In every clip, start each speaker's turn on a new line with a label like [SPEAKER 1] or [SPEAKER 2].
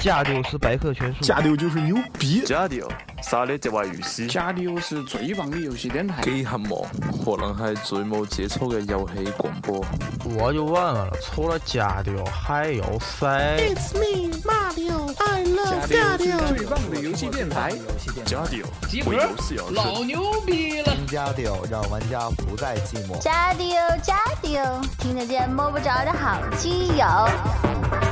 [SPEAKER 1] 加六是百科全书，
[SPEAKER 2] 加六就是牛逼。
[SPEAKER 3] 加丢，啥的就玩游戏。
[SPEAKER 4] 加六是最棒的游戏电台。
[SPEAKER 5] 幾黑幕，可能係最冇節操嘅遊戲廣播。
[SPEAKER 1] 我就问问了，除了加六还有谁？
[SPEAKER 6] It's me, Mario. I love
[SPEAKER 4] 加
[SPEAKER 6] Daddy.
[SPEAKER 4] 六是最棒的游戏电台。
[SPEAKER 3] 加丢，为游戏而生。
[SPEAKER 4] 牛逼了！
[SPEAKER 7] 加丢，让玩家不再寂寞。
[SPEAKER 8] 加丢加丢，听得见摸不着的好基友。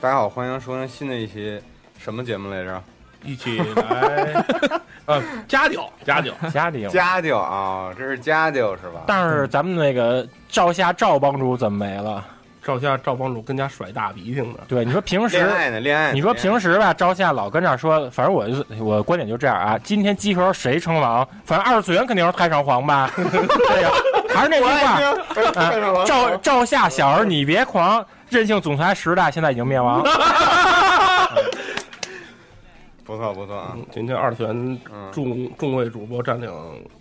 [SPEAKER 9] 大家好，欢迎收听新的一期什么节目来着？
[SPEAKER 10] 一起来，呃，加 丢加丢，
[SPEAKER 11] 家里有。
[SPEAKER 9] 家丢啊，这是家丢是吧？
[SPEAKER 11] 但是咱们那个赵夏赵帮主怎么没了？
[SPEAKER 10] 赵夏赵帮主跟家甩大鼻涕呢，
[SPEAKER 11] 对，你说平
[SPEAKER 9] 恋
[SPEAKER 11] 时，
[SPEAKER 9] 爱呢？恋爱呢？
[SPEAKER 11] 你说
[SPEAKER 9] 恋
[SPEAKER 11] 平时吧，赵夏老跟这儿说，反正我就我观点就这样啊。今天集合谁称王？反正二次元肯定是太上 皇吧。对呀，还是那句
[SPEAKER 9] 爱
[SPEAKER 11] 话，啊
[SPEAKER 9] 呢哎呦看上了
[SPEAKER 11] 赵赵夏小儿你别狂，任性总裁十大现在已经灭亡。
[SPEAKER 9] 不错不错啊，
[SPEAKER 10] 嗯今天二次元
[SPEAKER 9] 嗯，
[SPEAKER 10] 众众位主播占领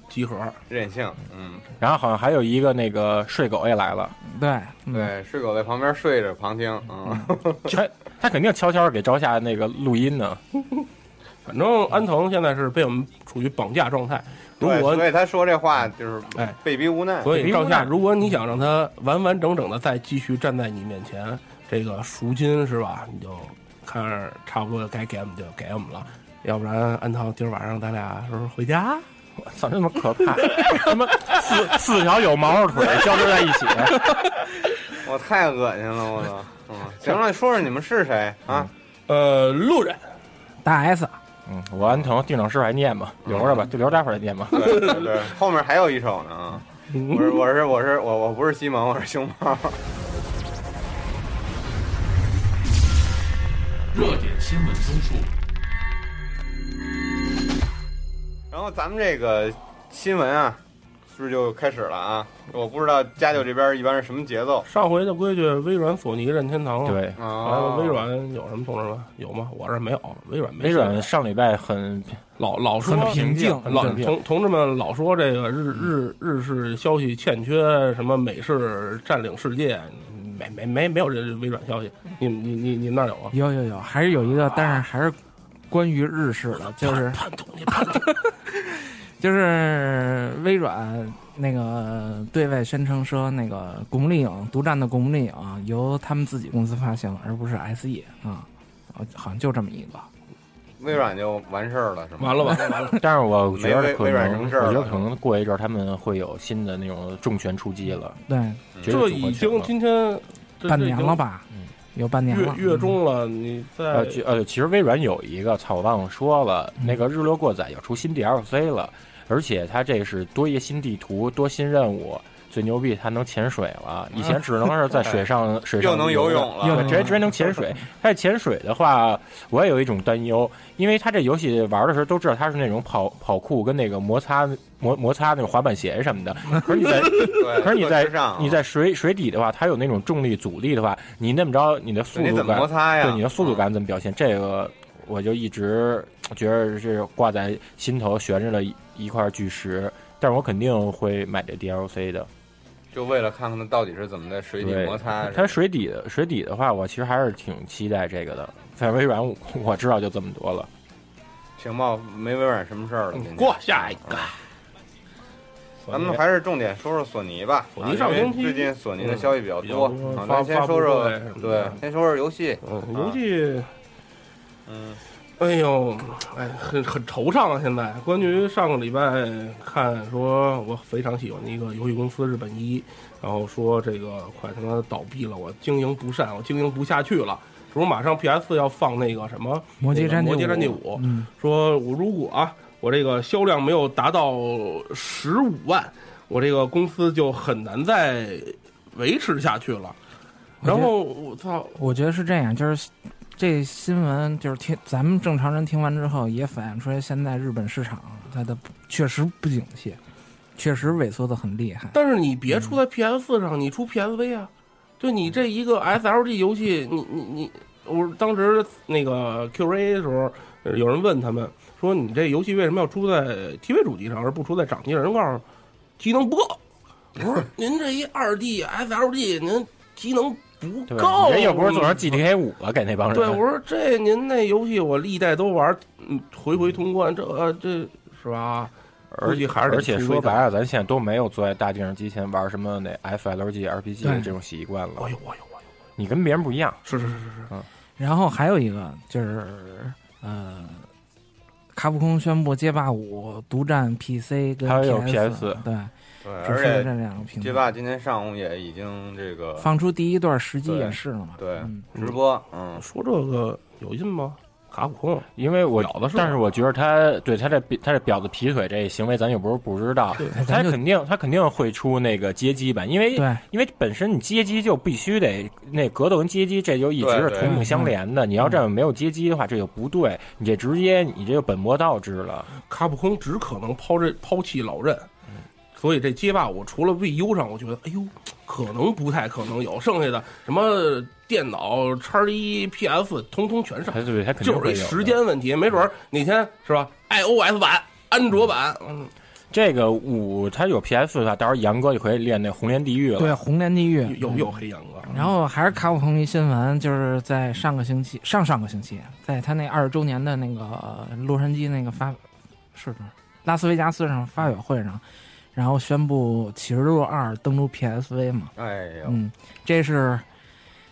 [SPEAKER 10] 集合，
[SPEAKER 9] 任性，嗯，
[SPEAKER 11] 然后好像还有一个那个睡狗也来了，
[SPEAKER 4] 对，
[SPEAKER 9] 对，睡狗在旁边睡着旁听，嗯，
[SPEAKER 11] 他他肯定悄悄给赵夏那个录音呢。
[SPEAKER 10] 反正安藤现在是被我们处于绑架状态。如
[SPEAKER 9] 对，
[SPEAKER 10] 果
[SPEAKER 9] 所以他说这话就是
[SPEAKER 10] 哎
[SPEAKER 9] 被逼无奈，
[SPEAKER 10] 所以赵夏，
[SPEAKER 11] 嗯
[SPEAKER 10] 如果你想让他完完整整的再继续站在你面前，这个赎金是吧？你就看着差不多该给我们就给我们了，要不然安藤今儿晚上咱俩是不是回家？
[SPEAKER 11] 我操，这么可 怕！他妈四四条有毛毛腿交织在一起，
[SPEAKER 9] 我太恶心了，我操，嗯，行了，说说你们是谁啊？
[SPEAKER 10] 呃，路人
[SPEAKER 4] 大 S
[SPEAKER 11] 嗯，我安藤定场诗还念吧，留着吧，就留着待会儿再念吧。
[SPEAKER 9] 对对对，后面还有一首呢啊。我是我是我是我我不是西蒙，我是熊猫。
[SPEAKER 3] 热点新闻综述。
[SPEAKER 9] 然后咱们这个新闻啊，是不是就开始了啊？我不知道家教这边一般是什么节奏
[SPEAKER 10] 上回的规矩，微软、索尼任天堂。，
[SPEAKER 11] 对，
[SPEAKER 9] 啊
[SPEAKER 10] 啊，微软有什么同志们有吗？我这没有，微软没
[SPEAKER 11] 微
[SPEAKER 10] 事
[SPEAKER 11] 软上礼拜很
[SPEAKER 10] 老老说
[SPEAKER 11] 很平静很
[SPEAKER 10] 老
[SPEAKER 11] 平静
[SPEAKER 10] 同同志们老说这个日日日式消息欠缺，什么美式占领世界，没没没没有这微软消息，你们你你你们那儿 有啊？
[SPEAKER 4] 有有有，还是有一个，但是还是关于日式的，
[SPEAKER 2] 啊
[SPEAKER 4] 就是
[SPEAKER 10] 叛徒，你叛徒，
[SPEAKER 4] 就是微软那个对外宣称说，那个《古墓丽影》独占的《古墓丽影》由他们自己公司发行，而不是 SE 啊、哦好像就这么一个。
[SPEAKER 9] 微软就完事儿了，是吗？
[SPEAKER 10] 完了完了完了！
[SPEAKER 11] 但是我觉
[SPEAKER 9] 没
[SPEAKER 11] 得
[SPEAKER 9] 微
[SPEAKER 11] 可
[SPEAKER 9] 微软
[SPEAKER 11] 能，
[SPEAKER 9] 什么事
[SPEAKER 11] 我
[SPEAKER 9] 儿
[SPEAKER 11] 觉
[SPEAKER 9] 了
[SPEAKER 11] 得可能过一阵儿他们会有新的那种重拳出击了。
[SPEAKER 4] 对，
[SPEAKER 9] 嗯
[SPEAKER 11] 绝对
[SPEAKER 10] 这
[SPEAKER 11] 主播
[SPEAKER 10] 已
[SPEAKER 11] 权
[SPEAKER 10] 经
[SPEAKER 11] 了
[SPEAKER 10] 今天这
[SPEAKER 4] 半年了？吧
[SPEAKER 11] 嗯，
[SPEAKER 4] 有半
[SPEAKER 10] 这
[SPEAKER 4] 年
[SPEAKER 10] 已
[SPEAKER 4] 了。嗯
[SPEAKER 10] 经月月中了，你在
[SPEAKER 11] 呃，其呃，其实微软有一个，操，我忘了说了，那
[SPEAKER 9] 嗯
[SPEAKER 11] 个日落过载要出新 DLC 了，而且它这是多一个新地图，多新任务，最牛逼，它能潜水了。以前只能是在水 上水上
[SPEAKER 9] 啊又能游
[SPEAKER 11] 游
[SPEAKER 9] 泳了
[SPEAKER 11] 对
[SPEAKER 4] 又能
[SPEAKER 11] 直接直接能潜水。但是潜水的话，我也有一种担忧，因为它这游戏玩的时候都知道它是那种跑跑酷跟那个摩擦摩摩擦那种滑板鞋什么的，可是 你在
[SPEAKER 9] 对，
[SPEAKER 11] 可是你在
[SPEAKER 9] 特时尚啊
[SPEAKER 11] 你在水水底的话，它有那种重力阻力的话，你那么着你的速
[SPEAKER 9] 你
[SPEAKER 11] 度
[SPEAKER 9] 怎么
[SPEAKER 11] 感
[SPEAKER 9] 摩擦呀？
[SPEAKER 11] 对你的速度感怎么表现？这个我就一直觉得是挂在心头悬着的一一块巨石，但是我肯定会买这 DLC 的。
[SPEAKER 9] 嗯，就为了看看它到底是怎么在水底
[SPEAKER 11] 对
[SPEAKER 9] 摩
[SPEAKER 10] 哎
[SPEAKER 9] 擦。
[SPEAKER 11] 它水底的水底的话，我其实还是挺期待这个的。反正微软我我知道就这么多了。
[SPEAKER 9] 情报没微软什么事儿了，今天
[SPEAKER 10] 嗯
[SPEAKER 9] 嗯
[SPEAKER 10] 过下一个。
[SPEAKER 9] 咱们还是重点说说索尼吧。
[SPEAKER 10] 索尼上
[SPEAKER 9] 啊因为
[SPEAKER 10] 星期
[SPEAKER 9] 最近索尼的消息比较多
[SPEAKER 10] 嗯比较多，
[SPEAKER 9] 啊
[SPEAKER 10] 发
[SPEAKER 9] 咱先说
[SPEAKER 10] 发
[SPEAKER 9] 说
[SPEAKER 10] 布会什么
[SPEAKER 9] 对
[SPEAKER 10] 的，
[SPEAKER 9] 先说说游戏。
[SPEAKER 4] 啊
[SPEAKER 10] 嗯，游戏。
[SPEAKER 9] 嗯，
[SPEAKER 10] 哎呦，哎，很很惆怅啊！现在关于上个礼拜看说，我非常喜欢的一个游戏公司日本一，然后说这个快他妈倒闭了，我经营不善，我经营不下去了。这不是马上 PS 要放那个什么《
[SPEAKER 4] 摩羯战
[SPEAKER 10] 那个摩羯战
[SPEAKER 4] 地
[SPEAKER 10] 地
[SPEAKER 4] 五
[SPEAKER 10] 五，
[SPEAKER 4] 嗯，
[SPEAKER 10] 说我如果啊，我这个销量没有达到十五万，我这个公司就很难再维持下去了。然后我操，
[SPEAKER 4] 我觉得是这样，就是这新闻就是听咱们正常人听完之后，也反映出来现在日本市场它的确实不景气，确实萎缩的很厉害。
[SPEAKER 10] 但是你别出
[SPEAKER 11] 嗯
[SPEAKER 10] 在 PS 上，你出 PSV 啊！就你这一个 SLG 游戏，你你你，我当时那个 Q&A 的时候，呃有人问他们说：“你这游戏为什么要出在 TV 主机上，而不出在掌机上？”人告诉我机能不 够。我说：“您这一二 D SLG，您机能不
[SPEAKER 11] 对
[SPEAKER 10] 够，
[SPEAKER 11] 吧？人又不是做成 GTA 五了，给那帮人。
[SPEAKER 10] 对，我说这您那游戏我历代都玩，嗯，回回通关，这呃这是吧？
[SPEAKER 11] 而
[SPEAKER 10] 估计还是得
[SPEAKER 11] 而且
[SPEAKER 10] 出
[SPEAKER 11] 说
[SPEAKER 10] 一
[SPEAKER 11] 白
[SPEAKER 10] 趟
[SPEAKER 11] 了，咱现在都没有坐在大电视机前玩什么那 FLG、RPG
[SPEAKER 4] 对
[SPEAKER 11] 的这种习惯了
[SPEAKER 10] 哎。呦哎呦哎呦，
[SPEAKER 11] 你跟别人不一样，
[SPEAKER 10] 是是是是是，
[SPEAKER 4] 然后还有一个就是呃，卡普空宣布街霸五独占 PC 跟
[SPEAKER 11] 还有
[SPEAKER 4] PS，
[SPEAKER 11] PS
[SPEAKER 4] 对，
[SPEAKER 9] 对，
[SPEAKER 4] 只
[SPEAKER 9] 而
[SPEAKER 4] 是这
[SPEAKER 9] 且
[SPEAKER 4] 两个平
[SPEAKER 9] 街
[SPEAKER 4] 台。
[SPEAKER 9] 霸今天上午也已经这个
[SPEAKER 4] 放出第一段实机
[SPEAKER 9] 对
[SPEAKER 4] 演示了嘛？
[SPEAKER 9] 对
[SPEAKER 4] 嗯
[SPEAKER 9] 直播，嗯，
[SPEAKER 10] 说这个有劲吗？卡普空，
[SPEAKER 11] 因为我
[SPEAKER 10] 婊子是吧
[SPEAKER 11] 但是我觉得他对他这他这婊子劈腿这行为，咱又不是不知道，他
[SPEAKER 4] 咱就
[SPEAKER 11] 肯定他肯定会出那个街机版，因为
[SPEAKER 4] 对
[SPEAKER 11] 因为本身你街机就必须得那格斗跟街机这就一直
[SPEAKER 9] 对
[SPEAKER 11] 是
[SPEAKER 9] 对
[SPEAKER 11] 同步
[SPEAKER 4] 嗯
[SPEAKER 11] 相连的，你要这样没有街机的话，这就不对，你这直接你这就本末倒置了。
[SPEAKER 10] 卡普空只可能抛这抛弃老任，所以这街霸我除了 VU 上，我觉得哎呦，可能不太可能有，剩下的什么电脑、叉一、PS，通通全上
[SPEAKER 11] 他，对他肯定
[SPEAKER 10] 就是
[SPEAKER 11] 会
[SPEAKER 10] 一
[SPEAKER 11] 有的
[SPEAKER 10] 时间问题，没准儿哪天是吧？iOS 版、安卓版，嗯，
[SPEAKER 11] 这个五他有 PS 的话，到时候杨哥就可以练那红莲地狱了。
[SPEAKER 4] 对，啊红莲地狱
[SPEAKER 10] 有有有黑羊哥，
[SPEAKER 4] 然后还是卡普空一新闻，就是在上个星期、上上个星期，在他那二十周年的那个、呃洛杉矶那个发，是不是拉斯维加斯上发表会上，然后宣布《启示录二》登陆 PSV 嘛？
[SPEAKER 9] 哎呦，
[SPEAKER 4] 嗯，这是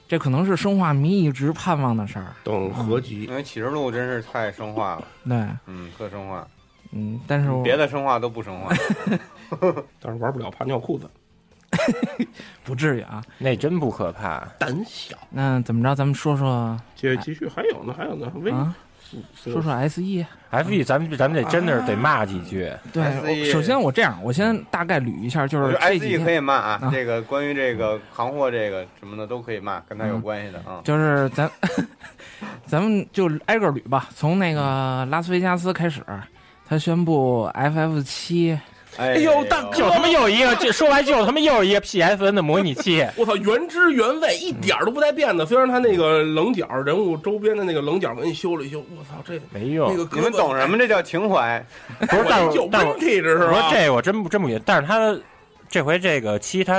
[SPEAKER 4] 这可能是生化迷一直盼望的事儿。
[SPEAKER 10] 等合集
[SPEAKER 9] 因为启示录真是太生化了，
[SPEAKER 4] 对，
[SPEAKER 9] 嗯，特生化，
[SPEAKER 4] 嗯，但是我
[SPEAKER 9] 别的生化都不生化，
[SPEAKER 10] 但是玩不了怕尿裤子，
[SPEAKER 4] 不至于啊。
[SPEAKER 11] 那真不可怕。
[SPEAKER 10] 胆小。
[SPEAKER 4] 那怎么着？咱们说说
[SPEAKER 10] 接继续，还有呢，还有呢，V，
[SPEAKER 9] 哎
[SPEAKER 4] 啊，
[SPEAKER 10] 说
[SPEAKER 4] 说说 S E。
[SPEAKER 11] F E，咱们咱们这真的是得骂几句。
[SPEAKER 4] 对，
[SPEAKER 9] SE
[SPEAKER 4] 我首先我这样，我先大概捋一下，就
[SPEAKER 9] E 我
[SPEAKER 4] 是
[SPEAKER 9] 觉
[SPEAKER 4] 这几
[SPEAKER 9] 得 SE 可
[SPEAKER 4] 天。
[SPEAKER 9] 以骂啊
[SPEAKER 4] 啊，
[SPEAKER 9] 这个关于这个行货这个什么的都可以骂，跟他有关系的啊。
[SPEAKER 4] 就是咱 咱们就挨个捋吧，从那个拉斯维加斯开始，他宣布 FF 七，
[SPEAKER 9] 哎
[SPEAKER 10] 呦大哥
[SPEAKER 11] 就他妈又一个，这说白就他妈又一个 P F N 的模拟器。
[SPEAKER 10] 我操，原汁原味，一点儿都不带变的。虽然他那个棱角人物周边的那个棱角给你修了一修，我操，这
[SPEAKER 11] 没
[SPEAKER 10] 那
[SPEAKER 11] 用，
[SPEAKER 10] 个
[SPEAKER 9] 你们懂什么？？这叫情怀。
[SPEAKER 11] 不是，但
[SPEAKER 10] 但
[SPEAKER 11] 是
[SPEAKER 10] 有
[SPEAKER 11] 但是
[SPEAKER 10] 问题，这是啊
[SPEAKER 11] 我说
[SPEAKER 10] 吧？
[SPEAKER 11] 这我真不真不也，但是他这回这个七，他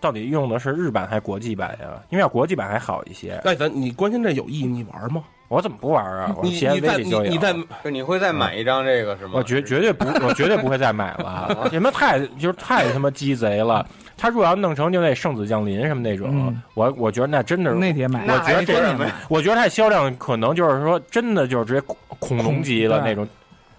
[SPEAKER 11] 到底用的是日版还是国际版呀？因为要国际版还好一些。
[SPEAKER 10] 哎，咱你关键这有意义，你玩吗？
[SPEAKER 11] 我怎么不玩啊？我
[SPEAKER 10] 你
[SPEAKER 11] P S
[SPEAKER 10] 你在
[SPEAKER 11] V 里
[SPEAKER 10] 你
[SPEAKER 11] 就
[SPEAKER 10] 你在
[SPEAKER 11] 有。
[SPEAKER 9] 就你会再买一张这个是吗？
[SPEAKER 11] 嗯我绝绝对不，我绝对不会再买 了。什么太就是太他妈鸡贼了！他如果要弄成就那圣子降临什么那种
[SPEAKER 4] 嗯，
[SPEAKER 11] 我我觉得那真的是
[SPEAKER 4] 那得买，
[SPEAKER 9] 那还
[SPEAKER 4] 那真
[SPEAKER 9] 说
[SPEAKER 4] 得
[SPEAKER 9] 什么
[SPEAKER 4] 买
[SPEAKER 9] 呀。
[SPEAKER 11] 我觉得它的销量可能就是说，真的就是直接恐恐龙
[SPEAKER 10] 嗯
[SPEAKER 11] 级了
[SPEAKER 4] 恐
[SPEAKER 11] 那种，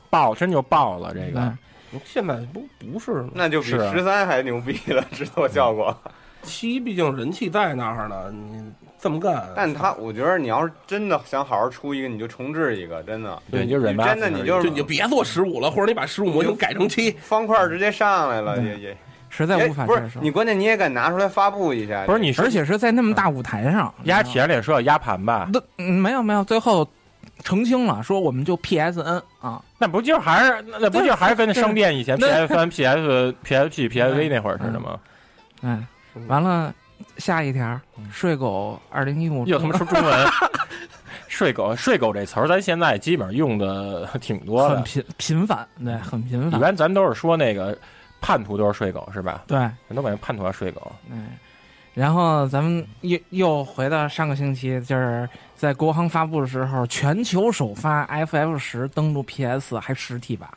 [SPEAKER 11] 爆真就爆了这个
[SPEAKER 4] 嗯。
[SPEAKER 10] 现在不不是吗
[SPEAKER 9] 那就比
[SPEAKER 11] 是啊
[SPEAKER 9] 十三还牛逼了， 制作效果。
[SPEAKER 10] 七，毕竟人气在那儿呢，你这么干，
[SPEAKER 9] 但他，我觉得你要是真的想好好出一个，你就重置一个，真的。
[SPEAKER 11] 对，就忍吧。
[SPEAKER 9] 真的你就是
[SPEAKER 10] 就你就别做十五了，或者你把十五模型改成七，
[SPEAKER 9] 方块直接上来了，也也
[SPEAKER 4] 实在
[SPEAKER 9] 也
[SPEAKER 4] 无法
[SPEAKER 9] 哎不是
[SPEAKER 4] 接受。
[SPEAKER 9] 你，关键你也敢拿出来发布一下，
[SPEAKER 11] 不是你说
[SPEAKER 4] 而且是在那么大舞台上，
[SPEAKER 11] 压啊
[SPEAKER 4] 铁
[SPEAKER 11] 铁脸说要压盘吧？
[SPEAKER 4] 都嗯没有没有，最后澄清了，说我们就 PSN 啊，
[SPEAKER 11] 那不就还是那那不就还是跟那商店以前 P
[SPEAKER 4] 对
[SPEAKER 11] S 三、P S P S P P S V 那会儿似的吗？
[SPEAKER 4] 嗯，完了下一条，睡狗二零一五，
[SPEAKER 11] 又他妈说中文。 睡狗，睡狗这词儿，咱现在基本上用的挺多
[SPEAKER 4] 很
[SPEAKER 11] 的。
[SPEAKER 4] 频频繁，对，很频
[SPEAKER 11] 一
[SPEAKER 4] 繁，
[SPEAKER 11] 般咱都是说那个叛徒都是睡狗是吧？
[SPEAKER 4] 对。
[SPEAKER 11] 咱都管叛徒叫睡狗。
[SPEAKER 4] 嗯，然后咱们又又回到上个星期，就是在国行发布的时候，全球首发 FF 十登陆 PS 还实体版，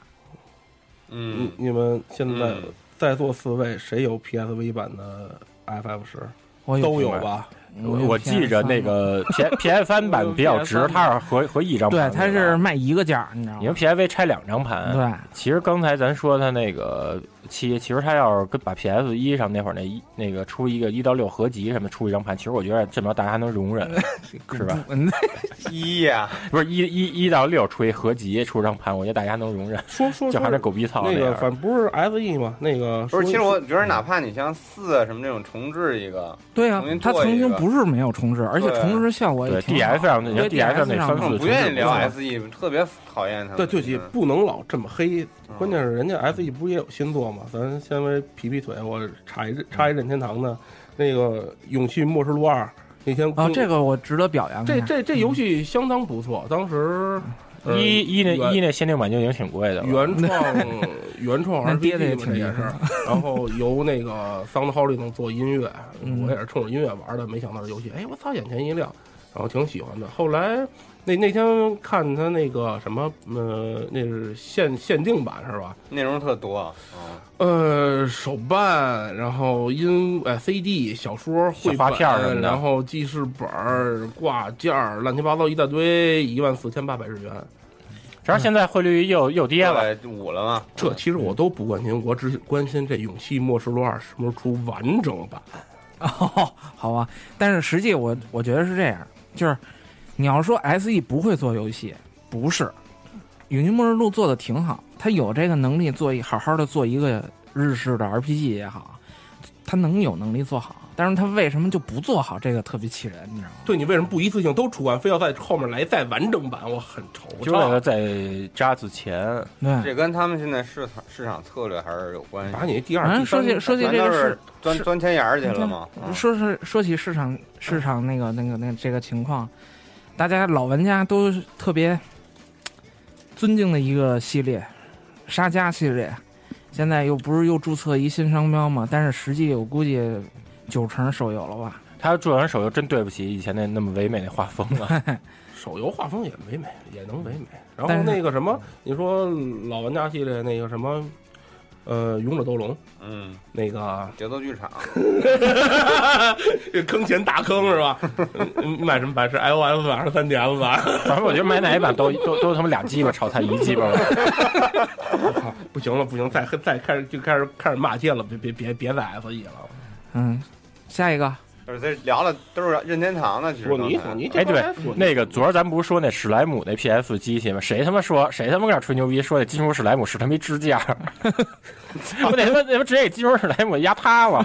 [SPEAKER 9] 嗯
[SPEAKER 10] 你，你们现在
[SPEAKER 9] 嗯
[SPEAKER 10] 在座四位谁有 PSV 版的 FF 十？
[SPEAKER 4] 我
[SPEAKER 10] 都有
[SPEAKER 11] 明白
[SPEAKER 10] 吧？
[SPEAKER 11] 我我记着那，个 P P S 三版比较值，它是合合一张
[SPEAKER 4] 我有 PS3 对，
[SPEAKER 11] 盘的吧。
[SPEAKER 4] 它是卖一个价儿，你知道
[SPEAKER 11] 你们
[SPEAKER 4] 吗？
[SPEAKER 11] P S V 拆两张盘，
[SPEAKER 4] 对，
[SPEAKER 11] 其实刚才咱说它那个七，其实它要是跟把 PS 一上那会儿那一那个出一个一到六合集什么出一张盘，其实我觉得这么着大家还能容 忍，是吧？
[SPEAKER 4] 嗯
[SPEAKER 9] 一呀，
[SPEAKER 11] 不是一一一到六出一合集出张盘，我觉得大家能容忍，
[SPEAKER 10] 说说
[SPEAKER 11] 就还是
[SPEAKER 10] 是
[SPEAKER 11] 狗逼操
[SPEAKER 10] 那
[SPEAKER 11] 样
[SPEAKER 10] 个，反正不是 SE 嘛，那个
[SPEAKER 9] 不是，
[SPEAKER 10] 说
[SPEAKER 9] 其实我觉得哪怕你像四啊什么这种重置一个，
[SPEAKER 4] 对啊
[SPEAKER 9] 重新，做
[SPEAKER 4] 它曾
[SPEAKER 9] 一
[SPEAKER 4] 经
[SPEAKER 9] 个
[SPEAKER 4] 不是没有重置，而且
[SPEAKER 9] 对
[SPEAKER 4] 重置效果也
[SPEAKER 11] 对
[SPEAKER 4] 挺
[SPEAKER 11] D
[SPEAKER 4] 好
[SPEAKER 11] S 上那
[SPEAKER 4] 对
[SPEAKER 11] D S 上那
[SPEAKER 4] DS 上
[SPEAKER 9] 我
[SPEAKER 11] 三四
[SPEAKER 9] 不愿意聊
[SPEAKER 11] 重置
[SPEAKER 9] SE，特别讨厌他们。
[SPEAKER 10] 对对起
[SPEAKER 9] 嗯
[SPEAKER 10] 不能老这么黑。
[SPEAKER 9] 嗯
[SPEAKER 10] 关键是人家 SE 不是也有新作嘛？咱先为皮皮腿，我插一插一任天堂的那个《勇气末世录二》那天
[SPEAKER 4] 啊，
[SPEAKER 10] 公
[SPEAKER 4] 这个我值得表扬一下。
[SPEAKER 11] 嗯
[SPEAKER 10] 这这这游戏相当不错，当时呃
[SPEAKER 11] 一一那
[SPEAKER 10] 原
[SPEAKER 11] 一那限定版就已经挺贵的了，
[SPEAKER 10] 原 创原创
[SPEAKER 4] 那
[SPEAKER 10] RPG
[SPEAKER 4] 爹的也
[SPEAKER 10] 嘛
[SPEAKER 4] 挺
[SPEAKER 10] 这也
[SPEAKER 4] 厉害
[SPEAKER 10] 是，然后由那个 Sound h o l i n 做音乐，
[SPEAKER 4] 嗯
[SPEAKER 10] 我也是冲着音乐玩的，没想到这游戏，哎，我操，眼前一亮，然后挺喜欢的。后来那那天看他那个什么，呃，那是限限定版是吧？
[SPEAKER 9] 内容特多啊，嗯
[SPEAKER 10] 呃，手办，然后音哎 CD 小说绘
[SPEAKER 11] 小
[SPEAKER 10] 本
[SPEAKER 11] 发片儿什么的
[SPEAKER 10] 然后记事本儿、挂件儿，乱七八糟一大堆，一万四千八百日元。
[SPEAKER 11] 主要现在汇率又又跌了，
[SPEAKER 9] 后来五了嘛，
[SPEAKER 10] 这其实
[SPEAKER 4] 嗯
[SPEAKER 10] 我都不关心，我只关心这《勇气末世录二》什么时候出完整版。
[SPEAKER 4] 哦， 好吧，但是实际我我觉得是这样，就是你要说 S E 不会做游戏，不是，《永劫末日录》做的挺好，他有这个能力做一好好的做一个日式的 R P G 也好，他能有能力做好，但是他为什么就不做好？这个特别气人，你知道吗？
[SPEAKER 10] 对你为什么不一次性都出完，非要在后面来再完整版？我很惆
[SPEAKER 11] 就为了
[SPEAKER 10] 怅。
[SPEAKER 11] 在扎子钱，
[SPEAKER 4] 对，
[SPEAKER 9] 这跟他们现在市场市场策略还是有关系
[SPEAKER 10] 把。你第
[SPEAKER 4] 反
[SPEAKER 10] 二、
[SPEAKER 4] 正
[SPEAKER 10] 第
[SPEAKER 4] 嗯说
[SPEAKER 10] 三
[SPEAKER 4] 起说起
[SPEAKER 9] 咱
[SPEAKER 4] 这
[SPEAKER 9] 都
[SPEAKER 4] 个
[SPEAKER 9] 是
[SPEAKER 4] 事，
[SPEAKER 9] 钻
[SPEAKER 4] 是
[SPEAKER 9] 钻天眼儿去了嘛？啊
[SPEAKER 4] 说是说起市场市场那个那个那个这个情况，大家老玩家都特别尊敬的一个系列，沙加系列，现在又不是又注册一新商标嘛？但是实际我估计九成手游了吧？
[SPEAKER 11] 他做完手游真对不起以前那那么唯美的画风 了，
[SPEAKER 10] 手游画风也唯美，也能唯美。然
[SPEAKER 4] 但
[SPEAKER 10] 后
[SPEAKER 4] 是
[SPEAKER 10] 那个什么，你说老玩家系列那个什么，呃，《勇者斗龙》
[SPEAKER 9] 嗯，
[SPEAKER 10] 那个
[SPEAKER 9] 节奏剧场，
[SPEAKER 10] 坑钱大坑是吧？嗯买什么版是 iOS 版还是三 DS 版？
[SPEAKER 11] 反正我觉得买哪一版都都都他妈俩鸡巴炒菜一鸡巴了。
[SPEAKER 10] 操不行了，不行，再再开始就开始开始骂街了，别别别别再 SE 了。
[SPEAKER 4] 嗯，下一个
[SPEAKER 9] 就是这聊的都是任天堂的，其实
[SPEAKER 10] 索尼
[SPEAKER 9] 刚才
[SPEAKER 10] 索尼这
[SPEAKER 11] 哎，对
[SPEAKER 10] 刚才索，尼
[SPEAKER 11] 那个昨儿咱不是说那史莱姆那 PS 机器吗？谁他妈说谁他妈跟那吹牛逼说那金属史莱姆是他妈一支架？ 我得他妈他妈直接给金属史莱姆压塌了。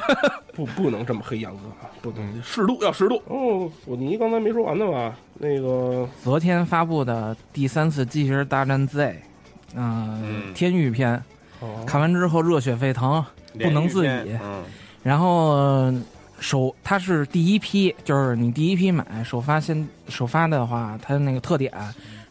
[SPEAKER 10] 不不能这么黑杨哥啊，不能适度要适度。哦，索尼刚才没说完呢吧？那个
[SPEAKER 4] 昨天发布的第三次机器人大战 Z，、嗯，
[SPEAKER 9] 嗯
[SPEAKER 4] 天域篇
[SPEAKER 10] 哦，
[SPEAKER 4] 看完之后热血沸腾，不能自
[SPEAKER 9] 连续
[SPEAKER 4] 已
[SPEAKER 9] 片嗯，
[SPEAKER 4] 然后呃首它是第一批，就是你第一批买首发先首发的话，它那个特点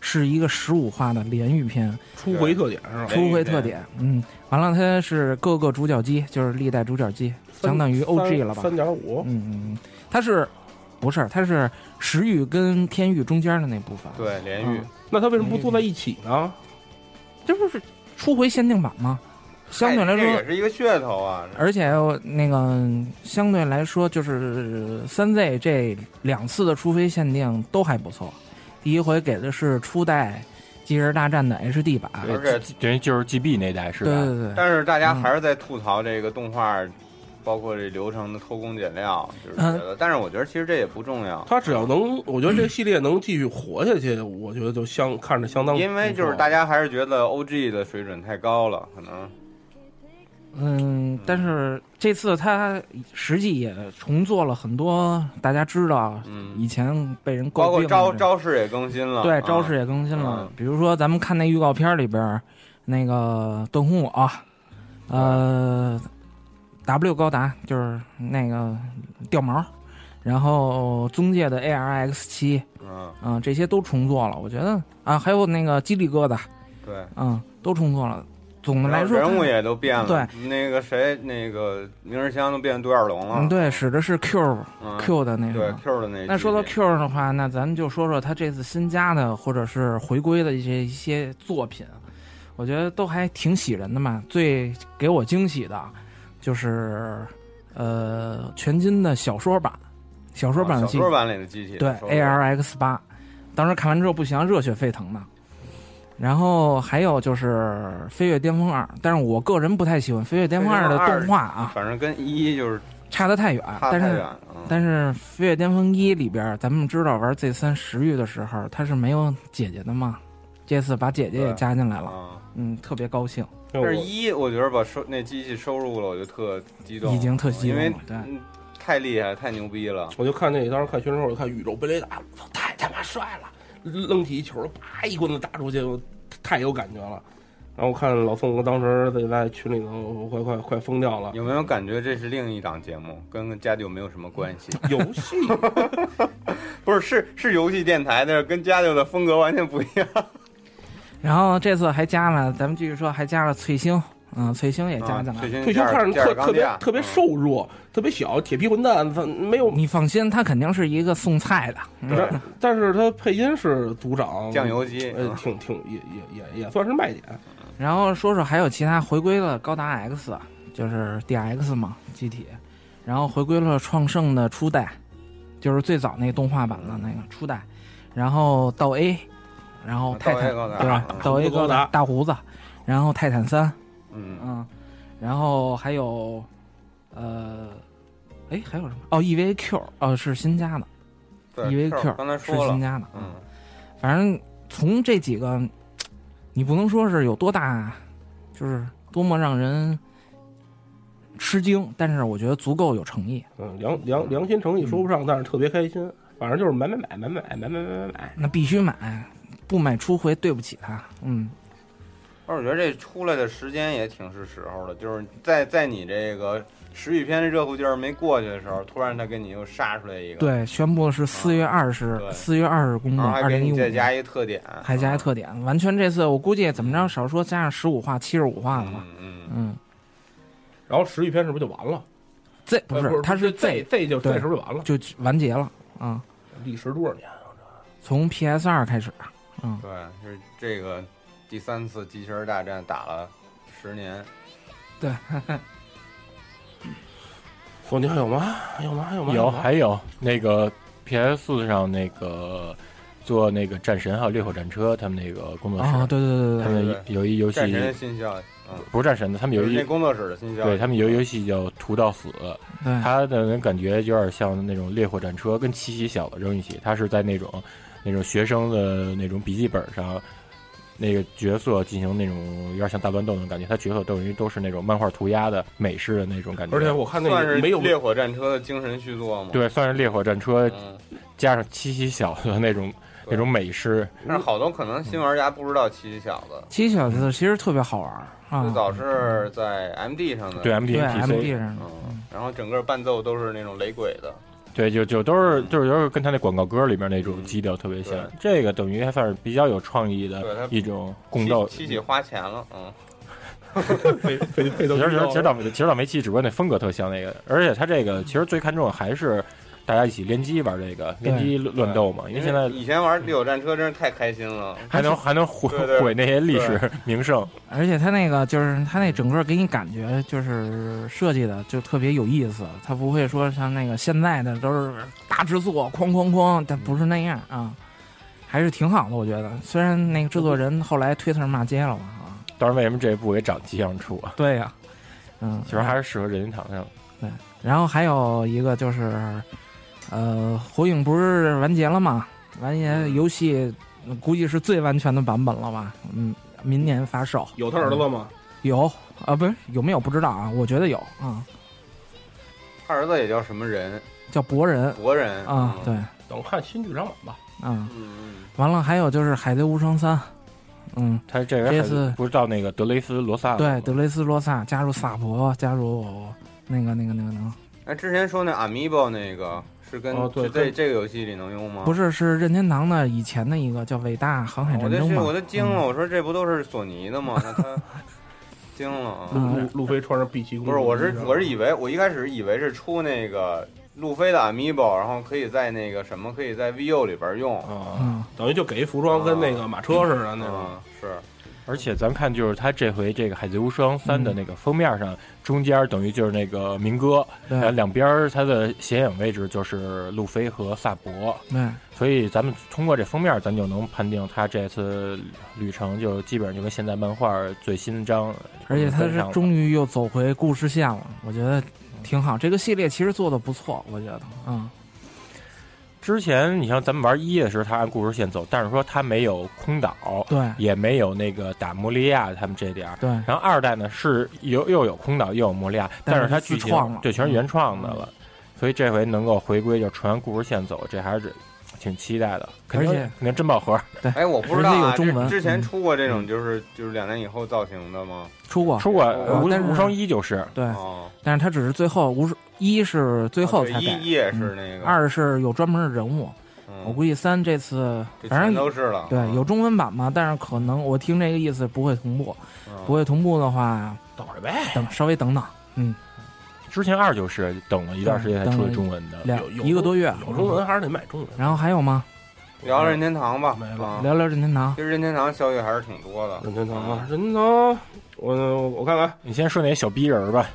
[SPEAKER 4] 是一个十五话的连续片，
[SPEAKER 10] 出回特点是吧？
[SPEAKER 4] 初回特点。嗯，完了它是各个主角机，就是历代主角机，相当于 OG 了吧？
[SPEAKER 10] 三点五。
[SPEAKER 4] 嗯，嗯，它是不是它是时域跟天域中间的那部分？，
[SPEAKER 9] 对连续
[SPEAKER 4] 嗯
[SPEAKER 10] 那他为什么不坐在一起呢？
[SPEAKER 4] 这不是初回限定版吗？相对来说，
[SPEAKER 9] 哎这也是一个噱头啊。
[SPEAKER 4] 而且那个相对来说，就是三 Z 这两次的初飞限定都还不错。第一回给的是初代《机器人大战》的 HD 版，
[SPEAKER 9] 而且，
[SPEAKER 11] 等于就是 GB 那代是
[SPEAKER 4] 对
[SPEAKER 11] 吧？
[SPEAKER 4] 对对，
[SPEAKER 9] 但是大家还是在吐槽这个动画，包括这流程的偷工减料，就是觉得。但是我觉得其实这也不重要，
[SPEAKER 10] 他只要能，我觉得这系列能继续活下去，我觉得就相看着相当不错。
[SPEAKER 9] 因为就是大家还是觉得 OG 的水准太高了，可能
[SPEAKER 4] 嗯，但是这次它实际也重做了很多大家知道
[SPEAKER 9] 嗯，
[SPEAKER 4] 以前被人
[SPEAKER 9] 包
[SPEAKER 4] 诟病
[SPEAKER 9] 括
[SPEAKER 4] 的
[SPEAKER 9] 招
[SPEAKER 4] 这
[SPEAKER 9] 招式也更新了，
[SPEAKER 4] 对
[SPEAKER 9] 啊
[SPEAKER 4] 招式也更新了
[SPEAKER 9] 嗯，
[SPEAKER 4] 比如说咱们看那预告片里边儿，那个段宏武啊，呃，W 高达就是那个掉毛，然后宗介的 ARX 七，
[SPEAKER 9] 嗯，
[SPEAKER 4] 嗯，这些都重做了，我觉得啊，还有那个基利哥的，
[SPEAKER 9] 对。
[SPEAKER 4] 嗯，都重做了。总的来说，
[SPEAKER 9] 人物也都变了，
[SPEAKER 4] 对，
[SPEAKER 9] 那个谁，那个明日香都变独眼龙了，
[SPEAKER 4] 嗯，对，使的是 Q
[SPEAKER 9] 嗯
[SPEAKER 4] Q 的那
[SPEAKER 9] 啊哎对
[SPEAKER 4] 个。
[SPEAKER 9] Q 的那集。
[SPEAKER 4] 那说到 Q 的话，那咱们就说说他这次新加的或者是回归的一些一些作品，我觉得都还挺喜人的嘛。最给我惊喜的，就是呃全新的小说版，小说版
[SPEAKER 9] 啊小
[SPEAKER 4] 的机、
[SPEAKER 9] 说版里的机器，
[SPEAKER 4] 对啊
[SPEAKER 9] 说
[SPEAKER 4] A R X 八，当时看完之后不行，热血沸腾的。然后还有就是《飞跃巅峰二》，但是我个人不太喜欢《飞跃巅峰二》的动画啊，
[SPEAKER 9] 反正跟一就是
[SPEAKER 4] 差得太远。
[SPEAKER 9] 差
[SPEAKER 4] 但
[SPEAKER 9] 太
[SPEAKER 4] 是
[SPEAKER 9] 远了。嗯
[SPEAKER 4] 但是《飞跃巅峰一》里边，咱们知道玩 Z 三食域的时候，它是没有姐姐的嘛。这次把姐姐也
[SPEAKER 9] 对
[SPEAKER 4] 加进来了，
[SPEAKER 9] 啊，
[SPEAKER 4] 嗯，特别高兴。
[SPEAKER 9] 但是
[SPEAKER 10] 我
[SPEAKER 9] 一我觉得把收那机器收入了，我就特激动，
[SPEAKER 4] 已经特激动
[SPEAKER 9] 因为
[SPEAKER 4] 了对
[SPEAKER 9] 嗯太厉害，太牛逼了。
[SPEAKER 10] 我就看那当时看宣传，我就看宇宙贝雷达，我操，太他妈帅了！扔起一球，啪一棍子打出去，我太有感觉了。然后我看老宋哥当时在在群里头，我快快快疯掉了。
[SPEAKER 9] 有没有感觉这是另一档节目， 跟家里有没有什么关系？
[SPEAKER 10] 游戏
[SPEAKER 9] 不是，是是游戏电台，但是跟家里的风格完全不一 样。
[SPEAKER 4] 然后这次还加了，咱们继续说，还加了翠星，嗯，翠星也加
[SPEAKER 9] 啊
[SPEAKER 4] 进来了。
[SPEAKER 9] 嗯
[SPEAKER 10] 退休看着特特别特别
[SPEAKER 9] 瘦。
[SPEAKER 10] 瘦弱，特别小，铁皮混蛋，他没有。
[SPEAKER 4] 你放心，他肯定是一个送菜的，嗯
[SPEAKER 9] 对
[SPEAKER 10] 但是他配音是组长
[SPEAKER 9] 酱油鸡
[SPEAKER 10] 呃
[SPEAKER 9] 嗯，
[SPEAKER 10] 挺挺也也也也算是卖点。
[SPEAKER 4] 然后说说还有其他回归了高达 X，就是 DX 嘛，机体，然后回归了创圣的初代，就是最早那动画版的那个初代，然后到 A，然后泰坦
[SPEAKER 9] 到 A 高达
[SPEAKER 4] 对吧
[SPEAKER 9] 嗯？
[SPEAKER 4] 到 A 高达
[SPEAKER 10] 嗯
[SPEAKER 4] 大胡子，然后泰坦三，
[SPEAKER 9] 嗯，
[SPEAKER 4] 嗯，然后还有，呃，哎还有什么？哦，EVQ，哦是新加的
[SPEAKER 9] 对
[SPEAKER 4] ，EVQ
[SPEAKER 9] 刚才
[SPEAKER 4] 是
[SPEAKER 9] 说
[SPEAKER 4] 新
[SPEAKER 9] 了，
[SPEAKER 4] 加的，
[SPEAKER 9] 嗯，
[SPEAKER 4] 反正从这几个，你不能说是有多大，就是多么让人吃惊，但是我觉得足够有诚意。
[SPEAKER 10] 嗯，良良良心诚意说不上，但是特别开心。反正就是买买买买买买买买买买。
[SPEAKER 4] 那必须买，不买初回对不起他。嗯，
[SPEAKER 9] 但是我觉得这出来的时间也挺是时候的，就是在在你这个时雨篇热乎劲儿没过去的时候，突然他给你又杀出来一个，，
[SPEAKER 4] 对，宣布是四月二十、
[SPEAKER 9] 啊对
[SPEAKER 4] 四月二十公布，
[SPEAKER 9] 然后
[SPEAKER 4] 二
[SPEAKER 9] 还给
[SPEAKER 4] 零一
[SPEAKER 9] 你
[SPEAKER 4] 五
[SPEAKER 9] 再加
[SPEAKER 4] 年。
[SPEAKER 9] 一个特点，嗯
[SPEAKER 4] 还加一特点，完全这次我估计怎么着少说加上十五话、七十五话了吧？
[SPEAKER 9] 嗯嗯，
[SPEAKER 4] 嗯
[SPEAKER 10] 然后十一篇是不是就完了？
[SPEAKER 4] ，Z 不
[SPEAKER 10] 呃
[SPEAKER 4] 是，它是 Z
[SPEAKER 10] Z Z 就
[SPEAKER 4] 对
[SPEAKER 10] Z 是不是就完了？
[SPEAKER 4] 就完结了啊、
[SPEAKER 10] 历时多少年？
[SPEAKER 4] 从 PS 二开始，
[SPEAKER 9] 对，是这个第三次机器人大战打了十年，
[SPEAKER 10] 索尼还有吗？还有吗？还有吗？
[SPEAKER 11] 有
[SPEAKER 10] 吗
[SPEAKER 11] 还有那个 PS 上那个做那个战神还有烈火战车他们那个工作室，
[SPEAKER 4] 啊、对对对对
[SPEAKER 11] 他
[SPEAKER 4] 对，
[SPEAKER 11] 们有一游戏
[SPEAKER 9] 战神的新消息，嗯，
[SPEAKER 11] 不是战神的，他们有
[SPEAKER 9] 就是
[SPEAKER 11] 一
[SPEAKER 9] 那工作室的新消息，嗯
[SPEAKER 11] 对他们有一游戏叫《屠到死》，
[SPEAKER 4] 对
[SPEAKER 11] 它的那感觉有点像那种烈火战车跟七喜小子扔一起，它是在那种那种学生的那种笔记本上，那个角色进行那种有点像大乱斗那种感觉，它角色等于都是那种漫画涂鸦的美式的那种感觉，
[SPEAKER 10] 而且我看那
[SPEAKER 9] 算
[SPEAKER 10] 个
[SPEAKER 9] 是
[SPEAKER 10] 没有
[SPEAKER 9] 烈火战车的精神续作嘛，，
[SPEAKER 11] 对算是烈火战车
[SPEAKER 9] 嗯，
[SPEAKER 11] 加上七喜小子那种那种美式，
[SPEAKER 9] 但是好多可能新玩家不知道奇迹小子。
[SPEAKER 4] 七小子其实特别好玩儿啊，
[SPEAKER 9] 最早是在 MD 上的，
[SPEAKER 11] 对啊
[SPEAKER 4] 对
[SPEAKER 11] MDNPC，
[SPEAKER 4] MD 上的，
[SPEAKER 9] 嗯，然后整个伴奏都是那种雷鬼的，
[SPEAKER 11] 对，就就都是就是有点跟他那广告歌里面那种基调特别像
[SPEAKER 9] 对，
[SPEAKER 11] 这个等于还算是比较有创意
[SPEAKER 9] 对它
[SPEAKER 11] 的一种共斗。
[SPEAKER 9] 七七喜花钱了，嗯，
[SPEAKER 10] 配配配
[SPEAKER 11] 其
[SPEAKER 10] 到
[SPEAKER 11] 实其实其实倒没其实倒没戏，只不过那风格特像那个，而且它这个其实最看重的还是大家一起联机玩这个联机乱斗嘛，因为现在
[SPEAKER 9] 以前玩烈火战车真是太开心了，
[SPEAKER 11] 还能还能毁
[SPEAKER 9] 对对
[SPEAKER 11] 毁那些历史名胜，
[SPEAKER 4] 而且它那个就是它那整个给你感觉就是设计的就特别有意思，它不会说像那个现在的都是大制作哐哐哐，但不是那样啊，还是挺好的，我觉得。虽然那个制作人后来推特骂街了嘛啊，
[SPEAKER 11] 当然为什么这一部也长期让出啊？
[SPEAKER 4] 对呀、嗯，
[SPEAKER 11] 其实还是适合任天堂上的。
[SPEAKER 4] 然后还有一个就是，呃，火影不是完结了吗？完结游戏呃估计是最完全的版本了吧？嗯，明年发售嗯
[SPEAKER 10] 有他儿子吗？
[SPEAKER 4] 有啊，不是有没有不知道啊？我觉得有啊、
[SPEAKER 9] 他儿子也叫什么人，
[SPEAKER 4] 叫博人
[SPEAKER 9] 国人
[SPEAKER 4] 啊，对，
[SPEAKER 10] 等看新剧场版吧。
[SPEAKER 4] 啊。
[SPEAKER 9] 嗯，
[SPEAKER 4] 完了，还有就是《海贼无双三》，嗯，
[SPEAKER 11] 他这
[SPEAKER 4] 这
[SPEAKER 11] 人
[SPEAKER 4] 次
[SPEAKER 11] 还不是到那个德雷斯罗萨
[SPEAKER 4] 对，
[SPEAKER 11] 吗
[SPEAKER 4] 德雷斯罗萨加入萨博，加入那个那个那个那个，
[SPEAKER 9] 那之前说那 Amiibo 那个是跟
[SPEAKER 10] 哦对
[SPEAKER 9] 是在
[SPEAKER 10] 跟
[SPEAKER 9] 这个游戏里能用吗？
[SPEAKER 4] 不
[SPEAKER 9] 是，
[SPEAKER 4] 是是任天堂的以前的一个叫《伟大航海
[SPEAKER 9] 我
[SPEAKER 4] 战
[SPEAKER 9] 都
[SPEAKER 4] 争》
[SPEAKER 9] 是
[SPEAKER 4] 哎嘛？
[SPEAKER 9] 我都惊
[SPEAKER 4] 嗯
[SPEAKER 9] 了，我说这不都是索尼的吗？那 他惊了
[SPEAKER 10] 路
[SPEAKER 4] 嗯
[SPEAKER 9] 啊！
[SPEAKER 11] 嗯
[SPEAKER 10] 路路飞穿着碧琪公主，
[SPEAKER 9] 不是，我是我是以为我一开始以为是出那个路飞的 Amiibo，然后可以在那个什么可以在 VU 里边用，
[SPEAKER 10] 啊，
[SPEAKER 4] 嗯，哦
[SPEAKER 10] 等于就给一服装跟那个马车似的那种。
[SPEAKER 9] 嗯，是，
[SPEAKER 11] 而且咱看就是他这回这个《海贼无双三》
[SPEAKER 4] 嗯
[SPEAKER 11] 的那个封面上，中间等于就是那个民歌，
[SPEAKER 4] 对
[SPEAKER 11] 然后两边儿它的显眼位置就是路飞和萨博，
[SPEAKER 4] 对，
[SPEAKER 11] 所以咱们通过这封面，咱就能判定他这次旅程就基本上就跟现在漫画最新章，
[SPEAKER 4] 而且他
[SPEAKER 11] 跟
[SPEAKER 4] 是
[SPEAKER 11] 上了
[SPEAKER 4] 终于又走回故事线了，我觉得挺好。这个系列其实做的不错，我觉得，嗯，
[SPEAKER 11] 之前你像咱们玩一的时候，他按故事线走，但是说他没有空岛，
[SPEAKER 4] 对
[SPEAKER 11] 也没有那个打摩利亚他们这点儿。
[SPEAKER 4] 对，
[SPEAKER 11] 然后二代呢是有又有空岛又有摩利亚，
[SPEAKER 4] 但
[SPEAKER 11] 但
[SPEAKER 4] 是
[SPEAKER 11] 是它
[SPEAKER 4] 自
[SPEAKER 11] 剧情
[SPEAKER 4] 创了嗯
[SPEAKER 11] 对全是原创的了，所以这回能够回归就纯故事线走，这还是挺期待的，肯定
[SPEAKER 4] 而且
[SPEAKER 11] 肯定真爆盒。
[SPEAKER 9] 哎，我不知道
[SPEAKER 4] 人家
[SPEAKER 9] 啊，
[SPEAKER 4] 有中
[SPEAKER 9] 之
[SPEAKER 4] 文
[SPEAKER 9] 之前
[SPEAKER 4] 嗯
[SPEAKER 9] 出过这种就是就是两年以后造型的吗？
[SPEAKER 4] 出过，
[SPEAKER 11] 出过
[SPEAKER 9] 哦
[SPEAKER 11] 无
[SPEAKER 4] 但是
[SPEAKER 11] 无双一就是
[SPEAKER 4] 对，
[SPEAKER 9] 哦，啊
[SPEAKER 4] 但是他只是最后无一是最后
[SPEAKER 9] 对
[SPEAKER 4] 才改嗯
[SPEAKER 9] 一一，也是那个，
[SPEAKER 4] 二是有专门的人物。
[SPEAKER 9] 嗯
[SPEAKER 4] 我估计三这次
[SPEAKER 9] 这
[SPEAKER 4] 反
[SPEAKER 9] 全
[SPEAKER 4] 正
[SPEAKER 9] 都是了，
[SPEAKER 4] 对
[SPEAKER 9] 嗯
[SPEAKER 4] 有中文版嘛，但是可能我听这个意思不会同步，
[SPEAKER 9] 嗯
[SPEAKER 4] 不会同步的话，
[SPEAKER 11] 等着呗。
[SPEAKER 4] 等稍微等等
[SPEAKER 11] 之前二就是等了一段时间才出的中文的，
[SPEAKER 4] 两
[SPEAKER 10] 有有
[SPEAKER 4] 哎一个多月。啊
[SPEAKER 10] 有中文还是得买中文。
[SPEAKER 4] 然后还有吗？嗯
[SPEAKER 9] 聊任天堂吧，
[SPEAKER 10] 没了
[SPEAKER 9] 啊
[SPEAKER 4] 聊聊任天堂。
[SPEAKER 9] 其实任天堂消息还是挺多的，
[SPEAKER 4] 嗯
[SPEAKER 10] 任天堂啊，任天堂，我我看看，
[SPEAKER 11] 你先说那小逼人儿吧，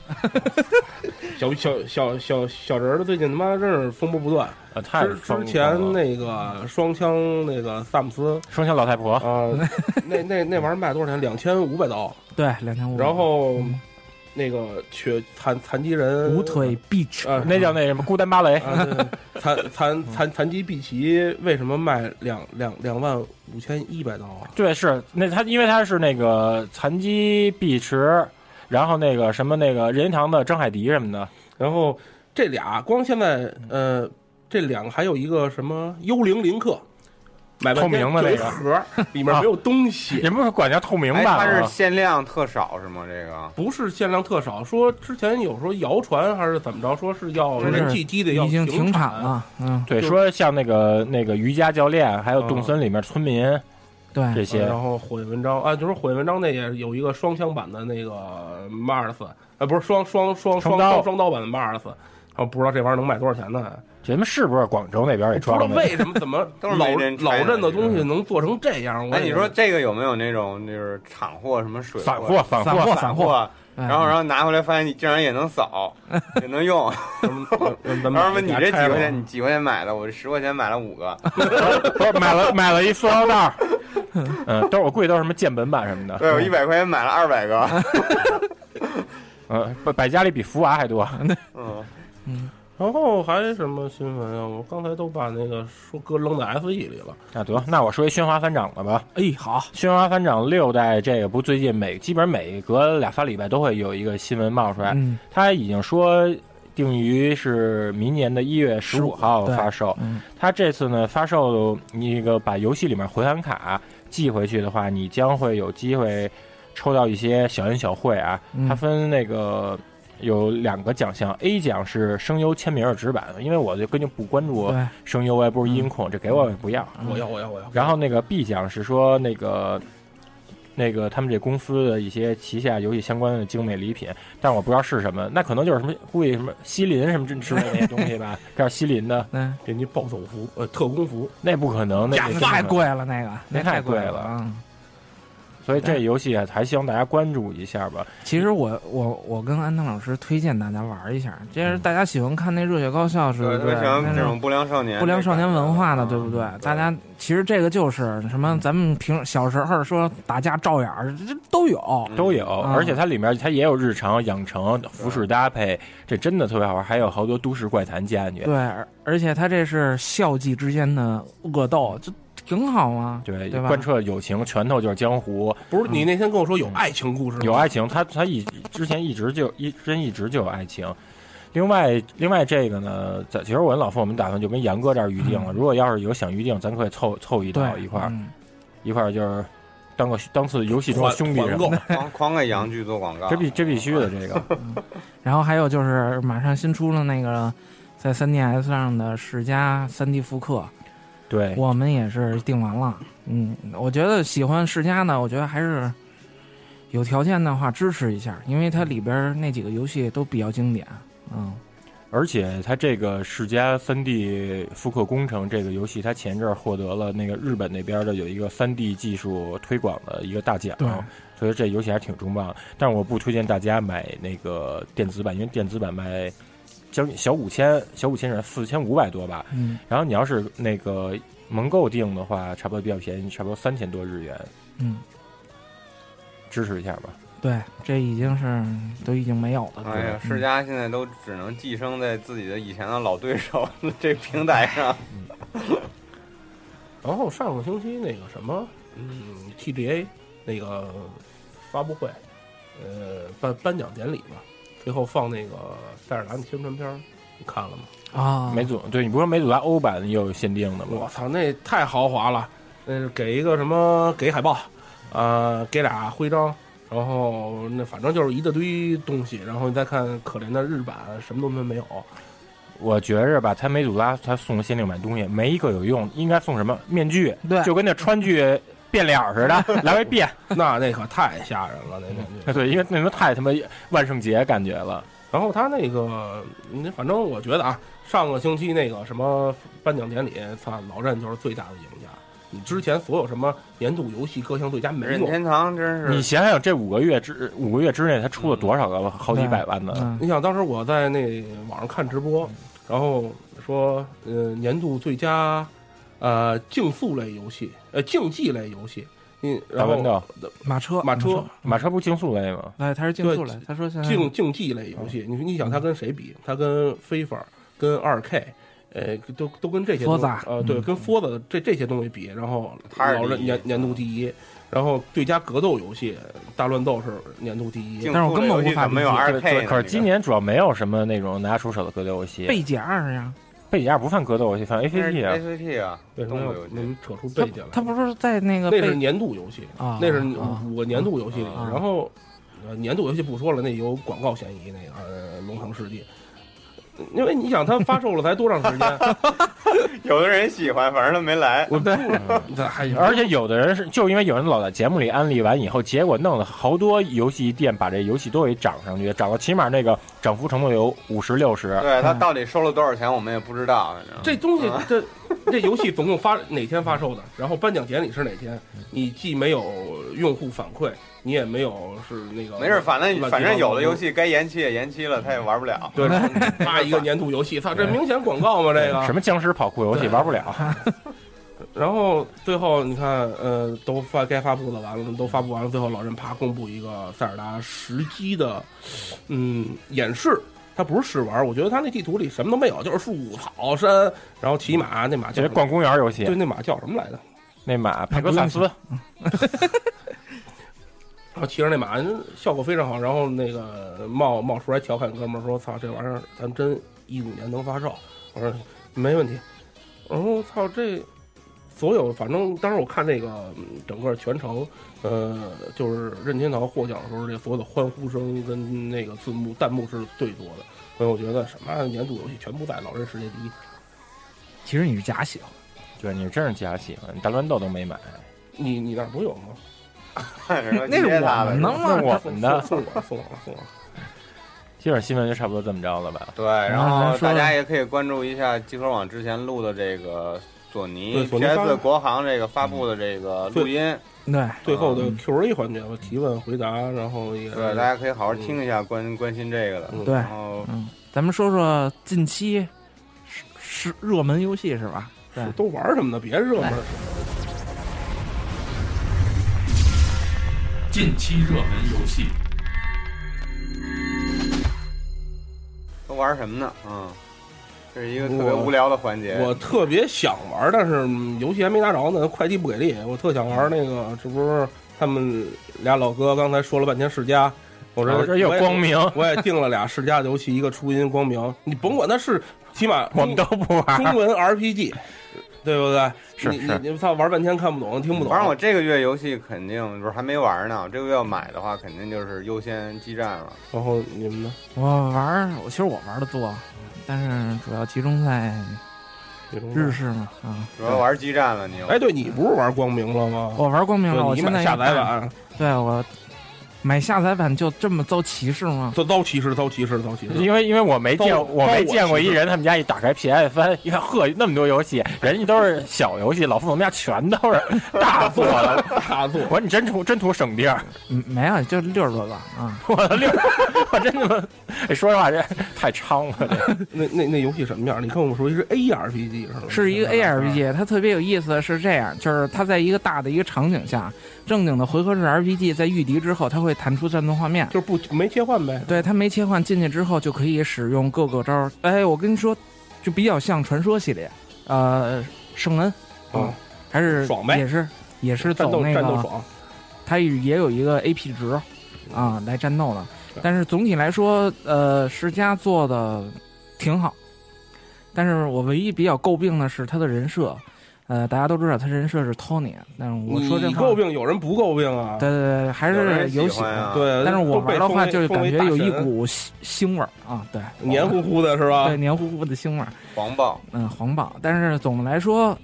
[SPEAKER 10] 小小小小小人儿最近他妈真是风波不断。
[SPEAKER 11] 啊，太
[SPEAKER 10] 之
[SPEAKER 11] 疯
[SPEAKER 10] 之
[SPEAKER 11] 了
[SPEAKER 10] 前那个双枪那个萨姆斯
[SPEAKER 11] 双枪老太婆，
[SPEAKER 4] 哦
[SPEAKER 10] 啊，那那那玩意儿卖多少钱？两千五百刀。
[SPEAKER 4] 对，两千五。
[SPEAKER 10] 然后那个瘸残残疾人
[SPEAKER 4] 嗯无腿 beach，
[SPEAKER 10] 啊，
[SPEAKER 11] 那叫那什么孤单芭蕾，
[SPEAKER 10] 啊，对残残残残疾碧琪为什么卖两两两万五千一百刀啊？
[SPEAKER 11] 对，是那他，因为他是那个残疾碧池，然后那个什么那个任天堂的张海迪什么的，
[SPEAKER 10] 然后这俩光现在呃，这两个还有一个什么幽灵林克，买半天
[SPEAKER 11] 透明的
[SPEAKER 10] 就
[SPEAKER 11] 那
[SPEAKER 10] 一
[SPEAKER 11] 个啊
[SPEAKER 10] 盒，里面没有东西，
[SPEAKER 11] 也不是管叫透明
[SPEAKER 9] 哎，
[SPEAKER 11] 吧？啊
[SPEAKER 9] 它是
[SPEAKER 4] 啊
[SPEAKER 9] 限量特少是吗？这个
[SPEAKER 10] 不是限量特少。说之前有说谣传还是怎么着，说是要
[SPEAKER 4] 不是
[SPEAKER 10] 人气低的要
[SPEAKER 4] 已经停
[SPEAKER 10] 产
[SPEAKER 4] 产。了。嗯，
[SPEAKER 11] 对，
[SPEAKER 10] 就
[SPEAKER 11] 说像那个那个瑜伽教练，还有动森里面村民这
[SPEAKER 4] 对，
[SPEAKER 11] 些
[SPEAKER 10] 然，后火焰文章啊，就是火焰文章那也有一个双枪版的那个 Mars，啊，不是双双双
[SPEAKER 11] 双
[SPEAKER 10] 双
[SPEAKER 11] 刀
[SPEAKER 10] 刀双刀版的 Mars，啊，不知道这玩意儿能卖多少 钱呢？
[SPEAKER 11] 这他妈是不是广州那边也
[SPEAKER 10] 不知
[SPEAKER 11] 装
[SPEAKER 10] 道
[SPEAKER 11] 的？
[SPEAKER 10] 为什么怎么
[SPEAKER 9] 都是
[SPEAKER 10] 老
[SPEAKER 9] made in China
[SPEAKER 10] 老任的东西能做成这样？我
[SPEAKER 9] 哎，
[SPEAKER 10] 也
[SPEAKER 9] 你说这个有没有那种就是厂货什么水
[SPEAKER 11] 散货，散
[SPEAKER 4] 散货
[SPEAKER 11] 货，
[SPEAKER 9] 散
[SPEAKER 4] 散货哎
[SPEAKER 9] 货，
[SPEAKER 4] 然
[SPEAKER 9] 然后然后拿回来发现你竟然也能扫，也能用。
[SPEAKER 10] 咱们咱咱
[SPEAKER 9] 然后
[SPEAKER 10] 们
[SPEAKER 9] 说你这几块钱，你几块钱买的？我十块钱买了五个。
[SPEAKER 11] 不是买 了买了一塑料袋 儿，嗯，都是我估计都是什么建本版什么的，
[SPEAKER 9] 对，我一百块钱买了二百个。
[SPEAKER 11] 嗯，百百家里比福娃还多，
[SPEAKER 9] 嗯，
[SPEAKER 10] 然后还有什么新闻啊？我刚才都把那个说哥扔在 SE 里了。
[SPEAKER 11] 那得那我说一宣华翻掌了吧。
[SPEAKER 4] 哎，好，
[SPEAKER 11] 宣华翻掌六代这个不最近每基本每隔俩仨礼拜都会有一个新闻冒出来，
[SPEAKER 4] 嗯
[SPEAKER 11] 他已经说定于是明年的一月十五号
[SPEAKER 4] 对
[SPEAKER 11] 发售。
[SPEAKER 4] 嗯，
[SPEAKER 11] 他这次呢发售那个把游戏里面回函卡寄回去的话，你将会有机会抽到一些小恩小惠啊。
[SPEAKER 4] 嗯
[SPEAKER 11] 它分那个有两个奖项，A 奖是声优签名的纸板，因为我就根本就不关注
[SPEAKER 4] 对，
[SPEAKER 11] 声优，我也不是音控，这给我我也不要。
[SPEAKER 4] 嗯
[SPEAKER 10] 我要我要我要。
[SPEAKER 11] 然后那个 B 奖是说那个那个他们这公司的一些旗下游戏相关的精美礼品，但我不知道是什么，那可能就是什么估计什么西林什么之之类的那些东 西吧，这是西林的，
[SPEAKER 4] 对，
[SPEAKER 10] 给你暴走服，呃，特工服，
[SPEAKER 11] 那不可能，那
[SPEAKER 4] 那
[SPEAKER 11] 那
[SPEAKER 4] 太，贵了，那个
[SPEAKER 11] 那
[SPEAKER 4] 太
[SPEAKER 11] 太贵
[SPEAKER 4] 了
[SPEAKER 11] 了
[SPEAKER 4] 啊。嗯
[SPEAKER 11] 所以这游戏啊还希望大家关注一下吧。
[SPEAKER 4] 其实我我我跟安藤老师推荐大家玩一下，这
[SPEAKER 11] 嗯
[SPEAKER 4] 是大家喜欢看那热血高校是不
[SPEAKER 9] 对，
[SPEAKER 4] 是？
[SPEAKER 9] 特别喜欢这种不良少年、
[SPEAKER 4] 不良少年文化的，对不对？
[SPEAKER 9] 嗯
[SPEAKER 4] 大家其实这个就是什
[SPEAKER 11] 嗯
[SPEAKER 4] 么，咱们平小时候说打架照眼儿，这都有。
[SPEAKER 11] 都有，
[SPEAKER 4] 嗯
[SPEAKER 11] 而且它里面它也有日常养成、服饰搭配，这真的特别好玩。还有好多都市怪谈加进去，
[SPEAKER 4] 对，而而且他这是校际之间的恶斗，这挺好啊。
[SPEAKER 11] 对，
[SPEAKER 4] 对吧
[SPEAKER 11] 贯彻友情，拳头就是江湖，
[SPEAKER 10] 不是你那天跟我说嗯有爱情故事吗，
[SPEAKER 11] 有爱情，他他一之前一直就一之前一直就有爱情。另外，另外这个呢，在其实我跟老傅我们打算就跟杨哥这儿预定了。如果要是有想预定，咱可以凑凑一道
[SPEAKER 4] 嗯对，
[SPEAKER 11] 一块儿、
[SPEAKER 4] 嗯
[SPEAKER 11] 一块儿，就是当个当次游戏中的
[SPEAKER 10] 团
[SPEAKER 11] 兄弟
[SPEAKER 10] 团
[SPEAKER 11] 什么
[SPEAKER 10] 购啊
[SPEAKER 11] 的，
[SPEAKER 9] 狂狂给洋剧做广告，
[SPEAKER 11] 这必这必须的这 个。
[SPEAKER 4] 然后还有就是马上新出了那个在 3DS 上的世嘉 3D 复刻，
[SPEAKER 11] 对，
[SPEAKER 4] 我们也是定完了。嗯，我觉得喜欢世嘉呢，我觉得还是有条件的话支持一下，因为它里边那几个游戏都比较经典。嗯，
[SPEAKER 11] 而且它这个世嘉三 D 复刻工程这个游戏，它前一阵儿获得了那个日本那边的有一个三 D 技术推广的一个大奖
[SPEAKER 4] 对，
[SPEAKER 11] 所以这游戏还挺重磅。但是我不推荐大家买那个电子版，因为电子版卖将近小五千，小五千人四千五百多吧。
[SPEAKER 4] 嗯
[SPEAKER 11] 然后你要是那个盟购定的话，差不多比较便宜，差不多三千多日元，
[SPEAKER 4] 嗯，
[SPEAKER 11] 支持一下吧。
[SPEAKER 4] 对，这已经是都已经没有了。
[SPEAKER 9] 哎呀，
[SPEAKER 4] 嗯
[SPEAKER 9] 世嘉现在都只能寄生在自己的以前的老对手这平台上。
[SPEAKER 10] 然后哦上个星期那个什么，嗯，TGA 那个发布会，呃，颁颁奖典礼嘛，最后放那个塞尔达那宣传片儿，你看了吗？
[SPEAKER 4] 啊，
[SPEAKER 11] 美组对你不是说美组达欧版也有限定的
[SPEAKER 10] 我
[SPEAKER 11] 吗？
[SPEAKER 10] 操，那太豪华了！那是给一个什么？给海报，呃，给俩徽章，然后那反正就是一大堆东西，然后你再看可怜的日版，什么都没有。
[SPEAKER 11] 我觉着吧，他美组达他送了限定版东西，没一个有用，应该送什么面具，
[SPEAKER 4] 对
[SPEAKER 11] 就跟那川剧变脸儿似的，来回变。
[SPEAKER 10] 那那可太吓人了，那感 觉。
[SPEAKER 11] 对，因为那什么太他妈万圣节感觉了。
[SPEAKER 10] 然后他那个，你反正我觉得啊，上个星期那个什么颁奖典礼，操，老任就是最大的赢家。你之前所有什么年度游戏各项最佳没
[SPEAKER 9] 任
[SPEAKER 10] 用，
[SPEAKER 9] 天堂真是
[SPEAKER 11] 你想想，这五个月之五个月之内，他出了多少个好几百万呢？
[SPEAKER 4] 嗯
[SPEAKER 10] 你想当时我在那网上看直
[SPEAKER 9] 嗯
[SPEAKER 10] 播，然后说，呃，年度最佳，呃，竞速类游戏，呃，竞技类游戏，嗯，
[SPEAKER 11] 大
[SPEAKER 10] 然
[SPEAKER 11] 文
[SPEAKER 10] 后
[SPEAKER 11] 道，
[SPEAKER 4] 马车
[SPEAKER 10] 马车
[SPEAKER 11] 马车不竞速类吗？
[SPEAKER 4] 对，他是竞速类，他说现
[SPEAKER 9] 嗯
[SPEAKER 4] 在
[SPEAKER 10] 竞竞技类游戏，你你想它跟谁比？它跟非法，跟二 K。呃，都都跟这些东西
[SPEAKER 4] Forza
[SPEAKER 10] 呃，对，跟 f 子这这些东西比，然后
[SPEAKER 9] 嗯它是
[SPEAKER 10] 老
[SPEAKER 9] 第
[SPEAKER 10] 任
[SPEAKER 9] 一
[SPEAKER 10] 年年度第一，然后最佳格斗游戏大乱斗是年度第一，
[SPEAKER 9] 竞
[SPEAKER 4] 但是我
[SPEAKER 9] 速
[SPEAKER 4] 根
[SPEAKER 9] 类
[SPEAKER 4] 本
[SPEAKER 9] 游戏
[SPEAKER 4] 无法
[SPEAKER 9] 怎么没有
[SPEAKER 4] 理解
[SPEAKER 9] 2K
[SPEAKER 11] 对，
[SPEAKER 9] 呢
[SPEAKER 11] 可是
[SPEAKER 9] 这
[SPEAKER 11] 今
[SPEAKER 9] 个
[SPEAKER 11] 年主要没有什么那种拿出手的格斗游戏，
[SPEAKER 4] 贝姐二呀，
[SPEAKER 11] 贝亚不算格斗游戏，算
[SPEAKER 9] 这是
[SPEAKER 11] ACT 啊。
[SPEAKER 9] ACT 啊，
[SPEAKER 10] 为什么
[SPEAKER 9] 动
[SPEAKER 10] 要
[SPEAKER 9] 作游
[SPEAKER 10] 我
[SPEAKER 9] 戏
[SPEAKER 10] 们扯出
[SPEAKER 4] 他
[SPEAKER 10] 背景来？
[SPEAKER 4] 他不是在那个
[SPEAKER 10] 那是
[SPEAKER 4] 贝
[SPEAKER 10] 年度游戏
[SPEAKER 4] 啊
[SPEAKER 10] 那是
[SPEAKER 4] 啊
[SPEAKER 10] 五个年度游戏里。
[SPEAKER 4] 啊
[SPEAKER 10] 然后，呃，年度游戏不说了，那有广告嫌疑，那个呃《龙腾世纪》，因为你想它发售了才多长 时间？
[SPEAKER 9] 有的人喜欢，反正他没来。
[SPEAKER 10] 我对， 哎呀，
[SPEAKER 11] 而且有的人是，就因为有人老在节目里安利完以后，结果弄了好多游戏店把这游戏都给涨上去，涨了起码那个涨幅程度有五十六十。
[SPEAKER 9] 对他到底收了多少钱，我们也不知道。反正
[SPEAKER 10] 这东西这。这游戏总共发哪天发售的？然后颁奖典礼是哪天？你既没有用户反馈，你也没有是那个
[SPEAKER 9] 没事，反
[SPEAKER 10] 乱七
[SPEAKER 9] 正
[SPEAKER 10] 八糟
[SPEAKER 9] 反正有的游戏该延期也延期了，他也玩不了。
[SPEAKER 10] 对，发一个年度游戏，操，这明显广告嘛，这个
[SPEAKER 11] 什么僵尸跑酷游
[SPEAKER 10] 啊
[SPEAKER 11] 戏玩不了，
[SPEAKER 10] 然后最后你看，呃，都发该发布的完了，都发布完了，最后老任啪公布一个塞尔达实机的，嗯，演示。它不是试玩，我觉得它那地图里什么都没有，就是树、草、山，然后骑马，那马叫
[SPEAKER 11] 这是逛公园游
[SPEAKER 10] 对，啊
[SPEAKER 11] 戏。
[SPEAKER 10] 那马叫什么来着？
[SPEAKER 11] 那马佩格萨斯，
[SPEAKER 10] 然后骑着那马，嗯效果非常好。然后那个冒冒出来调侃哥们儿说：“操，这玩意儿咱们真一五年能发售。”我说：“没问题。”然后操这所有，反正当时我看这个嗯整个全程，呃，就是任天堂获奖的时候，这所有的欢呼声跟那个字幕弹幕是最多的。所以我觉得什么年度游戏全部在老人世界第一。
[SPEAKER 4] 其实你是假喜欢，
[SPEAKER 11] 对你真是假喜欢，你大乱斗都没买，
[SPEAKER 10] 你你那儿不有吗？
[SPEAKER 4] 那
[SPEAKER 9] 那
[SPEAKER 4] 是
[SPEAKER 9] 他
[SPEAKER 4] 我
[SPEAKER 9] 的
[SPEAKER 4] 们的
[SPEAKER 9] 吧
[SPEAKER 11] 那
[SPEAKER 4] 啊吗？
[SPEAKER 11] 我们的
[SPEAKER 10] 送我送我送我。
[SPEAKER 11] 基本新闻就差不多这么着了吧？
[SPEAKER 9] 对，然
[SPEAKER 4] 啊
[SPEAKER 9] 后
[SPEAKER 4] 咱说
[SPEAKER 9] 大家也可以关注一下集合网之前录的这个索尼
[SPEAKER 10] 对索尼发
[SPEAKER 9] PS 国行这个发布的这个录音，
[SPEAKER 4] 对，
[SPEAKER 10] 最后的 Q&A 环节吧，提问回答，然后也
[SPEAKER 9] 对，大家可以好好听一下关关心这个的。
[SPEAKER 10] 嗯
[SPEAKER 4] 对
[SPEAKER 9] 然后
[SPEAKER 4] 嗯，咱们说说近期是是热门游戏是吧？对，
[SPEAKER 10] 都玩什么呢？别热门。
[SPEAKER 3] 近期热门游戏，
[SPEAKER 9] 都玩什么呢？嗯，这是一个特别
[SPEAKER 10] 我
[SPEAKER 9] 无聊的环节。
[SPEAKER 10] 我特别想玩，但是嗯游戏还没拿着呢，快递不给力。我特想玩那个，这不是他们俩老哥刚才说了半天世嘉，我
[SPEAKER 11] 我
[SPEAKER 10] 说
[SPEAKER 11] 这有光，明，
[SPEAKER 10] 我也我也订了俩世嘉游戏，一个初音光明，你甭管它是，起码
[SPEAKER 11] 我们都不玩
[SPEAKER 10] 中
[SPEAKER 11] 儿。
[SPEAKER 10] 文 RPG，对不对？
[SPEAKER 11] 是
[SPEAKER 10] 你
[SPEAKER 11] 是
[SPEAKER 10] 你你操，玩半天看不懂，听不懂。
[SPEAKER 9] 反正我这个月游戏肯定不是还没玩呢，这个月要买的话，肯定就是优先基站了。
[SPEAKER 10] 然后你们呢？
[SPEAKER 4] 我玩儿，我其实我玩的多，但是主要集中在
[SPEAKER 10] 你们呢
[SPEAKER 4] 日式嘛啊。
[SPEAKER 9] 主要玩基站了，
[SPEAKER 10] 哎
[SPEAKER 9] 你又
[SPEAKER 10] 哎，对你不是玩光明了吗？
[SPEAKER 4] 我玩光明了，
[SPEAKER 10] 对
[SPEAKER 4] 我
[SPEAKER 10] 你
[SPEAKER 4] 现
[SPEAKER 10] 买
[SPEAKER 4] 在
[SPEAKER 10] 下载
[SPEAKER 4] 也看，
[SPEAKER 10] 版，
[SPEAKER 4] 对我买下载版就这么遭歧视吗？
[SPEAKER 10] 遭遭歧视，遭歧视，遭歧视。
[SPEAKER 11] 因为因为我没见
[SPEAKER 10] 包
[SPEAKER 11] 我没
[SPEAKER 10] 包我
[SPEAKER 11] 见过
[SPEAKER 10] 其
[SPEAKER 11] 一
[SPEAKER 10] 实
[SPEAKER 11] 人，他们家一打开 PS 翻，一看呵那么多游戏，人家都是小游戏，老傅我们家全都是大作的。
[SPEAKER 10] 大作
[SPEAKER 11] 我说你真图真图省地儿，
[SPEAKER 4] 嗯，没有，就六十多个 啊。
[SPEAKER 11] 我的六，我真他妈，哎说实话这太猖了，这
[SPEAKER 10] 那那那游戏什么样？你跟我说一是 ARPG 是吗？
[SPEAKER 4] 是一个
[SPEAKER 10] 啊嗯
[SPEAKER 4] ARPG，它特别有意思的是这样，就是它在一个大的一个场景下，正经的回合制 RPG 在遇敌之后，它会弹出战斗画面，
[SPEAKER 10] 就是不没切换呗。
[SPEAKER 4] 对它没切换进去之后就可以使用各个招儿。哎，我跟你说，就比较像传说系列，呃，圣恩
[SPEAKER 10] 啊，
[SPEAKER 4] 还是
[SPEAKER 10] 爽呗
[SPEAKER 4] 也是也是
[SPEAKER 10] 战
[SPEAKER 4] 走
[SPEAKER 10] 斗
[SPEAKER 4] 那
[SPEAKER 10] 战斗
[SPEAKER 4] 个，
[SPEAKER 10] 爽，
[SPEAKER 4] 它也有一个 AP 值啊来战斗的
[SPEAKER 10] 嗯对，
[SPEAKER 4] 但是总体来说，呃，世嘉做的挺好，但是我唯一比较诟病的是他的人设，呃，大家都知道他人设是 Tony，但是我说这
[SPEAKER 10] 你
[SPEAKER 4] 话
[SPEAKER 10] 诟，病有人不诟病啊？
[SPEAKER 4] 对对对，还
[SPEAKER 9] 有人
[SPEAKER 4] 是
[SPEAKER 9] 喜
[SPEAKER 4] 有喜
[SPEAKER 9] 欢啊
[SPEAKER 10] 对，
[SPEAKER 4] 但是我
[SPEAKER 10] 都被
[SPEAKER 4] 玩的
[SPEAKER 10] 封
[SPEAKER 4] 话，
[SPEAKER 10] 为
[SPEAKER 4] 就是
[SPEAKER 10] 封
[SPEAKER 4] 感
[SPEAKER 10] 为
[SPEAKER 4] 觉
[SPEAKER 10] 大
[SPEAKER 4] 有一
[SPEAKER 10] 神
[SPEAKER 4] 股腥腥味儿啊，对，
[SPEAKER 10] 黏糊糊的是吧
[SPEAKER 4] 对？黏糊糊的腥味儿，
[SPEAKER 9] 黄暴，
[SPEAKER 4] 嗯，黄榜。但是总的来说，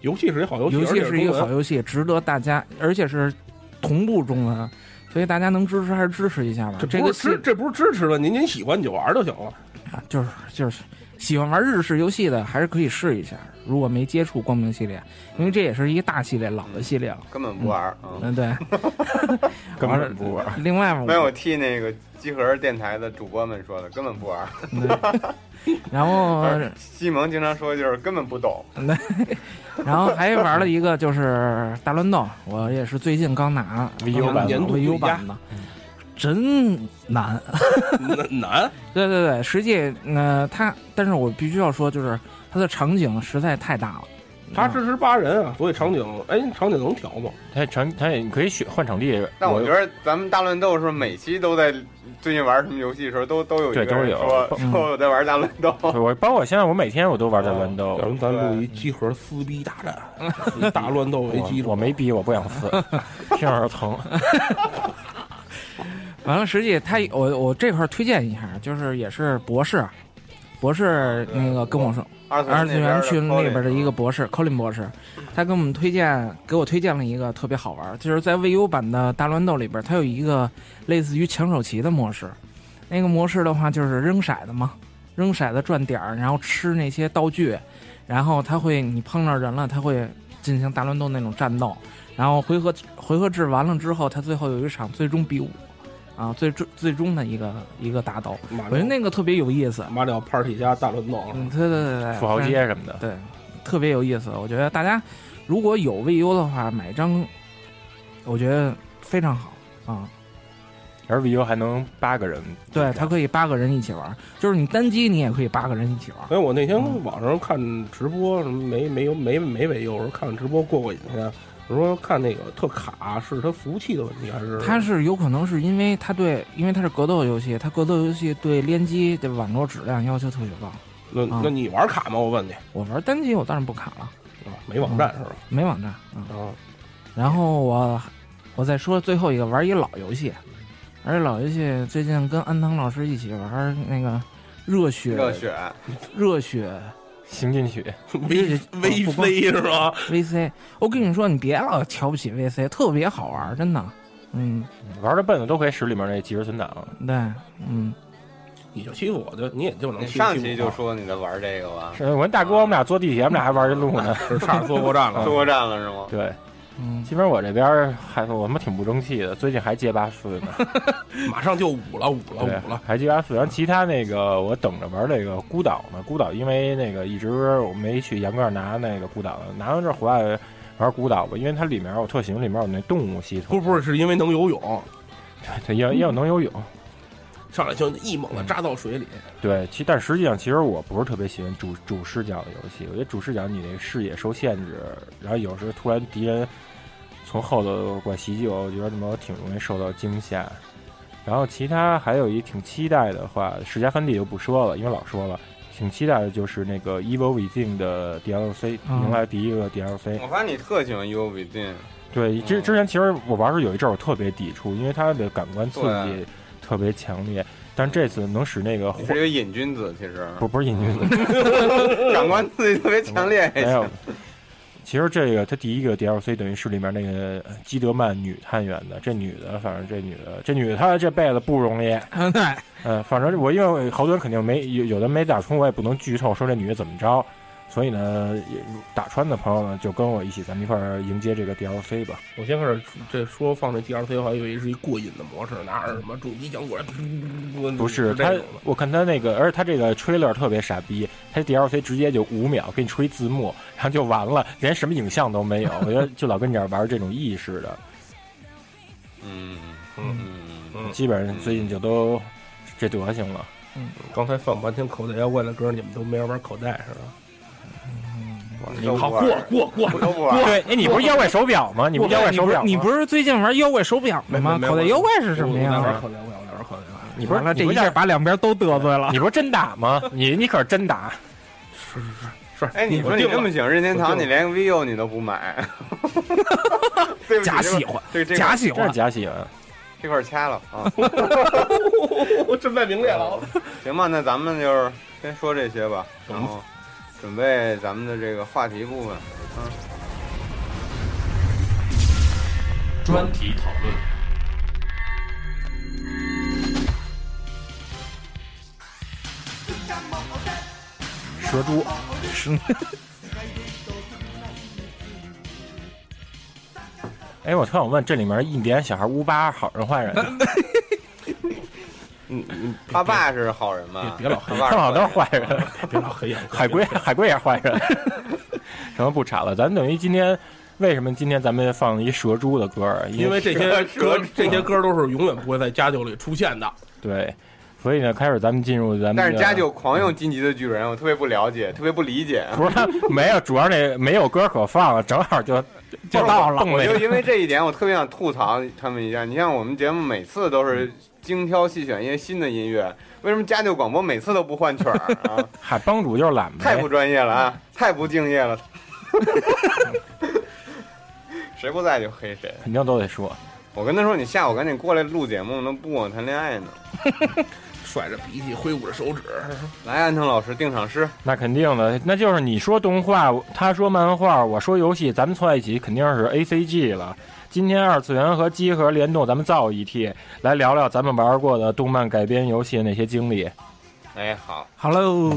[SPEAKER 10] 游戏是一好游戏，
[SPEAKER 4] 游
[SPEAKER 10] 而
[SPEAKER 4] 戏
[SPEAKER 10] 且
[SPEAKER 4] 是一个
[SPEAKER 10] 中文
[SPEAKER 4] 好游戏，值得大家，而且是同步中文，所以大家能支持还是支持一下吧。
[SPEAKER 10] 这
[SPEAKER 4] 这
[SPEAKER 10] 不
[SPEAKER 4] 个
[SPEAKER 10] 是支
[SPEAKER 4] 系
[SPEAKER 10] 这不是支持的，您您喜欢你就玩就行了。
[SPEAKER 4] 啊就是就是喜欢玩日式游戏的，还是可以试一下。如果没接触光明系列，因为这也是一个大系列，老的系列了。
[SPEAKER 9] 根本不玩儿。嗯，
[SPEAKER 4] 嗯，对。
[SPEAKER 11] 根本不玩。
[SPEAKER 4] 另外我
[SPEAKER 9] 没有，我替那个集合电台的主播们说的，根本不玩儿。
[SPEAKER 4] 然后
[SPEAKER 9] 而西蒙经常说就是根本不懂，
[SPEAKER 4] 然后还玩了一个就是大乱斗，我也是最近刚拿
[SPEAKER 11] VU 版的
[SPEAKER 10] 年度
[SPEAKER 4] VU
[SPEAKER 10] 最佳
[SPEAKER 4] 版的，真难。
[SPEAKER 10] 难难，
[SPEAKER 4] 对对对，实际呃，它，但是我必须要说，就是它的场景实在太大了。
[SPEAKER 10] 他支持八人啊，所以场景，哎，场景能调吗？
[SPEAKER 11] 他场他你可以选换场地，
[SPEAKER 9] 但我
[SPEAKER 11] 我
[SPEAKER 9] 觉得咱们大乱斗是不是每期都在最近玩什么游戏的时候都都有一个
[SPEAKER 11] 对都
[SPEAKER 9] 人
[SPEAKER 11] 有
[SPEAKER 9] 说
[SPEAKER 4] 嗯
[SPEAKER 9] 说我在玩大乱斗，
[SPEAKER 11] 我包括现在我每天我都玩在乱
[SPEAKER 10] 要
[SPEAKER 11] 斗，
[SPEAKER 10] 不然咱录一集合撕逼大战， 以大乱斗为基
[SPEAKER 11] 我
[SPEAKER 10] 础。
[SPEAKER 11] 我没逼，我不想撕，听着疼。
[SPEAKER 4] 嗯完了，实际它我我这块儿推荐一下，就是也是博士，博士那个跟我说，
[SPEAKER 9] 二
[SPEAKER 4] 二次元去
[SPEAKER 9] 去
[SPEAKER 4] 那边的一个博士 Colin 嗯博士，他给我们推荐，给我推荐了一个特别好玩儿，就是在 VU 版的大乱斗里边儿，它有一个类似于抢手棋的模式。那个模式的话就是扔骰子嘛，扔骰子转点儿，然后吃那些道具，然后他会你碰到人了，他会进行大乱斗那种战斗，然后回合回合制完了之后，他最后有一场最终比武。啊，最终最终的一个一个打斗，
[SPEAKER 10] 马
[SPEAKER 4] 我觉得那个特别有意思。
[SPEAKER 10] 马里奥 Party 加大乱斗啊，
[SPEAKER 4] 嗯，对对对对，
[SPEAKER 11] 富豪
[SPEAKER 4] 反正
[SPEAKER 11] 街什么的，
[SPEAKER 4] 对，特别有意思。我觉得大家如果有 VU 的话，买一张，我觉得非常好啊。
[SPEAKER 11] 而 VU 还能八个人，
[SPEAKER 4] 对，它可以八个人一起玩，就是你单机你也可以八个人一起玩。
[SPEAKER 10] 哎，我那天
[SPEAKER 4] 嗯
[SPEAKER 10] 网上看直播，什么没没有没没没有，我说看直播过过瘾去。啊我说看那个特卡是它服务器的问题还是？
[SPEAKER 4] 它是有可能是因为它对，因为它是格斗游戏，它格斗游戏对联机的网络质量要求特别高。
[SPEAKER 10] 那
[SPEAKER 4] 啊
[SPEAKER 10] 那你玩卡吗？我问你
[SPEAKER 4] 我玩单机我当然不卡了，
[SPEAKER 10] 啊，没网站是吧？
[SPEAKER 4] 没网站啊。嗯
[SPEAKER 10] 啊，
[SPEAKER 4] 然后我我再说最后一个，玩一老游戏，而且老游戏最近跟安藤老师一起玩那个热血
[SPEAKER 9] 热血，
[SPEAKER 4] 热血
[SPEAKER 11] 行进曲，
[SPEAKER 10] 微
[SPEAKER 4] 嗯
[SPEAKER 10] 微
[SPEAKER 4] 不光
[SPEAKER 10] 飞是吧？
[SPEAKER 4] VC，我跟你说，你别老瞧不起 VC，特别好玩，真的。嗯，
[SPEAKER 11] 玩的笨的都可以使里面那即时存档。
[SPEAKER 4] 对，嗯，
[SPEAKER 10] 你就欺负我就你也就能
[SPEAKER 9] 你
[SPEAKER 10] 欺负
[SPEAKER 9] 上
[SPEAKER 10] 欺负
[SPEAKER 9] 期
[SPEAKER 10] 我啊
[SPEAKER 9] 就说你在玩这个吧，
[SPEAKER 11] 是我跟大哥，我们俩坐地铁，我们俩还玩这路呢。
[SPEAKER 10] 是差点坐过站
[SPEAKER 11] 嗯
[SPEAKER 10] 了
[SPEAKER 9] 坐。过站了是吗？
[SPEAKER 11] 对，
[SPEAKER 4] 嗯，
[SPEAKER 11] 基本我这边儿还我他妈挺不争气的，最近还接八四呢，
[SPEAKER 10] 马上就五了，五了，
[SPEAKER 11] 对
[SPEAKER 10] 五了。
[SPEAKER 11] 还接八四。然后其他那个我等着玩这个孤岛呢，孤岛因为那个一直我没去严格拿那个孤岛，拿完这回来玩孤岛吧，因为它里面我特喜欢里面有那动物系统，
[SPEAKER 10] 不是不是，是因为能游泳，
[SPEAKER 11] 对，也也有能游泳。
[SPEAKER 10] 上来就一猛
[SPEAKER 4] 嗯
[SPEAKER 10] 子扎到水里。
[SPEAKER 11] 对，其但实际上，其实我不是特别喜欢主主视角的游戏。我觉得主视角你那个视野受限制，然后有时候突然敌人从后头过来袭击我，我觉得他妈挺容易受到惊吓。然后其他还有一挺期待的话，世家翻地就不说了，因为老说了，挺期待的就是那个 Evil Within 的 DLC
[SPEAKER 4] 嗯
[SPEAKER 11] 迎来第一个 DLC。
[SPEAKER 9] 我发现你特喜欢 U B 进，
[SPEAKER 11] 对，之之前其实我玩的时候有一阵儿我特别抵触，因为它的感官刺
[SPEAKER 9] 对
[SPEAKER 11] 激特别强烈，但这次能使那个
[SPEAKER 9] 你是一个瘾君子，其实
[SPEAKER 11] 不不是瘾君子。
[SPEAKER 9] 感官刺激特别强烈。
[SPEAKER 11] 没有，哎 其实这个它第一个 DLC 等于是里面那个呃基德曼女探员的，这女的，反正这女的，这女的她这辈子不容易。
[SPEAKER 4] 嗯，对，
[SPEAKER 11] 嗯，反正我因为好多人肯定没有有的没打穿，我也不能剧透说这女的怎么着，所以呢，也打穿的朋友呢就跟我一起，咱们一块儿迎接这个 DLC 吧。
[SPEAKER 10] 我先开始这说放这 DLC 的话，以为是一过瘾的模式，拿着什么重机枪过来，
[SPEAKER 11] 不
[SPEAKER 10] 不
[SPEAKER 11] 是
[SPEAKER 10] 嗯这
[SPEAKER 11] 他
[SPEAKER 10] 种，
[SPEAKER 11] 我看他那个，而且他这个 trailer 特别傻逼，他 DLC 直接就五秒给你吹字幕，然后就完了，连什么影像都没有。我觉得就老跟你这儿玩这种意识的，
[SPEAKER 9] 嗯
[SPEAKER 10] 嗯
[SPEAKER 9] 嗯
[SPEAKER 10] 嗯，
[SPEAKER 11] 基本上最近就都这德行了。
[SPEAKER 10] 刚才放半天口袋妖怪的歌，你们都没人玩口袋是吧？
[SPEAKER 9] 嗯，都不
[SPEAKER 10] 好，
[SPEAKER 9] 玩
[SPEAKER 10] 过过过，
[SPEAKER 9] 我都不玩，
[SPEAKER 11] 对，哎，你不是妖怪手表吗？你不是妖怪手表吗
[SPEAKER 4] 你不是最近玩妖怪手表
[SPEAKER 10] 没
[SPEAKER 4] 的吗？口袋妖怪是什么
[SPEAKER 10] 我
[SPEAKER 4] 呀
[SPEAKER 10] 玩？口袋妖怪，我玩口袋妖怪。
[SPEAKER 11] 你不是
[SPEAKER 4] 完了这
[SPEAKER 11] 你不
[SPEAKER 4] 一
[SPEAKER 11] 是
[SPEAKER 4] 下把两边都得罪了。
[SPEAKER 11] 你不是真打吗？你你可是真打，
[SPEAKER 9] 哎，你说你这么喜欢任天堂，你连个 vivo 你都不买，对不起
[SPEAKER 4] 假喜欢，
[SPEAKER 9] 这个这
[SPEAKER 4] 假
[SPEAKER 9] 个
[SPEAKER 4] 喜
[SPEAKER 11] 这
[SPEAKER 4] 欢
[SPEAKER 11] 是，假喜欢。
[SPEAKER 9] 这块儿掐了啊。
[SPEAKER 10] 我真在明烈了。
[SPEAKER 9] 行吧，那咱们就是先说这些吧，然后准备咱们的这个话题部分。
[SPEAKER 3] 专题讨论。
[SPEAKER 11] 蛇猪，
[SPEAKER 4] 是
[SPEAKER 11] 哎，我特想问，这里面印第安小孩乌巴好人 坏人？
[SPEAKER 10] 嗯嗯，
[SPEAKER 9] 他爸是好人吧？
[SPEAKER 10] 别别老黑
[SPEAKER 9] 他爸
[SPEAKER 11] 他好像都是坏人。
[SPEAKER 10] 别老黑眼
[SPEAKER 11] 海龟，海龟也是坏人。 什么不查了？咱等于今天，为什么今天咱们放一蛇猪的歌儿？
[SPEAKER 10] 因为这些
[SPEAKER 9] 蛇
[SPEAKER 10] 歌
[SPEAKER 9] 蛇，
[SPEAKER 10] 这些歌都是永远不会在家酒里出现的。
[SPEAKER 11] 对，所以呢，开始咱们进入咱们的。
[SPEAKER 9] 但是家就狂用晋级的巨人，我特别不了解，特别不理解。
[SPEAKER 11] 不是他没有，主要那没有歌可放了，正 好就就到了。
[SPEAKER 9] 我就
[SPEAKER 11] 那
[SPEAKER 9] 因为这一点，我特别想吐槽他们一下。你像我们节目每次都是精挑细选一些新的音乐，为什么家就广播每次都不换曲儿 啊？
[SPEAKER 11] 海帮主就是懒
[SPEAKER 9] 太
[SPEAKER 11] 呗
[SPEAKER 9] 不。专业了啊， 太不敬业了。谁不在就黑谁。
[SPEAKER 11] 肯定都得说，
[SPEAKER 9] 我跟他说，你下午赶紧过来录节目，那不我谈恋爱呢。
[SPEAKER 10] 甩着鼻涕，挥舞着手指，
[SPEAKER 9] 来，安藤老师定场诗，
[SPEAKER 11] 那肯定的，那就是你说动画，他说漫画，我说游戏，咱们凑在一起肯定是 A C G 了。今天二次元和机核联动，咱们造一 T，来聊聊咱们玩过的动漫改编游戏的那些经历。
[SPEAKER 9] 哎，好，
[SPEAKER 4] Hello，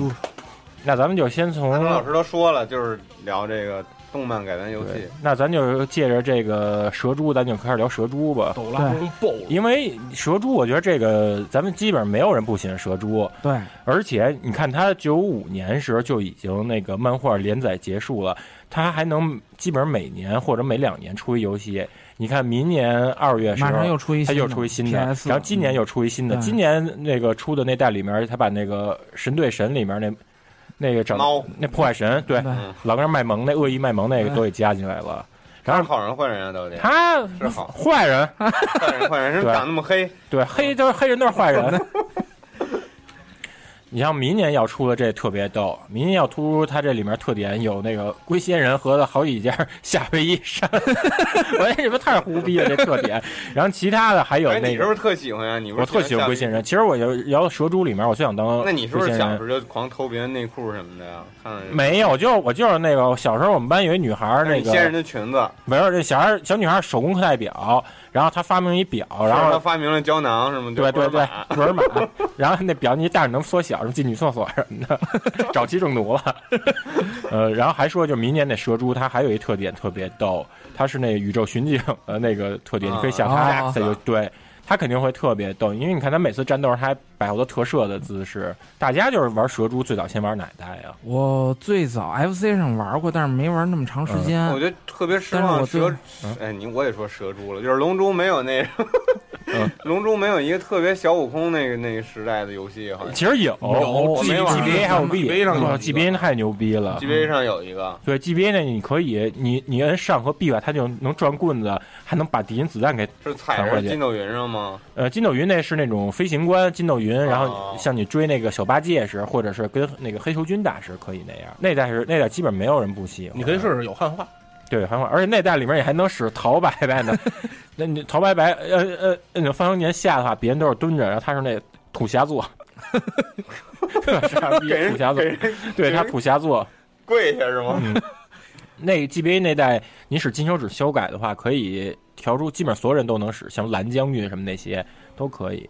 [SPEAKER 11] 那咱们就先从
[SPEAKER 9] 安藤老师都说了，就是聊这个动漫改编游戏
[SPEAKER 11] 对，，那咱就借着这个蛇猪，咱就开始聊蛇猪吧。
[SPEAKER 10] 抖拉风爆了。
[SPEAKER 11] 因为蛇猪，我觉得这个咱们基本上没有人不喜欢蛇猪，
[SPEAKER 4] 对，
[SPEAKER 11] 而且你看他九五年时候就已经那个漫画连载结束了，他还能基本上每年或者每两年出一游戏。你看明年二月时
[SPEAKER 4] 马上
[SPEAKER 11] 候
[SPEAKER 4] 又。出一
[SPEAKER 11] 他
[SPEAKER 4] 新的，
[SPEAKER 11] 又出一新的，然
[SPEAKER 4] PS，
[SPEAKER 11] 后今年又出一新的。
[SPEAKER 4] 嗯
[SPEAKER 11] 今年那个出的那代里面，他把那个神对神里面那那个整
[SPEAKER 9] 猫
[SPEAKER 11] 那破坏神，对，
[SPEAKER 4] 对
[SPEAKER 11] 老跟人卖萌那恶意卖萌那个都给加进来了。
[SPEAKER 9] 他是好人坏人啊， 到底
[SPEAKER 11] 他
[SPEAKER 9] 是好
[SPEAKER 11] 坏人，
[SPEAKER 9] 坏人坏人，是不
[SPEAKER 11] 对
[SPEAKER 9] 是长那么黑，
[SPEAKER 11] 对，黑都是黑人都是 坏人。你像明年要出的这特别逗，明年要突出它这里面特点有那个龟仙人和好几家夏威夷 山，我这你们太胡逼了这特点。然后其他的还有
[SPEAKER 9] 哎，
[SPEAKER 11] 那
[SPEAKER 9] 你是
[SPEAKER 11] 个，
[SPEAKER 9] 不是特喜欢呀？你不
[SPEAKER 11] 我
[SPEAKER 9] 是
[SPEAKER 11] 特喜欢龟仙人。其实我就聊蛇猪里面，我最想当
[SPEAKER 9] 那你是不
[SPEAKER 11] 龟
[SPEAKER 9] 是
[SPEAKER 11] 仙
[SPEAKER 9] 小
[SPEAKER 11] 哦人
[SPEAKER 9] 时候就狂偷别人内裤什么的呀？看看
[SPEAKER 11] 没有，就是我就是那个小时候我们班有一女孩儿，
[SPEAKER 9] 那
[SPEAKER 11] 那
[SPEAKER 9] 你仙人
[SPEAKER 11] 个哦
[SPEAKER 9] 的裙子，
[SPEAKER 11] 没有这小孩儿小女孩儿手工课代表，然后她发明一表，然
[SPEAKER 9] 是
[SPEAKER 11] 后
[SPEAKER 9] 他发明了胶囊什么，
[SPEAKER 11] 对对对，
[SPEAKER 9] 啊，
[SPEAKER 11] 布尔玛， 然后那表你带着能缩小，什么进女厕所 什么的，沼气中毒了。 呃，然后还说，就明年那蛇猪，它还有一特点特别逗，它是那宇宙巡警的那个特点，
[SPEAKER 9] 啊
[SPEAKER 11] 你可以想
[SPEAKER 4] 啊
[SPEAKER 11] 它，它就对。它肯定会特别逗，因为你看它每次战斗，它还摆好多特摄的姿势。大家就是玩蛇猪，最早先玩哪代
[SPEAKER 9] 哎
[SPEAKER 11] 啊？
[SPEAKER 4] 我最早 FC 上玩过，但是没玩那么长时间。
[SPEAKER 9] 我觉得特别失
[SPEAKER 4] 但是
[SPEAKER 9] 望。
[SPEAKER 4] 我最
[SPEAKER 9] 蛇
[SPEAKER 11] 嗯，
[SPEAKER 9] 哎，你我也说蛇猪了，就是龙珠没有那
[SPEAKER 11] 嗯，
[SPEAKER 9] 龙珠没有一个特别小悟空那个那个时代的游戏，好像
[SPEAKER 11] 其实有
[SPEAKER 10] 有
[SPEAKER 11] ，G
[SPEAKER 9] 没玩
[SPEAKER 11] B A 还有 B
[SPEAKER 10] GBA 上有一个
[SPEAKER 11] 嗯 G B A 太牛逼了
[SPEAKER 9] GBA 上有一个，
[SPEAKER 11] 对 G B A 那你可以，你你摁上和 B 吧，它就能转棍子，还能把敌人子弹给
[SPEAKER 9] 是踩
[SPEAKER 11] 返
[SPEAKER 9] 着
[SPEAKER 11] 回去
[SPEAKER 9] 筋斗云上吗？
[SPEAKER 11] 呃，筋斗云那是那种飞行官，筋斗
[SPEAKER 9] 哦
[SPEAKER 11] 云，然后像你追那个小八戒时，或者是跟那个黑球军打时可以那样。那代是那代基本没有人不喜欢。
[SPEAKER 10] 你可以试试有汉化，
[SPEAKER 11] 对，还有而且那代里面也还能使陶白白 呢。那你陶白白，呃呃，那范永年下的话，别人都是蹲着，然后他是那土侠座，傻 逼
[SPEAKER 9] 给人
[SPEAKER 11] 土侠座
[SPEAKER 9] 给，人
[SPEAKER 11] 对他土侠座，
[SPEAKER 9] 跪下是吗？
[SPEAKER 11] 嗯， 那 GBA 那代，您使金手指修改的话，可以调出基本上所有人都能使，像蓝将军什么那些都可以。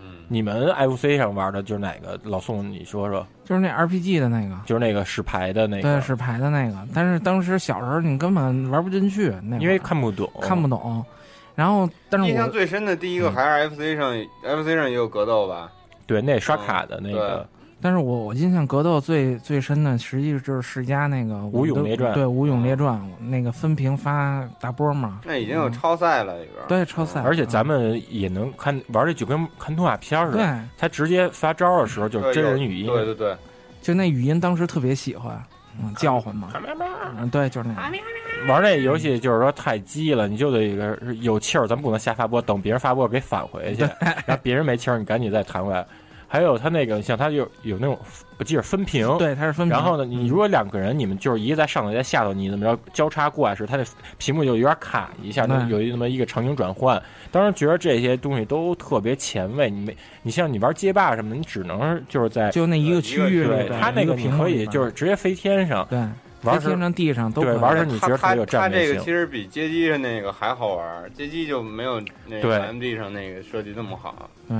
[SPEAKER 9] 嗯，
[SPEAKER 11] 你们 FC 上玩的就是哪个？老宋，你说说，
[SPEAKER 4] 就是那 RPG 的那个，
[SPEAKER 11] 就是那个使牌的那个，
[SPEAKER 4] 对，使牌的那个。但是当时小时候你根本玩不进去，那会儿
[SPEAKER 11] 因为看不懂，
[SPEAKER 4] 看不懂。然后，但是
[SPEAKER 9] 印象
[SPEAKER 4] 我
[SPEAKER 9] 最深的第一个
[SPEAKER 11] 嗯
[SPEAKER 9] 还是 FC 上、f c 上也有格斗吧？
[SPEAKER 11] 对那刷卡的那
[SPEAKER 9] 嗯
[SPEAKER 11] 个，
[SPEAKER 4] 但是我我印象格斗最最深的，实际就是世嘉那个
[SPEAKER 11] 无勇列传
[SPEAKER 4] 对《无勇列传》那个分屏发大波嘛，
[SPEAKER 9] 哦那已经
[SPEAKER 11] 嗯
[SPEAKER 9] 有超赛了，里边、
[SPEAKER 4] 对嗯超赛，
[SPEAKER 11] 而且咱们也能看玩这就跟看动画片儿
[SPEAKER 4] 嗯
[SPEAKER 11] 似的。
[SPEAKER 4] 对，
[SPEAKER 11] 他直接发招的时候就是
[SPEAKER 9] 对
[SPEAKER 11] 真
[SPEAKER 9] 有
[SPEAKER 11] 人语音，
[SPEAKER 9] 对对对，
[SPEAKER 4] 就那语音当时特别喜欢，嗯，叫唤 嘛，嗯，对，就是那个，
[SPEAKER 11] 玩那游戏就是说太鸡了，你就得一个有气儿，咱不能瞎发波，等别人发波给返回去，然后别人没气儿，你赶紧再弹回来。还有他那个，像他有有那种，我记得分屏，
[SPEAKER 4] 对，它是分屏。
[SPEAKER 11] 然后呢，你如果两个人，你们就是一个在上头，一个在下头，你怎么着交叉过来时，它那屏幕就有点卡一下，
[SPEAKER 4] 对
[SPEAKER 11] 那有一那么一个场景转换。当时觉得这些东西都特别前卫，你没，你像你玩街霸什么，你只能是就是在
[SPEAKER 4] 就那一个区域
[SPEAKER 9] 对
[SPEAKER 4] 里
[SPEAKER 11] 对
[SPEAKER 4] 边，
[SPEAKER 11] 它那
[SPEAKER 4] 一
[SPEAKER 11] 个
[SPEAKER 4] 个
[SPEAKER 11] 你
[SPEAKER 4] 屏幕
[SPEAKER 11] 可
[SPEAKER 4] 里
[SPEAKER 11] 以
[SPEAKER 4] 边
[SPEAKER 11] 就是直接飞天上
[SPEAKER 4] 对，
[SPEAKER 11] 玩
[SPEAKER 4] 在
[SPEAKER 11] 儿时
[SPEAKER 4] 天上地上都
[SPEAKER 11] 对
[SPEAKER 4] 可以
[SPEAKER 11] 玩儿时你觉
[SPEAKER 9] 他他
[SPEAKER 11] 得特别有
[SPEAKER 9] 他
[SPEAKER 11] 战略
[SPEAKER 9] 这个
[SPEAKER 11] 性
[SPEAKER 9] 其。实比街机上那个还好玩，街机就没有那
[SPEAKER 11] 对
[SPEAKER 9] 个 MD 上那个设计那么好。
[SPEAKER 4] 对，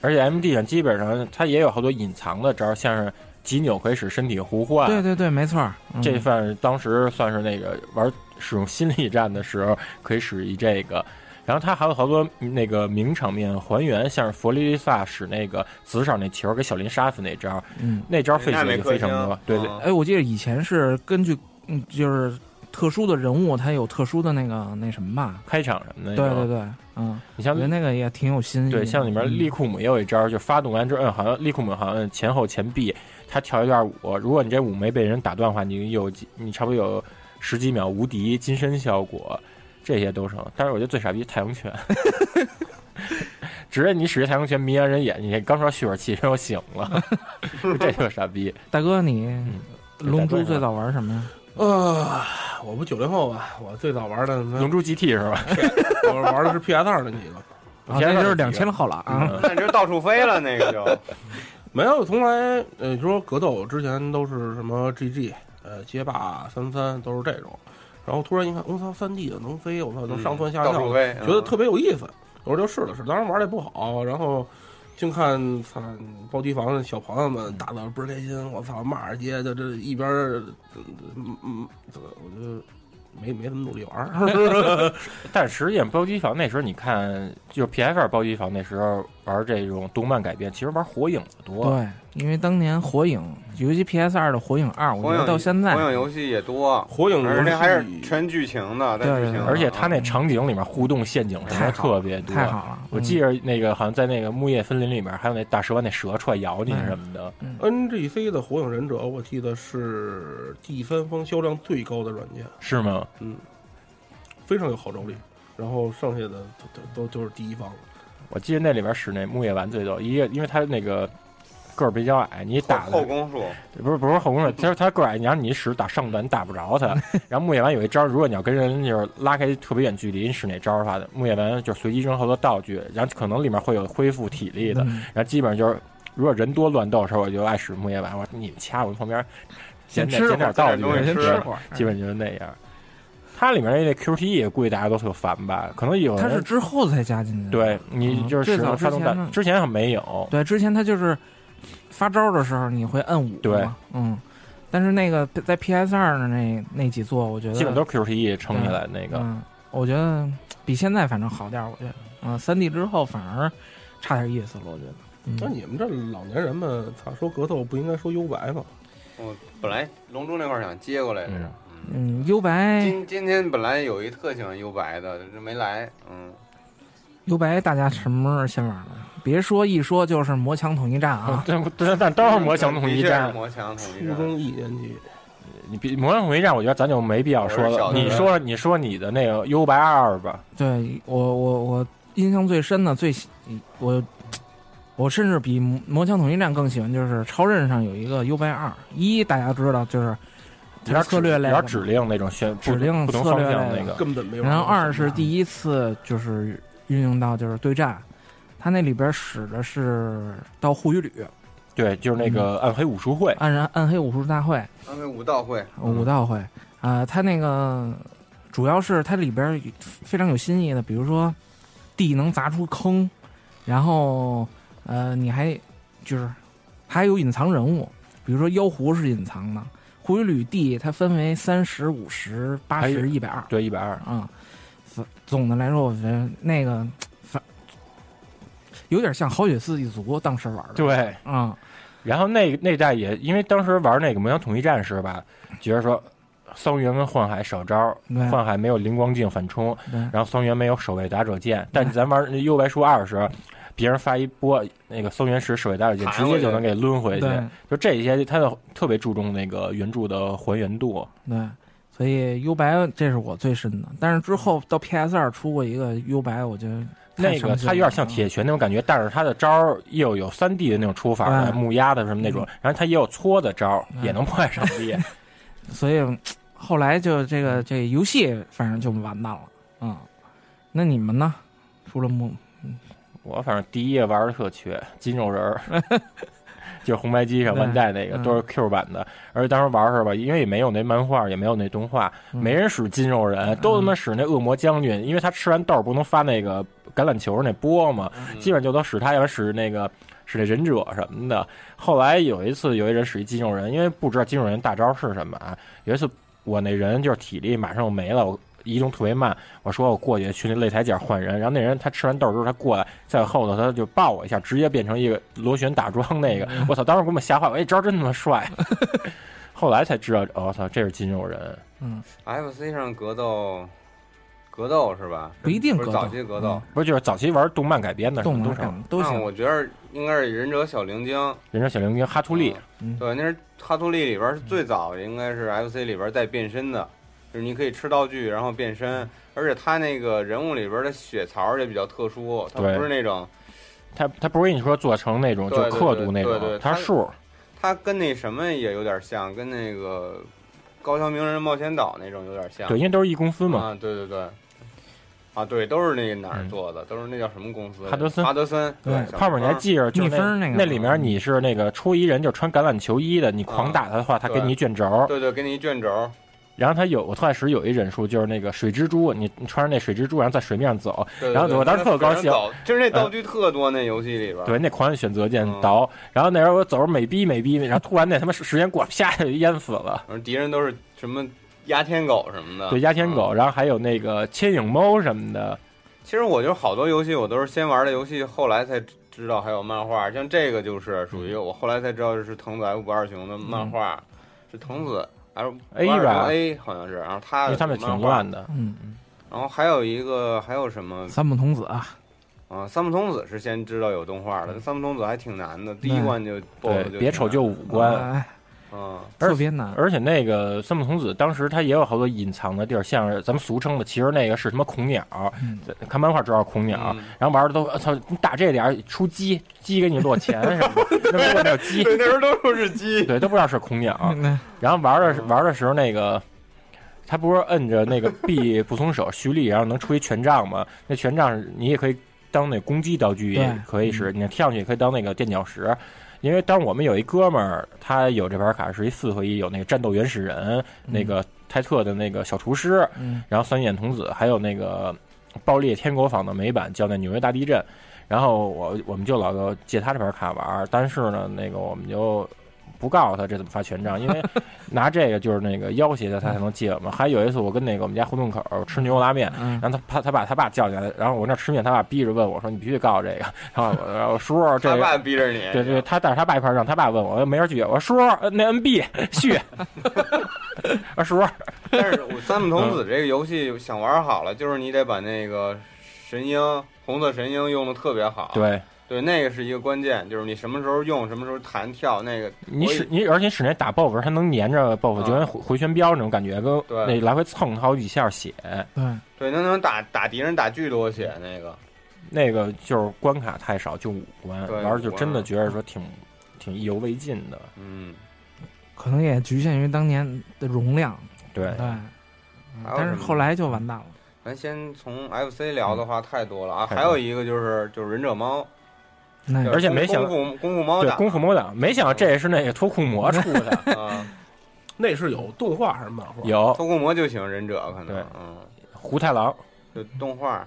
[SPEAKER 11] 而且 M D 上基本上它也有好多隐藏的招儿，像是急扭可以使身体互换，
[SPEAKER 4] 对对对，没错儿，嗯
[SPEAKER 11] 这算是当时算是那个玩使用心理战的时候可以使一这个。然后它还有好多那个名场面还原，像是弗利萨使那个紫色那球给小林杀死那招儿，
[SPEAKER 4] 嗯，
[SPEAKER 11] 那招儿费
[SPEAKER 9] 那
[SPEAKER 11] 血
[SPEAKER 9] 没
[SPEAKER 11] 就
[SPEAKER 9] 氪
[SPEAKER 11] 非常
[SPEAKER 9] 金
[SPEAKER 11] 多。对对，
[SPEAKER 9] 嗯
[SPEAKER 4] 哎，我记得以前是根据嗯，就是特殊的人物，他有特殊的那个那什么吧，
[SPEAKER 11] 开场什么的那
[SPEAKER 4] 对
[SPEAKER 11] 种。
[SPEAKER 4] 对对，嗯，
[SPEAKER 11] 你
[SPEAKER 4] 我觉得
[SPEAKER 11] 像
[SPEAKER 4] 那个也挺有新意的，
[SPEAKER 11] 对像里面
[SPEAKER 4] 嗯
[SPEAKER 11] 利库姆也有一招儿，就发动完之后，嗯好像利库姆好像摁前后前 B，他跳一段舞，如果你这舞没被人打断的话，你有几你差不多有十几秒无敌金身效果，这些都成。但是我觉得最傻逼太阳拳， 直接你使一太阳拳迷完人眼，你刚说蓄水器，然后醒 了，这就傻逼。
[SPEAKER 4] 大哥你
[SPEAKER 11] 嗯
[SPEAKER 4] 龙珠最早玩什么呀？
[SPEAKER 10] 呃，我不九零后吧，我最早玩的
[SPEAKER 4] 嗯
[SPEAKER 11] 龙珠 GT 是吧？
[SPEAKER 10] 我玩的是 PS 二那几个，
[SPEAKER 4] 啊，
[SPEAKER 11] 我
[SPEAKER 4] 那
[SPEAKER 11] 先
[SPEAKER 4] 就是
[SPEAKER 11] 说
[SPEAKER 4] 两
[SPEAKER 11] 几个嗯
[SPEAKER 4] 千后了啊，
[SPEAKER 9] 那就到处飞了，那个 就
[SPEAKER 10] 没有从来呃，你说格斗之前都是什么 GG，呃，街霸三三都是这种，然后突然一看，我操，三 D 的能飞，我操，能上蹿下
[SPEAKER 9] 嗯到
[SPEAKER 10] 跳
[SPEAKER 9] 处，飞，
[SPEAKER 10] 觉得特别有意思，我说就试了试，当然玩的也不好，然后。净看操包机房的小朋友们打的倍儿开心，我操骂着街的这一边儿，嗯嗯，这个我就没没怎么努力玩儿，
[SPEAKER 11] 嗯但实际上包机房那时候，你看就是 PS 二包机房那时候玩这种动漫改编，其实玩火影的多。
[SPEAKER 4] 对，因为当年火影，尤其 PS 二的火影二，我
[SPEAKER 9] 嗯火
[SPEAKER 4] 觉得
[SPEAKER 9] 影
[SPEAKER 4] 到现在
[SPEAKER 9] 火影游戏也多，
[SPEAKER 10] 火影
[SPEAKER 9] 而且那还
[SPEAKER 10] 游
[SPEAKER 9] 是
[SPEAKER 10] 戏
[SPEAKER 9] 全剧情的，带
[SPEAKER 4] 对对
[SPEAKER 9] 剧情的，
[SPEAKER 11] 而且他那场景里面互动陷阱什么
[SPEAKER 4] 太
[SPEAKER 11] 的
[SPEAKER 4] 好了
[SPEAKER 11] 特别多，
[SPEAKER 4] 太好了，嗯
[SPEAKER 11] 我记着那个好像在那个木叶森林里面，还有那大蛇把那蛇出来咬你
[SPEAKER 4] 嗯
[SPEAKER 11] 什么的。
[SPEAKER 10] NGC 的《火影忍者》，我记得是第三方销量最高的软件，
[SPEAKER 11] 是吗？
[SPEAKER 10] 非常有号召力。然后剩下的都都都就是第一方了。
[SPEAKER 11] 我记得那里边使那木叶丸最逗，一个因为他那个个儿比较矮，你
[SPEAKER 9] 后
[SPEAKER 11] 打
[SPEAKER 9] 啊后
[SPEAKER 11] 的
[SPEAKER 9] 宫术，
[SPEAKER 11] 不是不是后宫的，他他个儿矮，你让你使打上段你打不 着他。然后木叶丸有一招，如果你要跟人就是拉开特别远距离，你使那招的话，木叶丸就随机扔好多道具，然后可能里面会有恢复体力的，
[SPEAKER 4] 嗯
[SPEAKER 11] 然后基本上就是，如果人多乱斗的时候，我就爱使木叶丸，我说你掐我旁边，
[SPEAKER 4] 先
[SPEAKER 11] 捡点
[SPEAKER 4] 吃
[SPEAKER 11] 捡
[SPEAKER 4] 会
[SPEAKER 11] 点
[SPEAKER 4] 儿
[SPEAKER 11] 道具
[SPEAKER 9] 捡点东，西
[SPEAKER 11] 对
[SPEAKER 9] 吃
[SPEAKER 4] 会儿
[SPEAKER 11] 基本就是那样。它里面那 QTE 估计大家都特烦吧？可能有
[SPEAKER 4] 它是
[SPEAKER 11] 人
[SPEAKER 4] 之后才加进去的。
[SPEAKER 11] 对你
[SPEAKER 4] 嗯
[SPEAKER 11] 就是
[SPEAKER 4] 最
[SPEAKER 11] 使
[SPEAKER 4] 早
[SPEAKER 11] 用
[SPEAKER 4] 之
[SPEAKER 11] 发动
[SPEAKER 4] 前呢
[SPEAKER 11] 弹，之前好像没有。
[SPEAKER 4] 对，之前它就是发招的时候你会摁五嘛，
[SPEAKER 11] 对
[SPEAKER 4] 嗯，但是那个在 PS 二的那那几座，我觉得
[SPEAKER 11] 基本都是 QTE 撑起来那个，
[SPEAKER 4] 嗯，我觉得比现在反正好点儿，我觉得，嗯，三 D 之后反而差点意思了，我觉得。
[SPEAKER 10] 那、
[SPEAKER 4] 嗯，
[SPEAKER 10] 你们这老年人们，操，说格斗不应该说优白吗？
[SPEAKER 9] 我本来龙珠那块儿想接过来着，
[SPEAKER 11] 嗯
[SPEAKER 9] 嗯
[SPEAKER 4] 嗯，幽白，
[SPEAKER 9] 今今天本来有一特喜欢幽白的，这没来，嗯，
[SPEAKER 4] 幽白，大家什么时候先玩的？别说一说就是磨墙统一战啊，
[SPEAKER 11] 但但但都是魔墙统一
[SPEAKER 9] 的确是
[SPEAKER 4] 嗯
[SPEAKER 11] 战。
[SPEAKER 9] 魔强统一
[SPEAKER 10] 初
[SPEAKER 9] 战，
[SPEAKER 10] 中一年级，
[SPEAKER 11] 你比魔墙统一战，我觉得咱就没必要说
[SPEAKER 9] 我是
[SPEAKER 11] 了。
[SPEAKER 9] 小
[SPEAKER 11] 你
[SPEAKER 9] 学
[SPEAKER 11] 说你说你的那个 U 白二吧，
[SPEAKER 4] 对我我我印象最深的最喜我我甚至比《魔枪统一战》更喜欢，就是超任上有一个 U 白二一，大家知道就是
[SPEAKER 11] 有点
[SPEAKER 4] 它是策略
[SPEAKER 11] 指
[SPEAKER 4] 类
[SPEAKER 11] 有
[SPEAKER 4] 的
[SPEAKER 11] 点
[SPEAKER 4] 嘛
[SPEAKER 11] 指令那种选不
[SPEAKER 4] 指令
[SPEAKER 11] 不同
[SPEAKER 4] 策
[SPEAKER 11] 方
[SPEAKER 4] 略
[SPEAKER 11] 向
[SPEAKER 4] 类
[SPEAKER 11] 那
[SPEAKER 4] 的
[SPEAKER 11] 个。
[SPEAKER 10] 根本没有。
[SPEAKER 4] 然后二是
[SPEAKER 10] 一，
[SPEAKER 4] 第一次就是运用到就是对战，它那里边使的是到护鱼旅，
[SPEAKER 11] 对，就是那个
[SPEAKER 4] 嗯
[SPEAKER 11] 暗黑武术会，
[SPEAKER 4] 暗然暗黑武术大会、
[SPEAKER 9] 安徽武道会，
[SPEAKER 11] 嗯
[SPEAKER 4] 武道会啊，它那个主要是它里边儿有非常有新意的，比如说地能砸出坑，然后呃，你还就是还有隐藏人物，比如说妖狐是隐藏的，狐与吕地它分为三十五十、八
[SPEAKER 11] 还有
[SPEAKER 4] 十、一百二，
[SPEAKER 11] 对，一百二，
[SPEAKER 4] 啊，反总的来说，我觉得那个反有点像好雪寺一族当时玩的。
[SPEAKER 11] 对，
[SPEAKER 4] 啊，
[SPEAKER 11] 然后那那代也因为当时玩那个《魔洋统一战士》吧，觉得说桑园跟幻海少招，
[SPEAKER 4] 对
[SPEAKER 11] 幻海没有灵光镜反冲，
[SPEAKER 4] 对
[SPEAKER 11] 然后桑园没有守卫打者剑，但咱玩幽白书二时，别人发一波那个桑园使守卫打者剑，
[SPEAKER 9] 弹
[SPEAKER 11] 直
[SPEAKER 9] 回去
[SPEAKER 11] 接就能给抡回去
[SPEAKER 4] 对。
[SPEAKER 11] 就这些，他就特别注重那个原著的还原度。
[SPEAKER 4] 对，所以 U 白这是我最深的。但是之后到 PS 二出过一个 U 白，我觉得太
[SPEAKER 11] 那
[SPEAKER 4] 伤
[SPEAKER 11] 个
[SPEAKER 4] 心
[SPEAKER 11] 它有
[SPEAKER 4] 了嗯啊
[SPEAKER 11] 点像铁拳那种感觉，但是它的招儿又有三 D 的那种出法的
[SPEAKER 4] 嗯
[SPEAKER 11] 木压的什么那种，然后它也有搓的招儿，
[SPEAKER 4] 嗯
[SPEAKER 11] 也能破坏上帝。
[SPEAKER 4] 所以嗯后来就这个这游戏反正就完蛋了。嗯，那你们呢？除了木
[SPEAKER 11] 我反正第一页玩的特缺，筋肉人儿， 就是红白机上
[SPEAKER 4] 对
[SPEAKER 11] 万代那个
[SPEAKER 4] 嗯
[SPEAKER 11] 都是 Q 版的，而且当时玩的时候吧，因为也没有那漫画，也没有那动画，
[SPEAKER 4] 嗯
[SPEAKER 11] 没人使筋肉人，都他妈使那恶魔将军，因为他吃完豆儿不能发那个橄榄球那波嘛，
[SPEAKER 4] 嗯
[SPEAKER 11] 基本就都使他，要不然使那个使那忍者什么的。后来有一次，有一人使一肌肉人，因为不知道肌肉人大招是什么啊。有一次，我那人就是体力马上就没了，我移动特别慢，我说我过去去那擂台角换人，然后那人他吃完豆之后他过来，在我后头他就抱我一下，直接变成一个螺旋打桩那个，
[SPEAKER 4] 嗯
[SPEAKER 11] 我操！当时给我们吓坏，我这招真他妈帅。 后来才知道，哦我、操，这是肌肉人。
[SPEAKER 9] FC 上格斗，格斗是吧？
[SPEAKER 4] 不一定
[SPEAKER 9] 不
[SPEAKER 4] 格
[SPEAKER 9] 是
[SPEAKER 4] 斗，
[SPEAKER 9] 早期格斗，
[SPEAKER 11] 不是，就是早期玩动漫改编的，
[SPEAKER 4] 嗯动
[SPEAKER 11] 什么
[SPEAKER 4] 漫
[SPEAKER 11] 都少。
[SPEAKER 4] 感都
[SPEAKER 9] 那
[SPEAKER 4] 行。
[SPEAKER 9] 我觉得应该是忍者小灵精，啊
[SPEAKER 11] 人家小灵精哈图利，
[SPEAKER 4] 嗯
[SPEAKER 9] 对，那是哈图利里边是最早的，应该是 FC 里边带变身的，就是你可以吃道具然后变身，
[SPEAKER 4] 嗯
[SPEAKER 9] 而且他那个人物里边的血槽也比较特殊，他
[SPEAKER 11] 对
[SPEAKER 9] 不是那种，
[SPEAKER 11] 他他不是跟你说做成那种就
[SPEAKER 9] 对对
[SPEAKER 11] 刻
[SPEAKER 9] 对
[SPEAKER 11] 度那
[SPEAKER 9] 对
[SPEAKER 11] 种，
[SPEAKER 9] 对
[SPEAKER 11] 他
[SPEAKER 9] 他
[SPEAKER 11] 是数。
[SPEAKER 9] 他跟那什么也有点像，跟那个高桥名人冒险岛那种有点像，
[SPEAKER 11] 对，因为都是一公司嘛。
[SPEAKER 9] 啊，对对对。啊，对，都是那个哪儿
[SPEAKER 11] 嗯
[SPEAKER 9] 做的，都是那叫什么公司来着？
[SPEAKER 11] 哈德森
[SPEAKER 9] 哈德森，
[SPEAKER 4] 对
[SPEAKER 9] 小
[SPEAKER 11] 泡泡，你还
[SPEAKER 9] 胖
[SPEAKER 11] 记着，就
[SPEAKER 4] 啊蜜
[SPEAKER 11] 那
[SPEAKER 4] 蜂那个
[SPEAKER 11] 里面你是那个出一人就穿橄榄球衣的，你狂打他的话，他给你一卷轴。
[SPEAKER 9] 啊对对，给你一卷轴，
[SPEAKER 11] 然后他有我特爱使有一忍术，就是那个水蜘蛛，你你穿上那水蜘蛛，然后在水面上走。
[SPEAKER 9] 对对
[SPEAKER 11] 然后
[SPEAKER 9] 对
[SPEAKER 11] 我当时
[SPEAKER 9] 那
[SPEAKER 11] 特高
[SPEAKER 9] 水上
[SPEAKER 11] 兴嗯
[SPEAKER 9] 走就是那道具特多，那游戏里边。
[SPEAKER 11] 对，那狂按选择键
[SPEAKER 9] 啊嗯
[SPEAKER 11] 倒。然后那时候我走着美逼美逼，然后突然那他妈时间过， 啪就淹死了。
[SPEAKER 9] 而敌人都是什么压天狗什么的。
[SPEAKER 11] 对，压天
[SPEAKER 9] 嗯
[SPEAKER 11] 狗，然后还有那个牵引猫什么的。
[SPEAKER 9] 其实我就好多游戏，我都是先玩的游戏，后来才知道还有漫画。像这个就是属
[SPEAKER 11] 嗯
[SPEAKER 9] 于我后来才知道是藤子 F 不二雄的漫画，是藤子 F
[SPEAKER 11] A
[SPEAKER 9] 不二
[SPEAKER 11] 吧
[SPEAKER 9] 雄 A 好像是，然后他
[SPEAKER 11] 因
[SPEAKER 9] 的
[SPEAKER 11] 为他们
[SPEAKER 9] 漫画
[SPEAKER 11] 挺乱。的，
[SPEAKER 4] 嗯，
[SPEAKER 9] 然后还有一个还有什么
[SPEAKER 4] 三木童子啊，
[SPEAKER 9] 啊？三木童子是先知道有动画的，三木童子还挺难的，第一
[SPEAKER 4] 嗯
[SPEAKER 9] 关就 BOSS
[SPEAKER 11] 嗯对
[SPEAKER 9] 哦就，挺
[SPEAKER 11] 别瞅
[SPEAKER 9] 难
[SPEAKER 11] 就五官。
[SPEAKER 4] 哎
[SPEAKER 9] 嗯，
[SPEAKER 11] 而
[SPEAKER 4] 特别难。
[SPEAKER 11] 而且那个三木童子当时他也有好多隐藏的地儿，像是咱们俗称的，其实那个是什么恐鸟，
[SPEAKER 4] 嗯
[SPEAKER 11] 看漫画知道是恐鸟，
[SPEAKER 9] 嗯
[SPEAKER 11] 然后玩的都我操，你打这点儿出鸡，鸡给你落钱什么 的，那不过那有鸡，
[SPEAKER 9] 对，那时候都说是鸡，
[SPEAKER 11] 对，都不知道是恐鸟。
[SPEAKER 4] 嗯
[SPEAKER 11] 然后玩的时玩的时候那个。他不是摁着那个 B 不松手蓄力，然后能出一权杖吗？那权杖你也可以当那攻击道具，
[SPEAKER 4] 对
[SPEAKER 11] 也可以使，你跳上去也可以当那个垫脚石。因为当我们有一哥们儿，他有这盘卡是一四合一，有那个战斗原始人，那个泰特的那个小厨师，
[SPEAKER 4] 嗯
[SPEAKER 11] 然后三眼童子，还有那个爆裂天国坊的美版叫那纽约大地震。然后我我们就老就借他这盘卡玩儿，但是呢，那个我们就不告诉他这怎么发权杖，因为拿这个就是那个要挟他，他才能借我们。还有一次，我跟那个我们家胡同口儿吃牛肉拉面，
[SPEAKER 4] 嗯，
[SPEAKER 11] 然后他他他爸他爸叫起来，然后我那儿吃面，他爸逼着问我说：“你必须得告诉这个。”然后我然后我叔叔这
[SPEAKER 9] 他
[SPEAKER 11] 个
[SPEAKER 9] 爸逼着你，
[SPEAKER 11] 对对，他但是他爸一块儿让他爸问我，我没法拒绝。我说叔呃那 NB 续， 我叔
[SPEAKER 9] 但是我三木童
[SPEAKER 11] 嗯
[SPEAKER 9] 子这个游戏想玩好了，就是你得把那个神鹰红色神鹰用的特别好。
[SPEAKER 11] 对
[SPEAKER 9] 对那个是一个关键，就是你什么时候用，什么时候弹跳，那个
[SPEAKER 11] 你
[SPEAKER 9] 我
[SPEAKER 11] 使
[SPEAKER 9] 也
[SPEAKER 11] 你而且你使那打 buff 时候还能粘着 buff，
[SPEAKER 9] 啊
[SPEAKER 11] 就跟回回旋镖那种感觉，跟
[SPEAKER 9] 对
[SPEAKER 11] 那来回蹭好几下血。
[SPEAKER 4] 对，
[SPEAKER 9] 对，那能打打敌人打巨多血那个。
[SPEAKER 11] 那个就是关卡太少，就五关，
[SPEAKER 9] 对
[SPEAKER 11] 玩儿就
[SPEAKER 9] 五关
[SPEAKER 11] 真的觉得说挺挺意犹未尽的。
[SPEAKER 9] 嗯，
[SPEAKER 4] 可能也局限于当年的容量。
[SPEAKER 11] 对
[SPEAKER 4] 对，嗯
[SPEAKER 9] 还有
[SPEAKER 4] 但是
[SPEAKER 9] 什么
[SPEAKER 4] 后来就完蛋了。
[SPEAKER 9] 咱先从 FC 聊的话太多了啊，
[SPEAKER 11] 嗯太多嗯
[SPEAKER 9] 还有一个就是就是忍者猫，
[SPEAKER 4] 那
[SPEAKER 9] 就是
[SPEAKER 11] 而且没
[SPEAKER 9] 功
[SPEAKER 11] 想
[SPEAKER 9] 功夫功夫猫
[SPEAKER 11] 对
[SPEAKER 9] 打
[SPEAKER 11] 功夫魔党，没想到这也是那个脱裤魔 出的，
[SPEAKER 9] 啊，
[SPEAKER 10] 那是有动画还是漫画？
[SPEAKER 11] 有
[SPEAKER 9] 偷库魔就喜欢忍者，可能
[SPEAKER 11] 对嗯
[SPEAKER 9] 嗯，
[SPEAKER 11] 胡太郎，
[SPEAKER 9] 就动画，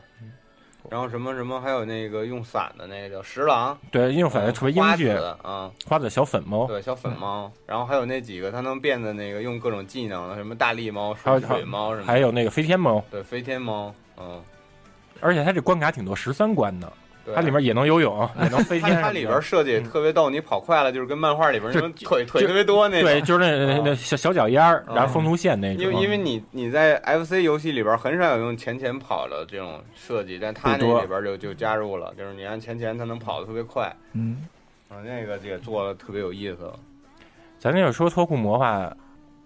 [SPEAKER 9] 然后什么什么，还有那个用伞的那个叫石狼，嗯
[SPEAKER 11] 对，用反正特别英俊哦嗯
[SPEAKER 9] 花，子啊，
[SPEAKER 11] 花子小粉猫，
[SPEAKER 9] 对小粉猫，然后还有那几个它能变的那个用各种技能的，什么大力猫、
[SPEAKER 11] 还有
[SPEAKER 9] 水水猫什么
[SPEAKER 11] 还
[SPEAKER 9] 的，
[SPEAKER 11] 有那个飞天猫，
[SPEAKER 9] 对飞天猫，嗯，
[SPEAKER 11] 而且它这关卡挺多，十三关呢，
[SPEAKER 9] 对，
[SPEAKER 11] 它里面也能游泳，也能飞
[SPEAKER 9] 它
[SPEAKER 11] 天什么的，
[SPEAKER 9] 它里边设计也特别逗，你跑快了就是跟漫画里边
[SPEAKER 11] 嗯就
[SPEAKER 9] 什么腿腿
[SPEAKER 11] 就
[SPEAKER 9] 特别多那
[SPEAKER 11] 对，嗯
[SPEAKER 9] 种。
[SPEAKER 11] 就是那那那小小脚丫儿，
[SPEAKER 9] 嗯
[SPEAKER 11] 然后风图线那种，
[SPEAKER 9] 因为因为你你在 FC 游戏里边很少有用前前跑的这种设计，但它
[SPEAKER 11] 不多
[SPEAKER 9] 那里边就就加入了，就是你按前前它能跑得特别快，
[SPEAKER 4] 嗯，
[SPEAKER 9] 啊，那个也做的特别有意思。
[SPEAKER 11] 咱这个说脱裤魔吧，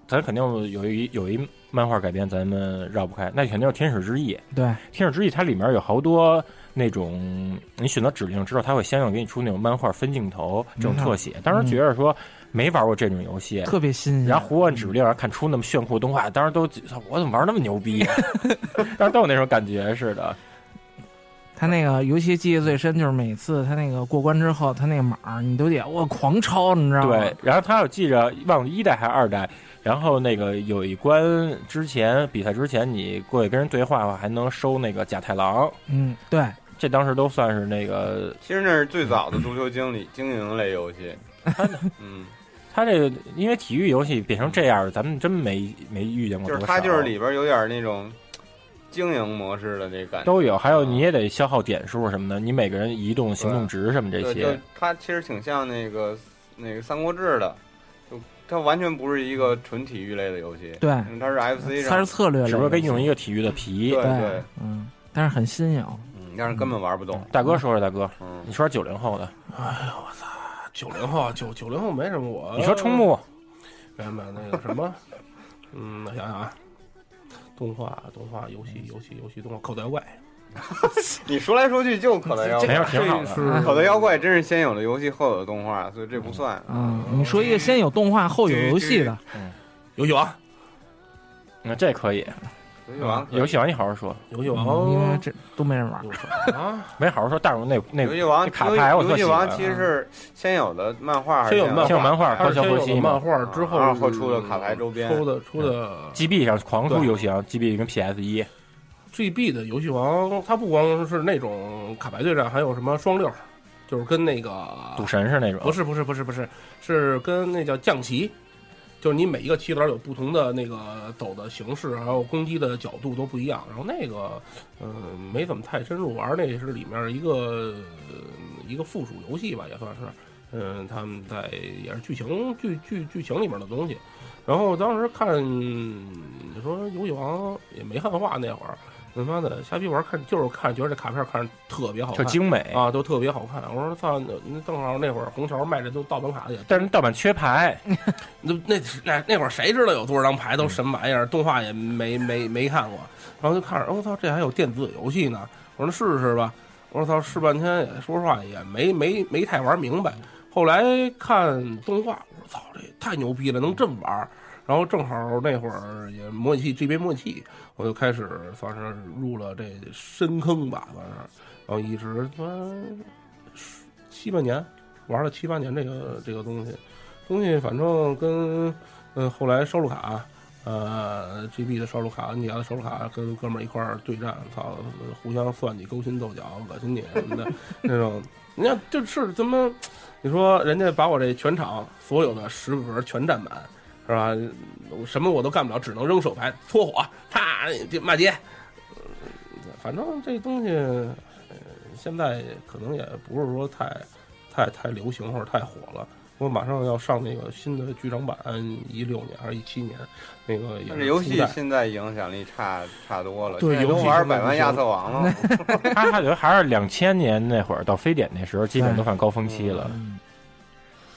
[SPEAKER 11] 咱肯定有一有一漫画改编，咱们绕不开，那肯定是《天使之翼》。
[SPEAKER 4] 对，
[SPEAKER 11] 《天使之翼》它里面有好多那种你选择指令之后，它会相应给你出那种漫画分镜头这种特写。当时觉得说没玩过这种游戏，
[SPEAKER 4] 嗯特别新鲜。嗯
[SPEAKER 11] 然后胡按指令，然后看出那么炫酷的动画，当时都觉得我怎么玩那么牛逼、啊， 当时都有那种感觉似的。
[SPEAKER 4] 他那个尤其记忆最深，就是每次他那个过关之后，他那个码儿你都得我狂抄，你知道吗？
[SPEAKER 11] 对，然后他有记着忘了一代还是二代，然后那个有一关之前比赛之前，你过去跟人对话的话，还能收那个假太郎。
[SPEAKER 4] 嗯，对，
[SPEAKER 11] 这当时都算是那个
[SPEAKER 9] 其实那是最早的足球经理经营类游 戏。嗯，
[SPEAKER 11] 他这个，因为体育游戏变成这样，咱们真没没遇见过
[SPEAKER 9] 就
[SPEAKER 11] 多
[SPEAKER 9] 是
[SPEAKER 11] 少。
[SPEAKER 9] 它就是里边有点那种经营模式的那感觉。
[SPEAKER 11] 都有，还有你也得消耗点数什么的，你每个人移动、行动值什么这
[SPEAKER 9] 对，就
[SPEAKER 11] 些。
[SPEAKER 9] 它其实挺像那个那个《三国志》的，就它完全不是一个纯体育类的游戏。
[SPEAKER 4] 对
[SPEAKER 9] 因为它是 FC
[SPEAKER 4] 他是
[SPEAKER 9] 上的，
[SPEAKER 4] 策略类的，
[SPEAKER 11] 嗯只不过跟用一个体育的哎皮
[SPEAKER 9] 对。
[SPEAKER 4] 对，嗯，但是很新颖。
[SPEAKER 9] 嗯，但是根本玩不懂。
[SPEAKER 11] 大哥说说，大哥，
[SPEAKER 9] 嗯
[SPEAKER 11] 你，说九零后的，
[SPEAKER 10] 九零后啊，九九零后没什么我。
[SPEAKER 11] 你说
[SPEAKER 9] 哦
[SPEAKER 11] 冲木，
[SPEAKER 10] 没有没有那个什么，嗯，我想想啊，动画动画游戏游戏游戏动画口袋妖怪，
[SPEAKER 9] 你说来说去就可乐妖
[SPEAKER 11] 没有
[SPEAKER 9] 怪，
[SPEAKER 11] 挺好的。嗯
[SPEAKER 10] 是
[SPEAKER 9] 可乐妖怪真是先有了游戏后有的动画，所以这不算。
[SPEAKER 4] 嗯，你说一个先有动画后有游戏的，
[SPEAKER 10] 游戏王，
[SPEAKER 11] 那嗯这可以，
[SPEAKER 9] 游戏王可以
[SPEAKER 11] 游戏王你好好说，
[SPEAKER 10] 游戏
[SPEAKER 4] 嗯因
[SPEAKER 11] 哦
[SPEAKER 4] 为
[SPEAKER 10] 王，
[SPEAKER 4] 这都没人玩
[SPEAKER 10] 有。什么啊？
[SPEAKER 11] 没好好说。大荣那那
[SPEAKER 9] 游戏王
[SPEAKER 11] 那卡牌我
[SPEAKER 9] 游
[SPEAKER 11] 特
[SPEAKER 9] 戏
[SPEAKER 11] 喜欢
[SPEAKER 9] 王其实是先有的漫画还是
[SPEAKER 10] 先有
[SPEAKER 9] 的，
[SPEAKER 10] 漫
[SPEAKER 11] 嗯先有漫画，
[SPEAKER 10] 它
[SPEAKER 11] 后
[SPEAKER 10] 是
[SPEAKER 11] 消
[SPEAKER 10] 先
[SPEAKER 11] 后
[SPEAKER 10] 有
[SPEAKER 11] 期
[SPEAKER 10] 的漫
[SPEAKER 11] 嘛。
[SPEAKER 10] 画之后，
[SPEAKER 9] 然后出了卡牌周边
[SPEAKER 10] 出的出的
[SPEAKER 11] GB 上狂出游戏王，GB 跟 PS 一，
[SPEAKER 4] 啊
[SPEAKER 10] GB 的游戏王，它不光是那种卡牌对战，还有什么双六，就是跟那个
[SPEAKER 11] 赌神是那种。啊
[SPEAKER 10] 不是不是不是不是，是跟那叫降旗，就是你每一个棋子有不同的那个走的形式，还有攻击的角度都不一样。然后那个，嗯、没怎么太深入玩，那是里面一个、呃一个附属游戏吧，也算是。嗯，他们在也是剧情剧剧剧情里面的东西。然后当时看你说游戏王也没汉化那会儿，他妈的瞎逼玩看就是看，觉得这卡片看着特别好
[SPEAKER 11] 特
[SPEAKER 10] 看，
[SPEAKER 11] 精美，
[SPEAKER 10] 啊，都特别好看。我说操，那那正好那会儿虹桥卖这都盗版卡的也，
[SPEAKER 11] 但是盗版缺 牌，
[SPEAKER 10] 那那那那会儿谁知道有多少张牌都什么玩意儿，动画也没没没看过，然后就看着，我、操，这还有电子游戏呢，我说那试试吧，我说操，试半天也说实话也没没没太玩明白。后来看动画，我说操，这太牛逼了，能这么玩儿。然后正好那会儿也模拟器这边模拟器，我就开始算是入了这深坑吧，算是，然后一直他妈十七八年玩了七八年这个这个东西，东西反正跟嗯后来烧录卡，呃 GB 的烧录卡、你家的烧录卡跟哥们儿一块儿对战，操，互相算计、勾心斗角、恶心你什么的那种，你看就是他妈，你说人家把我这全场所有的十格全占满。是吧？我什么我都干不了，只能扔手牌搓火，啪就骂街。呃反正这东西，呃，现在可能也不是说太、太、太流行或者太火了。我马上要上那个新的剧场版，一六年还是一七年，那个也
[SPEAKER 9] 但
[SPEAKER 10] 是
[SPEAKER 9] 是游
[SPEAKER 10] 初
[SPEAKER 9] 戏
[SPEAKER 10] 代
[SPEAKER 9] 现在影响力差差多了，
[SPEAKER 10] 对
[SPEAKER 9] 现在
[SPEAKER 10] 游
[SPEAKER 9] 都
[SPEAKER 10] 戏
[SPEAKER 9] 玩
[SPEAKER 10] 现在
[SPEAKER 9] 百万
[SPEAKER 10] 不
[SPEAKER 9] 亚
[SPEAKER 10] 行
[SPEAKER 9] 瑟王 了。
[SPEAKER 11] 它还得还是两千年那会儿到非典那时候，基本都算高峰期了。
[SPEAKER 4] 嗯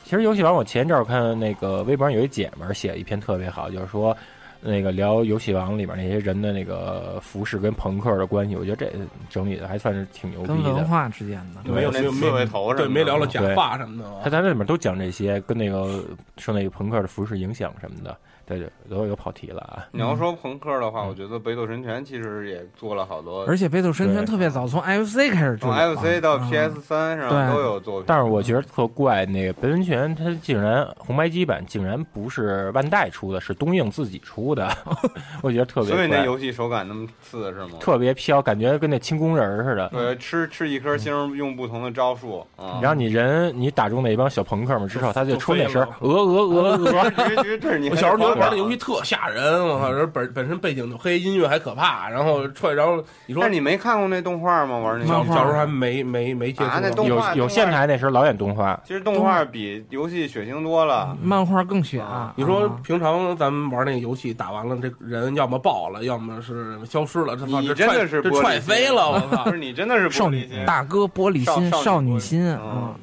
[SPEAKER 11] 其实游戏王，我前一阵儿看那个微博上有一姐们儿写一篇特别好，就是说，那个聊《游戏王》里边那些人的那个服饰跟朋克的关系，我觉得这整理的还算是挺牛
[SPEAKER 4] 跟
[SPEAKER 11] 逼
[SPEAKER 4] 文
[SPEAKER 11] 的。
[SPEAKER 4] 化之间的。
[SPEAKER 11] 对
[SPEAKER 10] 没有没
[SPEAKER 9] 那
[SPEAKER 10] 有
[SPEAKER 9] 刺
[SPEAKER 10] 没
[SPEAKER 9] 猬
[SPEAKER 10] 有
[SPEAKER 9] 头什么
[SPEAKER 10] 对
[SPEAKER 9] 的
[SPEAKER 10] 没聊了假
[SPEAKER 11] 对
[SPEAKER 10] 发什么的啊
[SPEAKER 11] 他。在那里面都讲这些跟那个受那个朋克的服饰影响什么的，对，对都有跑题了啊。
[SPEAKER 9] 你要说朋克的话，我觉得北斗神拳其实也做了好多，
[SPEAKER 4] 而且北斗神拳
[SPEAKER 11] 对
[SPEAKER 4] 特别早，从 FC 开始制作
[SPEAKER 9] 从
[SPEAKER 4] 啊
[SPEAKER 9] FC 到
[SPEAKER 4] 啊
[SPEAKER 9] PS 三上
[SPEAKER 4] 对
[SPEAKER 9] 都有作品。
[SPEAKER 11] 嗯但是我觉得特怪，那个《北温泉》它竟然红白机版竟然不是万代出的，是东映自己出的， 我觉得特别
[SPEAKER 9] 所以那
[SPEAKER 11] 怪，
[SPEAKER 9] 游戏手感那么次是吗？
[SPEAKER 11] 特别飘，感觉跟那轻功人儿似的。
[SPEAKER 9] 呃，吃吃一颗星，用不同的招数啊。
[SPEAKER 11] 然后你人你打中那帮小朋克们之后，他就
[SPEAKER 10] 就
[SPEAKER 11] 冲那
[SPEAKER 10] 飞
[SPEAKER 11] 声 呃鹅
[SPEAKER 10] 了
[SPEAKER 11] 鹅鹅鹅，
[SPEAKER 9] 其实其实这是你
[SPEAKER 10] 我小时候觉得玩那游戏，特吓人，我操！人本本身背景就黑，音乐还可怕，然后踹，然后你
[SPEAKER 9] 嗯
[SPEAKER 10] 说
[SPEAKER 9] 但是你没看过那动画吗？玩那
[SPEAKER 10] 小
[SPEAKER 4] 漫
[SPEAKER 9] 个
[SPEAKER 4] 画
[SPEAKER 10] 小时候还没没没接触
[SPEAKER 9] 啊那
[SPEAKER 10] 过
[SPEAKER 9] 动画
[SPEAKER 11] 有有线台那时候老演动画，
[SPEAKER 9] 其实动画比游戏血腥多了。
[SPEAKER 4] 漫画更血啊
[SPEAKER 9] 啊！
[SPEAKER 10] 你说
[SPEAKER 4] 啊
[SPEAKER 10] 平常咱们玩那个游戏，打完了这人要么爆了，要么是消失了，这操
[SPEAKER 9] 你
[SPEAKER 10] 啊这
[SPEAKER 9] 真
[SPEAKER 10] 踹
[SPEAKER 9] 的是
[SPEAKER 10] 这
[SPEAKER 9] 玻璃心啊
[SPEAKER 10] 踹飞了，我
[SPEAKER 9] 不
[SPEAKER 10] 操！
[SPEAKER 9] 是你真的是
[SPEAKER 4] 少
[SPEAKER 9] 玻璃
[SPEAKER 4] 女
[SPEAKER 9] 心。
[SPEAKER 4] 大哥玻璃心，
[SPEAKER 9] 少
[SPEAKER 4] 少
[SPEAKER 9] 少女
[SPEAKER 4] 女心
[SPEAKER 9] 嗯
[SPEAKER 4] 啊！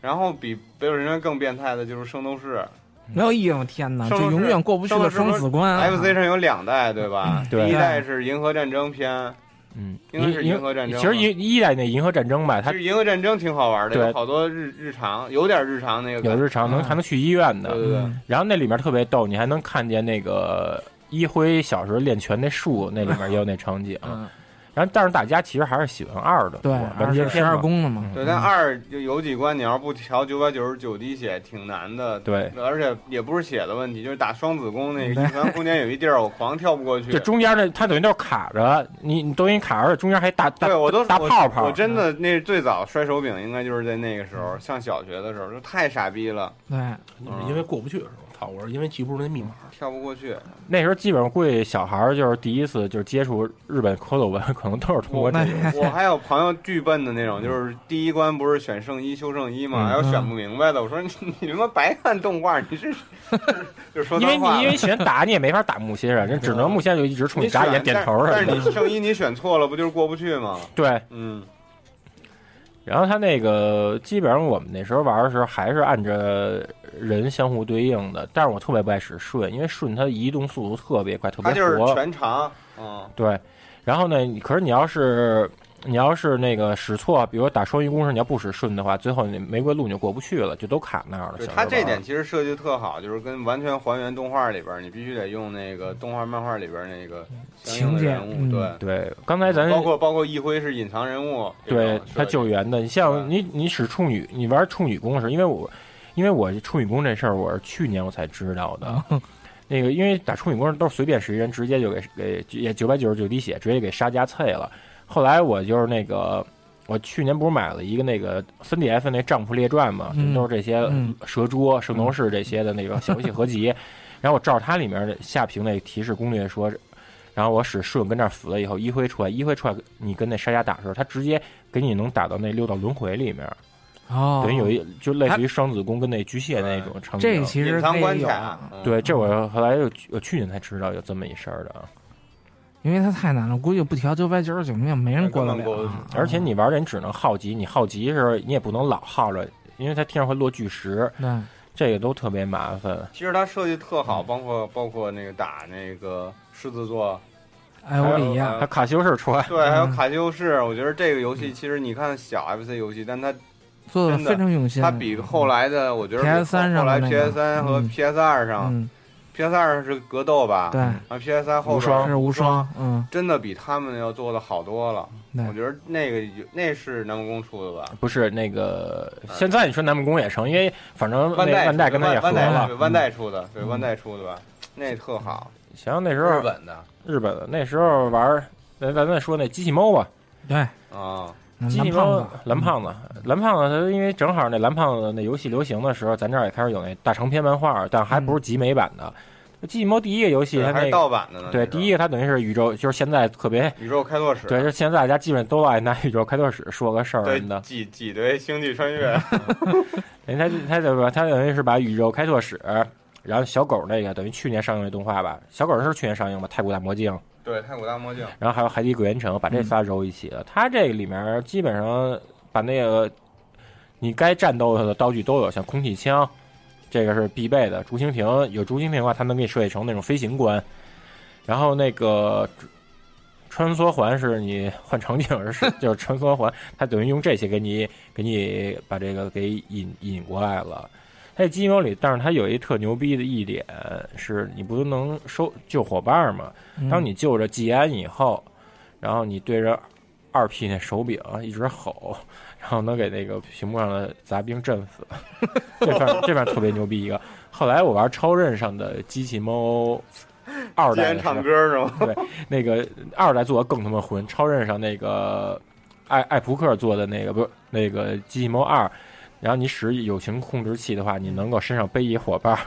[SPEAKER 9] 然后比北斗神拳更变态的就是圣斗士
[SPEAKER 4] 没有意义，我天哪，
[SPEAKER 9] 圣
[SPEAKER 4] 这
[SPEAKER 9] 斗士
[SPEAKER 4] 永远过不去的生死关啊。
[SPEAKER 9] ，FC 上有两代对吧？
[SPEAKER 11] 对
[SPEAKER 9] 第一代是银河战争篇，
[SPEAKER 11] 嗯，
[SPEAKER 9] 应该是
[SPEAKER 11] 银
[SPEAKER 9] 银河战争
[SPEAKER 11] 其实银一代那银河战争吧，
[SPEAKER 9] 其
[SPEAKER 11] 它
[SPEAKER 9] 实银河战争挺好玩的，
[SPEAKER 11] 对
[SPEAKER 9] 有好多日日常，有点日常那个
[SPEAKER 11] 有
[SPEAKER 9] 感觉。
[SPEAKER 11] 日常嗯能
[SPEAKER 4] 嗯
[SPEAKER 11] 还能去医院
[SPEAKER 9] 对
[SPEAKER 11] 的，
[SPEAKER 9] 对对，
[SPEAKER 11] 然后那里面特别逗，你还能看见那个一辉小时候练拳那术，那里面也有那场景。啊
[SPEAKER 4] 嗯，
[SPEAKER 11] 然后，但是大家其实还是喜欢二的多，
[SPEAKER 4] 对，
[SPEAKER 11] 完
[SPEAKER 4] 二
[SPEAKER 11] 结
[SPEAKER 4] 十
[SPEAKER 11] 篇
[SPEAKER 4] 十
[SPEAKER 11] 嘛
[SPEAKER 4] 二宫了嘛，
[SPEAKER 9] 对，但二就有几关你要不调九百九十九滴血，挺难的。
[SPEAKER 11] 对，
[SPEAKER 9] 而且也不是血的问题，就是打双子宫那个一团空间有一地儿，我狂跳不过 去
[SPEAKER 11] 就。中间那它等于都是卡着，你你都给你卡着，中间还打打
[SPEAKER 9] 对，我都
[SPEAKER 11] 打
[SPEAKER 9] 我
[SPEAKER 11] 泡泡，嗯
[SPEAKER 9] 我真的那最早摔手柄，应该就是在那个时候，上小学的时候，就太傻逼了，
[SPEAKER 4] 对，
[SPEAKER 10] 你 是因为过不去是吧？操！我是因为记不住那密码，
[SPEAKER 9] 跳不过去。
[SPEAKER 11] 那时候基本上估计小孩儿就是第一次就是接触日本蝌蚪文，可能都是通过这个。
[SPEAKER 9] 我还有朋友巨笨的那种，就是第一关不是选圣衣修圣衣嘛，
[SPEAKER 11] 嗯
[SPEAKER 9] 还有选不明白的。我说你 你他妈白看动画，你是 就是说
[SPEAKER 11] 因为
[SPEAKER 9] 脏
[SPEAKER 11] 你
[SPEAKER 9] 话了
[SPEAKER 11] 因为选打你也没法打木 蝎人，人只能木蝎就一直冲你眨眼点头
[SPEAKER 9] 但
[SPEAKER 11] 什
[SPEAKER 9] 是
[SPEAKER 11] 么
[SPEAKER 9] 但
[SPEAKER 11] 的。
[SPEAKER 9] 是你圣衣你选错了，不就是过不去吗？
[SPEAKER 11] 对，
[SPEAKER 9] 嗯，
[SPEAKER 11] 然后他那个基本上我们那时候玩的时候还是按着人相互对应的，但是我特别不爱使顺，因为顺它移动速度特别快，特
[SPEAKER 9] 他
[SPEAKER 11] 别
[SPEAKER 9] 就是
[SPEAKER 11] 活。
[SPEAKER 9] 全长，嗯，
[SPEAKER 11] 对，然后呢，你可是你要是你要是那个使错，比如说打双鱼公式，你要不使顺的话，最后你玫瑰路你就过不去了，就都卡那儿了。
[SPEAKER 9] 对
[SPEAKER 11] 啊小时候
[SPEAKER 9] 他这
[SPEAKER 11] 玩
[SPEAKER 9] 点其实设计得特好，就是跟完全还原动画里边儿，你必须得用那个动画漫画里边儿那个相应的人
[SPEAKER 4] 情
[SPEAKER 9] 物，
[SPEAKER 4] 节嗯
[SPEAKER 9] 对。
[SPEAKER 11] 对，刚才咱
[SPEAKER 9] 嗯包括包括一辉是隐藏人物，
[SPEAKER 11] 对他救
[SPEAKER 9] 有
[SPEAKER 11] 援的，你像你你使处女，你玩处女攻是因为我，因为我处女攻这事儿我是去年我才知道的。
[SPEAKER 9] 嗯
[SPEAKER 11] 那个因为打处女攻都是随便谁人直接就给给也九百九十九滴血直接给杀加脆了。后来我就是那个我去年不是买了一个那个 3DF 那帐篷列传嘛，
[SPEAKER 4] 嗯
[SPEAKER 11] 都是这些
[SPEAKER 4] 嗯
[SPEAKER 11] 蛇捉、圣斗士这些的那个小游戏 合集。然后我照着它里面的下屏那个提示攻略说，然后我使顺跟那儿死了以后，一辉出来，一辉出来，你跟那沙加打的时候，他直接给你能打到那六道轮回里面，
[SPEAKER 4] 哦，
[SPEAKER 11] 等于有一就类似于双子宫跟那巨蟹那种场景。
[SPEAKER 4] 这其实
[SPEAKER 9] 隐藏
[SPEAKER 4] 可
[SPEAKER 9] 关
[SPEAKER 4] 以有
[SPEAKER 9] 卡
[SPEAKER 4] 啊，，
[SPEAKER 9] 嗯，
[SPEAKER 11] 对，这我后来又去我去年才知道有这么一事儿的，啊
[SPEAKER 4] 哦因为它太难了，估计不调九百九十九命没人过得
[SPEAKER 9] 根本过
[SPEAKER 4] 了
[SPEAKER 9] 不去
[SPEAKER 4] 啊。
[SPEAKER 11] 而且你玩的你只能耗级，你耗级的时候你也不能老耗着，因为它天上会落巨石，
[SPEAKER 4] 对，
[SPEAKER 11] 这个都特别麻烦。
[SPEAKER 9] 其实他设计特
[SPEAKER 11] 嗯
[SPEAKER 9] 好，包括包括那个打那个狮子座，
[SPEAKER 4] 艾欧里亚
[SPEAKER 9] 还有啊
[SPEAKER 11] 还卡西欧式出来，
[SPEAKER 9] 对，还
[SPEAKER 4] 嗯
[SPEAKER 9] 有卡西欧士，我觉得这个游戏其实你看小 FC 游戏，但它
[SPEAKER 4] 做的嗯
[SPEAKER 9] 真的
[SPEAKER 4] 非常用心。
[SPEAKER 9] 它比后来的，我觉得比
[SPEAKER 4] PS3
[SPEAKER 9] 后
[SPEAKER 4] 上的
[SPEAKER 9] 来
[SPEAKER 4] 那个
[SPEAKER 9] PS 三和
[SPEAKER 4] 嗯
[SPEAKER 9] PS 二上
[SPEAKER 4] 嗯，
[SPEAKER 9] ，PS 二是格斗吧，
[SPEAKER 4] 对，
[SPEAKER 9] 啊 PS 三后
[SPEAKER 11] 无
[SPEAKER 9] 边
[SPEAKER 11] 双
[SPEAKER 4] 这是无双，嗯，
[SPEAKER 9] 真的比他们要做的好多了。
[SPEAKER 4] 对
[SPEAKER 9] 我觉得那个有那是南梦宫出的吧？
[SPEAKER 11] 不是那个现在你说南梦宫也成，因为反正那
[SPEAKER 9] 万代
[SPEAKER 11] 万代
[SPEAKER 9] 出的
[SPEAKER 11] 跟他也合
[SPEAKER 9] 万代对
[SPEAKER 11] 了。嗯
[SPEAKER 9] 万代出的，对万代出的吧？那特好，
[SPEAKER 11] 想想那时
[SPEAKER 9] 日
[SPEAKER 11] 候
[SPEAKER 9] 本的
[SPEAKER 11] 日本的那时候玩儿，咱咱再说那机器猫吧，
[SPEAKER 4] 对，
[SPEAKER 9] 啊，
[SPEAKER 4] 那
[SPEAKER 11] 机
[SPEAKER 4] 蓝
[SPEAKER 11] 器
[SPEAKER 4] 胖
[SPEAKER 11] 猫
[SPEAKER 4] 子，
[SPEAKER 11] 嗯蓝胖子，蓝胖子，他因为正好那蓝胖子那游戏流行的时候，咱这儿也开始有那大长篇漫画，但还不是集美版的。机器猫第一个游戏，它
[SPEAKER 9] 嗯还
[SPEAKER 11] 那
[SPEAKER 9] 是
[SPEAKER 11] 个
[SPEAKER 9] 盗版的呢？那
[SPEAKER 11] 对
[SPEAKER 9] 是
[SPEAKER 11] 第一个它等于是宇宙，就是现在特别
[SPEAKER 9] 宇宙开拓史，
[SPEAKER 11] 对，就现在大家基本都爱拿宇宙开拓史说个事儿什么
[SPEAKER 9] 对
[SPEAKER 11] 的。
[SPEAKER 9] 挤挤兑星际穿越，
[SPEAKER 11] 嗯人他他怎么他等于是把宇宙开拓史，然后小狗那个等于去年上映的动画吧，小狗是去年上映吧，太古大魔镜。
[SPEAKER 9] 对太古大魔镜，
[SPEAKER 11] 然后还有《海底鬼园城》，把这仨揉一起了。它这里面基本上把那个你该战斗的道具都有，像空气枪、这个是必备的。竹蜻蜓有竹蜻蜓的话，它能给你设计成那种飞行关。然后那个穿梭环是你换场景是就是穿梭环，它等于用这些给你给你把这个给引引过来了。它这精英里，但是它有一特牛逼的一点是，你不能收救伙伴嘛？
[SPEAKER 4] 嗯
[SPEAKER 11] 当你救着季安以后，然后你对着二 P 那手柄一直吼，然后能给那个屏幕上的杂兵震死， 这番这番特别牛逼一个。后来我玩超任上的机器猫二
[SPEAKER 9] 既
[SPEAKER 11] 代
[SPEAKER 9] 然
[SPEAKER 11] 的时候
[SPEAKER 9] 唱，歌是吗？
[SPEAKER 11] 那个二代做的更他妈混，超任上那个艾艾普克做的那个不是那个机器猫二，然后你使友情控制器的话，你能够身上背一伙伴儿。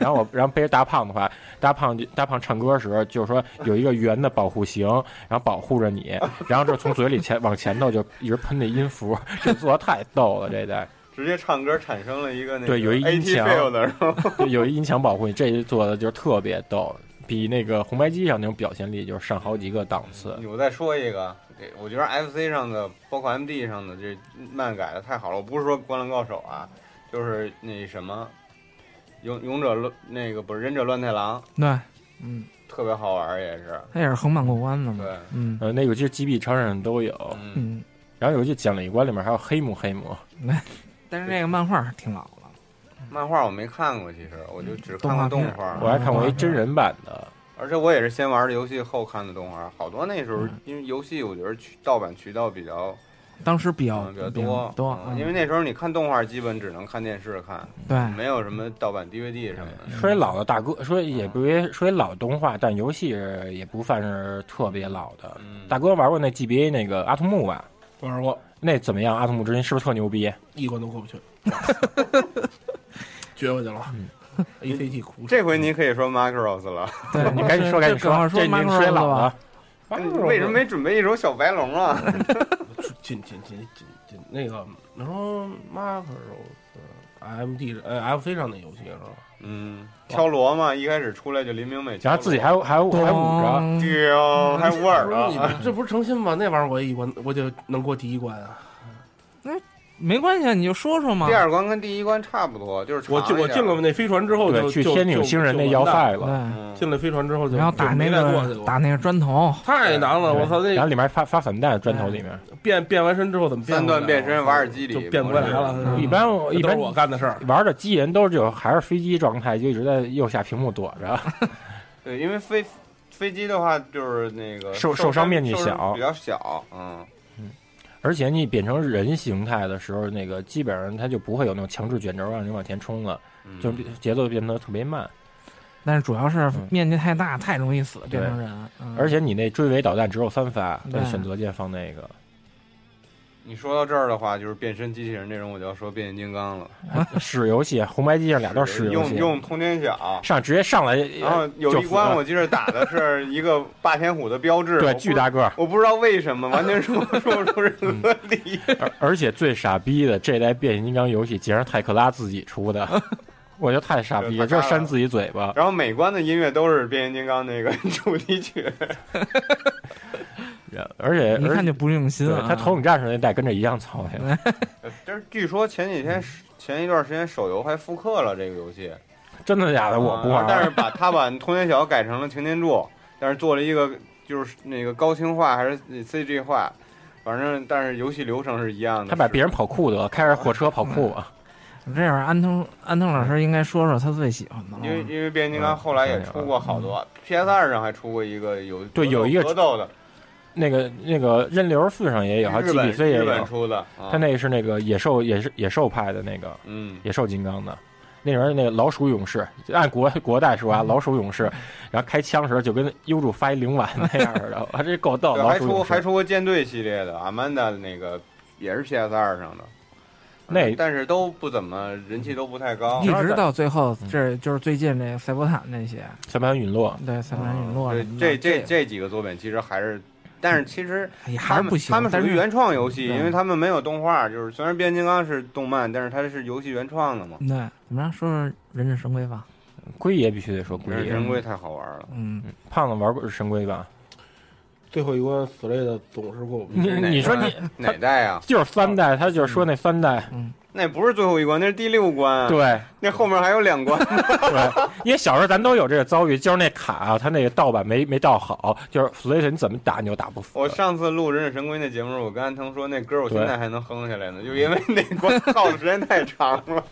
[SPEAKER 11] 然后我，然后背着大胖的话，大胖就大胖唱歌的时候，就是说有一个圆的保护型，然后保护着你，然后就从嘴里前往前头就一直喷那音符，这做的太逗了，这代。
[SPEAKER 9] 直接唱歌产生了一个那个
[SPEAKER 11] 对有一
[SPEAKER 9] AT
[SPEAKER 11] 音墙
[SPEAKER 9] field 是吗？
[SPEAKER 11] 就有一音墙保护你，这做的就是特别逗，比那个红白机上那种表现力就是上好几个档次。
[SPEAKER 9] 我再说一个，这我觉得 FC 上的，包括 MD 上的这漫改的太好了。我不是说《灌篮高手》啊，就是那什么，勇勇者乱那个不是忍者乱太郎，
[SPEAKER 4] 对，嗯，
[SPEAKER 9] 特别好玩儿也是。
[SPEAKER 4] 它也是横版过关的嘛，
[SPEAKER 9] 对，
[SPEAKER 4] 嗯
[SPEAKER 11] 呃，那个就是 GB 超上都有，
[SPEAKER 9] 嗯，
[SPEAKER 4] 嗯，
[SPEAKER 11] 然后有一句讲了一关里面还有黑幕黑幕，
[SPEAKER 4] 但是这个漫画还挺老了，
[SPEAKER 9] 漫画我没看过，其实我就只看
[SPEAKER 4] 动画
[SPEAKER 9] 过
[SPEAKER 4] 片
[SPEAKER 9] 动画儿。
[SPEAKER 11] 我还看过一真人版的，
[SPEAKER 9] 而且我也是先玩的游戏后看的动画，好多那时候
[SPEAKER 4] 嗯
[SPEAKER 9] 因为游戏我觉得渠盗版渠道比较
[SPEAKER 4] 当时比较
[SPEAKER 9] 嗯比较
[SPEAKER 4] 多
[SPEAKER 9] 多，嗯因为那时候你看动画基本只能看电视看，
[SPEAKER 4] 对，
[SPEAKER 9] 没有什么盗版 DVD 什么
[SPEAKER 10] 嗯
[SPEAKER 9] 的。
[SPEAKER 11] 说一老的大哥，说也不是说一老动画，但游戏也不算是特别老的。
[SPEAKER 9] 嗯，
[SPEAKER 11] 大哥玩过那 GBA 那个阿童木吧？
[SPEAKER 10] 玩过
[SPEAKER 11] 那怎么样？阿童木之心是不是特牛
[SPEAKER 4] 哦
[SPEAKER 11] 逼？
[SPEAKER 10] 一关都过不 去，撅过去了。ACT 苦
[SPEAKER 9] 这回你可以说 Macross 了。
[SPEAKER 4] 对，
[SPEAKER 11] 你赶紧说，赶紧
[SPEAKER 4] 这正好说
[SPEAKER 11] 说，这你说一
[SPEAKER 4] Macross
[SPEAKER 11] 老
[SPEAKER 4] 吧
[SPEAKER 11] 的，啊
[SPEAKER 9] 你为什么没准备一首小白龙 啊？
[SPEAKER 10] 进进进进进那个，你说 Macross MD 呃 FC 上的游戏是吧？
[SPEAKER 9] 嗯，敲锣嘛，一开始出来就林明美敲锣，
[SPEAKER 11] 然后自己还嗯还还捂着，
[SPEAKER 4] 咚
[SPEAKER 9] 对哦，还有耳
[SPEAKER 10] 你
[SPEAKER 9] 朵。
[SPEAKER 11] 嗯
[SPEAKER 10] 们这不是成心吗？那玩意儿我一关我就能过第一关啊！
[SPEAKER 4] 没关系，啊，你就说说嘛
[SPEAKER 9] 第。二关跟第一关差不多，就是长
[SPEAKER 10] 我进我
[SPEAKER 9] 一点
[SPEAKER 10] 进了那飞船之
[SPEAKER 4] 哦
[SPEAKER 10] 后
[SPEAKER 11] 哎对，
[SPEAKER 10] 就
[SPEAKER 11] 去
[SPEAKER 10] 就
[SPEAKER 11] 天顶
[SPEAKER 10] 就
[SPEAKER 11] 星人那
[SPEAKER 10] 就
[SPEAKER 11] 要
[SPEAKER 10] 完蛋
[SPEAKER 11] 塞了，
[SPEAKER 4] 对，
[SPEAKER 9] 嗯
[SPEAKER 10] 进了飞船之后就
[SPEAKER 4] 然后打
[SPEAKER 10] 就
[SPEAKER 4] 那
[SPEAKER 10] 没再过去
[SPEAKER 4] 个
[SPEAKER 10] 过
[SPEAKER 4] 打那个砖头，
[SPEAKER 10] 太难了，
[SPEAKER 11] 对
[SPEAKER 10] 我操！
[SPEAKER 11] 然后
[SPEAKER 10] 那嗯
[SPEAKER 11] 里面发发反弹，砖头里面。
[SPEAKER 10] 变变完身之后怎么变
[SPEAKER 9] 三
[SPEAKER 10] 回来啊？
[SPEAKER 9] 段变身瓦尔基里
[SPEAKER 10] 就变不回来了。
[SPEAKER 4] 嗯
[SPEAKER 11] 一般我
[SPEAKER 10] 这
[SPEAKER 11] 一
[SPEAKER 10] 都是
[SPEAKER 11] 般
[SPEAKER 10] 我干的事儿。
[SPEAKER 11] 玩的机器人都是就还是飞机状态，就一直在右下屏幕躲着。
[SPEAKER 9] 对，因为飞飞机的话就是那个
[SPEAKER 11] 受
[SPEAKER 9] 受
[SPEAKER 11] 受伤面积
[SPEAKER 9] 受
[SPEAKER 11] 小
[SPEAKER 9] 比较小，嗯，
[SPEAKER 11] 而且你变成人形态的时候，那个基本上它就不会有那种强制卷轴让你往前冲了，
[SPEAKER 9] 嗯
[SPEAKER 11] 就节奏变得特别慢。
[SPEAKER 4] 但是主要是
[SPEAKER 11] 嗯
[SPEAKER 4] 面积太大，太容易死变成人，嗯
[SPEAKER 11] 而且你那追尾导弹只有三发，
[SPEAKER 4] 对
[SPEAKER 11] 它选择键放那个。
[SPEAKER 9] 你说到这儿的话，就是变身机器人这种，我就要说变形金刚了。
[SPEAKER 11] 使游戏，啊红白机上俩都是使游
[SPEAKER 9] 用
[SPEAKER 11] 戏，哎
[SPEAKER 9] 用通天晓，
[SPEAKER 11] 上直接上来，呃
[SPEAKER 9] 然后有一关我记得打的是一个霸天虎的标志，
[SPEAKER 11] 对
[SPEAKER 9] 我不
[SPEAKER 11] 巨。大 个儿。
[SPEAKER 9] 我不知道为什么，完全说说不出任何理。
[SPEAKER 11] 而而且最傻逼的，这代变形金刚游戏竟然是泰克拉自己 出的，我觉得太傻逼
[SPEAKER 9] 对
[SPEAKER 11] 了，这
[SPEAKER 9] 太
[SPEAKER 11] 是
[SPEAKER 9] 尬
[SPEAKER 11] 扇
[SPEAKER 9] 了
[SPEAKER 11] 自己嘴巴。
[SPEAKER 9] 然后每关的音乐都是变形金刚那个 主题曲，
[SPEAKER 11] 而且
[SPEAKER 4] 一
[SPEAKER 11] 而
[SPEAKER 4] 看就不用心
[SPEAKER 11] 对
[SPEAKER 4] 啊。哎
[SPEAKER 11] 他头领战士那代跟着一样操心。
[SPEAKER 9] 就是据说前几
[SPEAKER 11] 嗯
[SPEAKER 9] 天前一段时间手游还复刻了这个游戏，
[SPEAKER 11] 真的假的？我不玩
[SPEAKER 9] 啊
[SPEAKER 11] 儿。
[SPEAKER 9] 但是把他把通天晓改成了擎天柱，但是做了一个就是那个高清化还是 CG 化，反正但是游戏流程是一嗯样的。
[SPEAKER 11] 他把别人跑酷的，开着火车跑酷啊！
[SPEAKER 4] 这样，安藤安藤老师应该说说他最喜欢的了。
[SPEAKER 9] 因
[SPEAKER 11] 嗯
[SPEAKER 9] 为因为变形金刚后来也出过好多、PS 二上还出过一个有
[SPEAKER 11] 对有一个
[SPEAKER 9] 格斗的，
[SPEAKER 11] 那个那个任流四上也有，还有
[SPEAKER 9] 日本
[SPEAKER 11] GBC 也
[SPEAKER 9] 日本
[SPEAKER 11] 有。
[SPEAKER 9] 出的，啊
[SPEAKER 11] 他那是那个野兽，也是野兽派的那个
[SPEAKER 9] 嗯，
[SPEAKER 11] 野兽金刚的。那人那个老鼠勇士，按国国代说啊，老鼠勇士，
[SPEAKER 9] 嗯
[SPEAKER 11] 然后开枪时候就跟优助发一灵丸那样的， 我这够逗。
[SPEAKER 9] 对，
[SPEAKER 11] 老
[SPEAKER 9] 还
[SPEAKER 11] 鼠
[SPEAKER 9] 出
[SPEAKER 11] 勇
[SPEAKER 9] 还
[SPEAKER 11] 士，
[SPEAKER 9] 出过舰队系列的，阿曼达那个也是 PS 二上的，
[SPEAKER 11] 那
[SPEAKER 9] 嗯但是都不怎么人气都不太高
[SPEAKER 4] 啊一。直到最后，这就是最近这赛博坦那些，
[SPEAKER 11] 小白陨落，
[SPEAKER 4] 对赛博坦陨落什
[SPEAKER 9] 嗯对
[SPEAKER 4] 么的，
[SPEAKER 9] 这
[SPEAKER 4] 这
[SPEAKER 9] 这这几个作品其实还是，但是其实
[SPEAKER 4] 哎呀还
[SPEAKER 9] 他
[SPEAKER 4] 是
[SPEAKER 9] 们
[SPEAKER 4] 不行。
[SPEAKER 9] 他们
[SPEAKER 4] 但
[SPEAKER 9] 属于
[SPEAKER 4] 是
[SPEAKER 9] 原创游戏，
[SPEAKER 4] 嗯
[SPEAKER 9] 因为他们没有动画，就是虽然变形金刚是动漫，但是它是游戏原创的嘛。
[SPEAKER 4] 对怎么着说说忍者神龟吧，
[SPEAKER 11] 龟爷必须得说龟
[SPEAKER 9] 忍者
[SPEAKER 11] 爷。
[SPEAKER 9] 神龟太好玩了，
[SPEAKER 4] 嗯，
[SPEAKER 11] 胖子玩过神龟吧？
[SPEAKER 10] 最后一关死累的总是我
[SPEAKER 4] 嗯
[SPEAKER 10] 们
[SPEAKER 11] 你
[SPEAKER 9] 哪
[SPEAKER 11] 你说你
[SPEAKER 9] 关哪代啊？
[SPEAKER 11] 就是三代，他就是说那三代，
[SPEAKER 9] 那不是最后一关，那是第六关啊。，
[SPEAKER 11] 对
[SPEAKER 9] 那后面还有两关。
[SPEAKER 11] 对， 因为小时候咱都有这个遭遇，就是那卡啊，他那个盗版没没盗好，就是 Switch 你怎么打你就打不死。
[SPEAKER 9] 我上次录《忍者神龟》那节目时候，我跟安藤说，那歌我现
[SPEAKER 11] 对
[SPEAKER 9] 在还能哼下来呢，就因为那关耗的时间太长 了。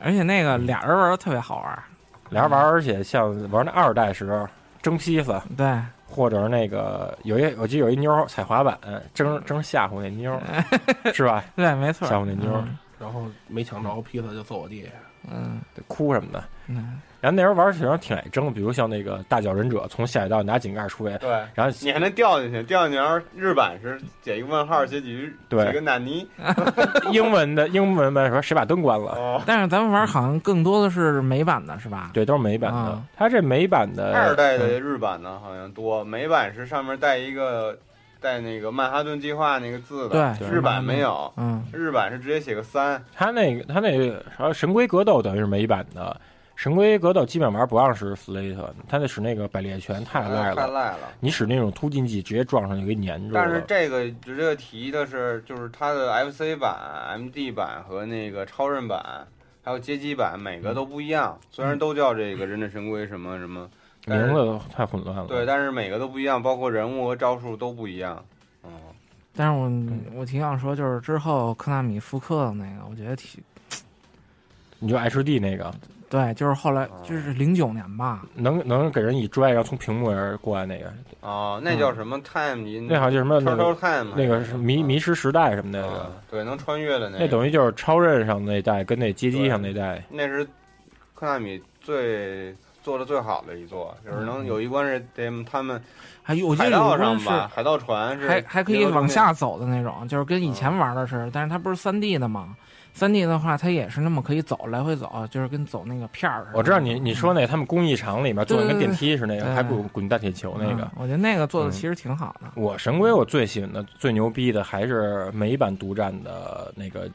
[SPEAKER 4] 而且那个俩人玩儿特别好玩儿，
[SPEAKER 11] 俩人玩儿，而且像玩那二代时候蒸披萨，
[SPEAKER 4] 对，
[SPEAKER 11] 或者是那个有一我记得有一妞儿踩滑板，争争吓唬那 妞儿，是吧？
[SPEAKER 4] 对，没错儿。
[SPEAKER 11] 吓唬那妞儿
[SPEAKER 4] 嗯
[SPEAKER 10] 然后没抢着披萨就揍我弟，
[SPEAKER 4] 嗯，
[SPEAKER 11] 得哭什么的。
[SPEAKER 4] 嗯
[SPEAKER 11] 然后那时候玩儿其实挺爱争，比如像那个大脚忍者从下水道拿井盖出来，
[SPEAKER 9] 对，
[SPEAKER 11] 然后
[SPEAKER 9] 你还能掉进去，掉进去要是日版是写一个问号，写几句，
[SPEAKER 11] 对
[SPEAKER 9] 写个纳尼。
[SPEAKER 11] 英文的英文版说谁把灯关了？
[SPEAKER 9] 哦，
[SPEAKER 4] 但是咱们玩儿好像更多的是美版的，是吧？
[SPEAKER 11] 对，都是美版的
[SPEAKER 4] 啊。
[SPEAKER 11] 它这美版的
[SPEAKER 9] 哦二代
[SPEAKER 11] 嗯
[SPEAKER 9] 的日版呢好像多，美版是上面带一个带那个曼哈顿计划那个字的，
[SPEAKER 4] 对
[SPEAKER 9] 日版没有。
[SPEAKER 4] 嗯，
[SPEAKER 9] 日版是直接写个三，
[SPEAKER 11] 他那个他那个啥神龟格斗等于是美版的，神龟格斗基本玩不让使 Slate，他那使那个百裂拳太
[SPEAKER 9] 太
[SPEAKER 11] 赖了。
[SPEAKER 9] 呃赖了。
[SPEAKER 11] 你使那种突进技，直接撞上就给粘住
[SPEAKER 9] 但是
[SPEAKER 11] 了。
[SPEAKER 9] 这个值得提的是，就是它的 FC 版、MD 版和那个超任版，还有街机版，每
[SPEAKER 11] 嗯
[SPEAKER 9] 个都不一样。虽然都叫这个忍者神龟什么什么，但是
[SPEAKER 11] 名字太混乱了。
[SPEAKER 9] 对，但是每个都不一样，包括人物和招数都不一样。嗯，
[SPEAKER 4] 但是
[SPEAKER 11] 嗯
[SPEAKER 4] 我我挺想说，就是之后科纳米复刻的那个，我觉得挺
[SPEAKER 11] 你就 HD 那个，
[SPEAKER 4] 对，就是后来
[SPEAKER 11] 啊
[SPEAKER 4] 就是零九年吧，
[SPEAKER 11] 能能给人一拽，然后从屏幕上过来那个，
[SPEAKER 9] 哦，那叫什么 time 音？
[SPEAKER 11] 嗯那好像叫什么那
[SPEAKER 9] 超超
[SPEAKER 11] 个
[SPEAKER 9] time
[SPEAKER 11] 那个是迷迷失时代什么那
[SPEAKER 9] 那
[SPEAKER 11] 个，
[SPEAKER 9] 对，能穿越啊的那
[SPEAKER 11] 那
[SPEAKER 9] 个，
[SPEAKER 11] 等于就是超任上那代跟那街机上那代，
[SPEAKER 9] 那是科纳米最做的最好的一座，就是
[SPEAKER 11] 嗯
[SPEAKER 9] 能有一关是得他们
[SPEAKER 4] 还有我记得
[SPEAKER 9] 海
[SPEAKER 4] 有
[SPEAKER 9] 盗
[SPEAKER 4] 一关
[SPEAKER 9] 上
[SPEAKER 4] 是
[SPEAKER 9] 吧，海盗船是
[SPEAKER 4] 还还可以往下走的那种，就是跟以前玩的
[SPEAKER 11] 啊
[SPEAKER 4] 是，但是它不是三 D 的嘛？三 D 的话，它也是那么可以走，来回走，就是跟走那个片儿似的。
[SPEAKER 11] 我知道你你说那他们工艺厂里面做的跟电梯似的那
[SPEAKER 4] 对
[SPEAKER 11] 个，还不如滚大铁球那个
[SPEAKER 9] 啊
[SPEAKER 4] 嗯。我觉得那个做的
[SPEAKER 11] 嗯
[SPEAKER 4] 其实挺好的。
[SPEAKER 11] 我神龟我最喜欢的、最牛逼的还是美版独占的那个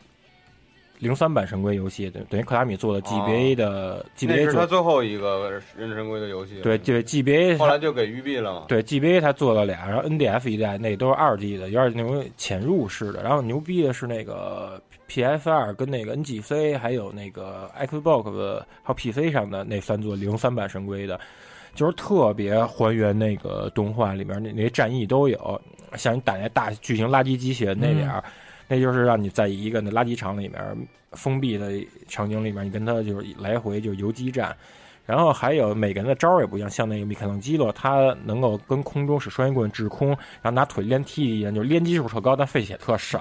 [SPEAKER 11] 零三版神龟游戏，等等于克拉米做的 GBA 的、
[SPEAKER 9] 哦那
[SPEAKER 11] GBA
[SPEAKER 9] 是他
[SPEAKER 11] 做
[SPEAKER 9] 最后一个人神龟的游戏，
[SPEAKER 11] 对，对 GBA
[SPEAKER 9] 后来就给育碧了嘛。
[SPEAKER 11] 对 GB 它做了俩，然后 NDF 一代那都是二 D 的，有点那种潜入式的。然后牛逼的是那个 PS 二跟那个 NGC，还有那个 Xbox 的还有 PC 上的那三座零三版神龟的，就是特别还原那个动画里面那那些战役都有，像你打那大巨型垃圾机器人那点儿。那就是让你在一个那垃圾场里面封闭的场景里面，你跟他就是来回就游击战，然后还有每个人的招儿也不一样，像那个米开朗基罗，他能够跟空中使双截棍制空，然后拿腿连踢一样，就是连击数特高，但费血特少。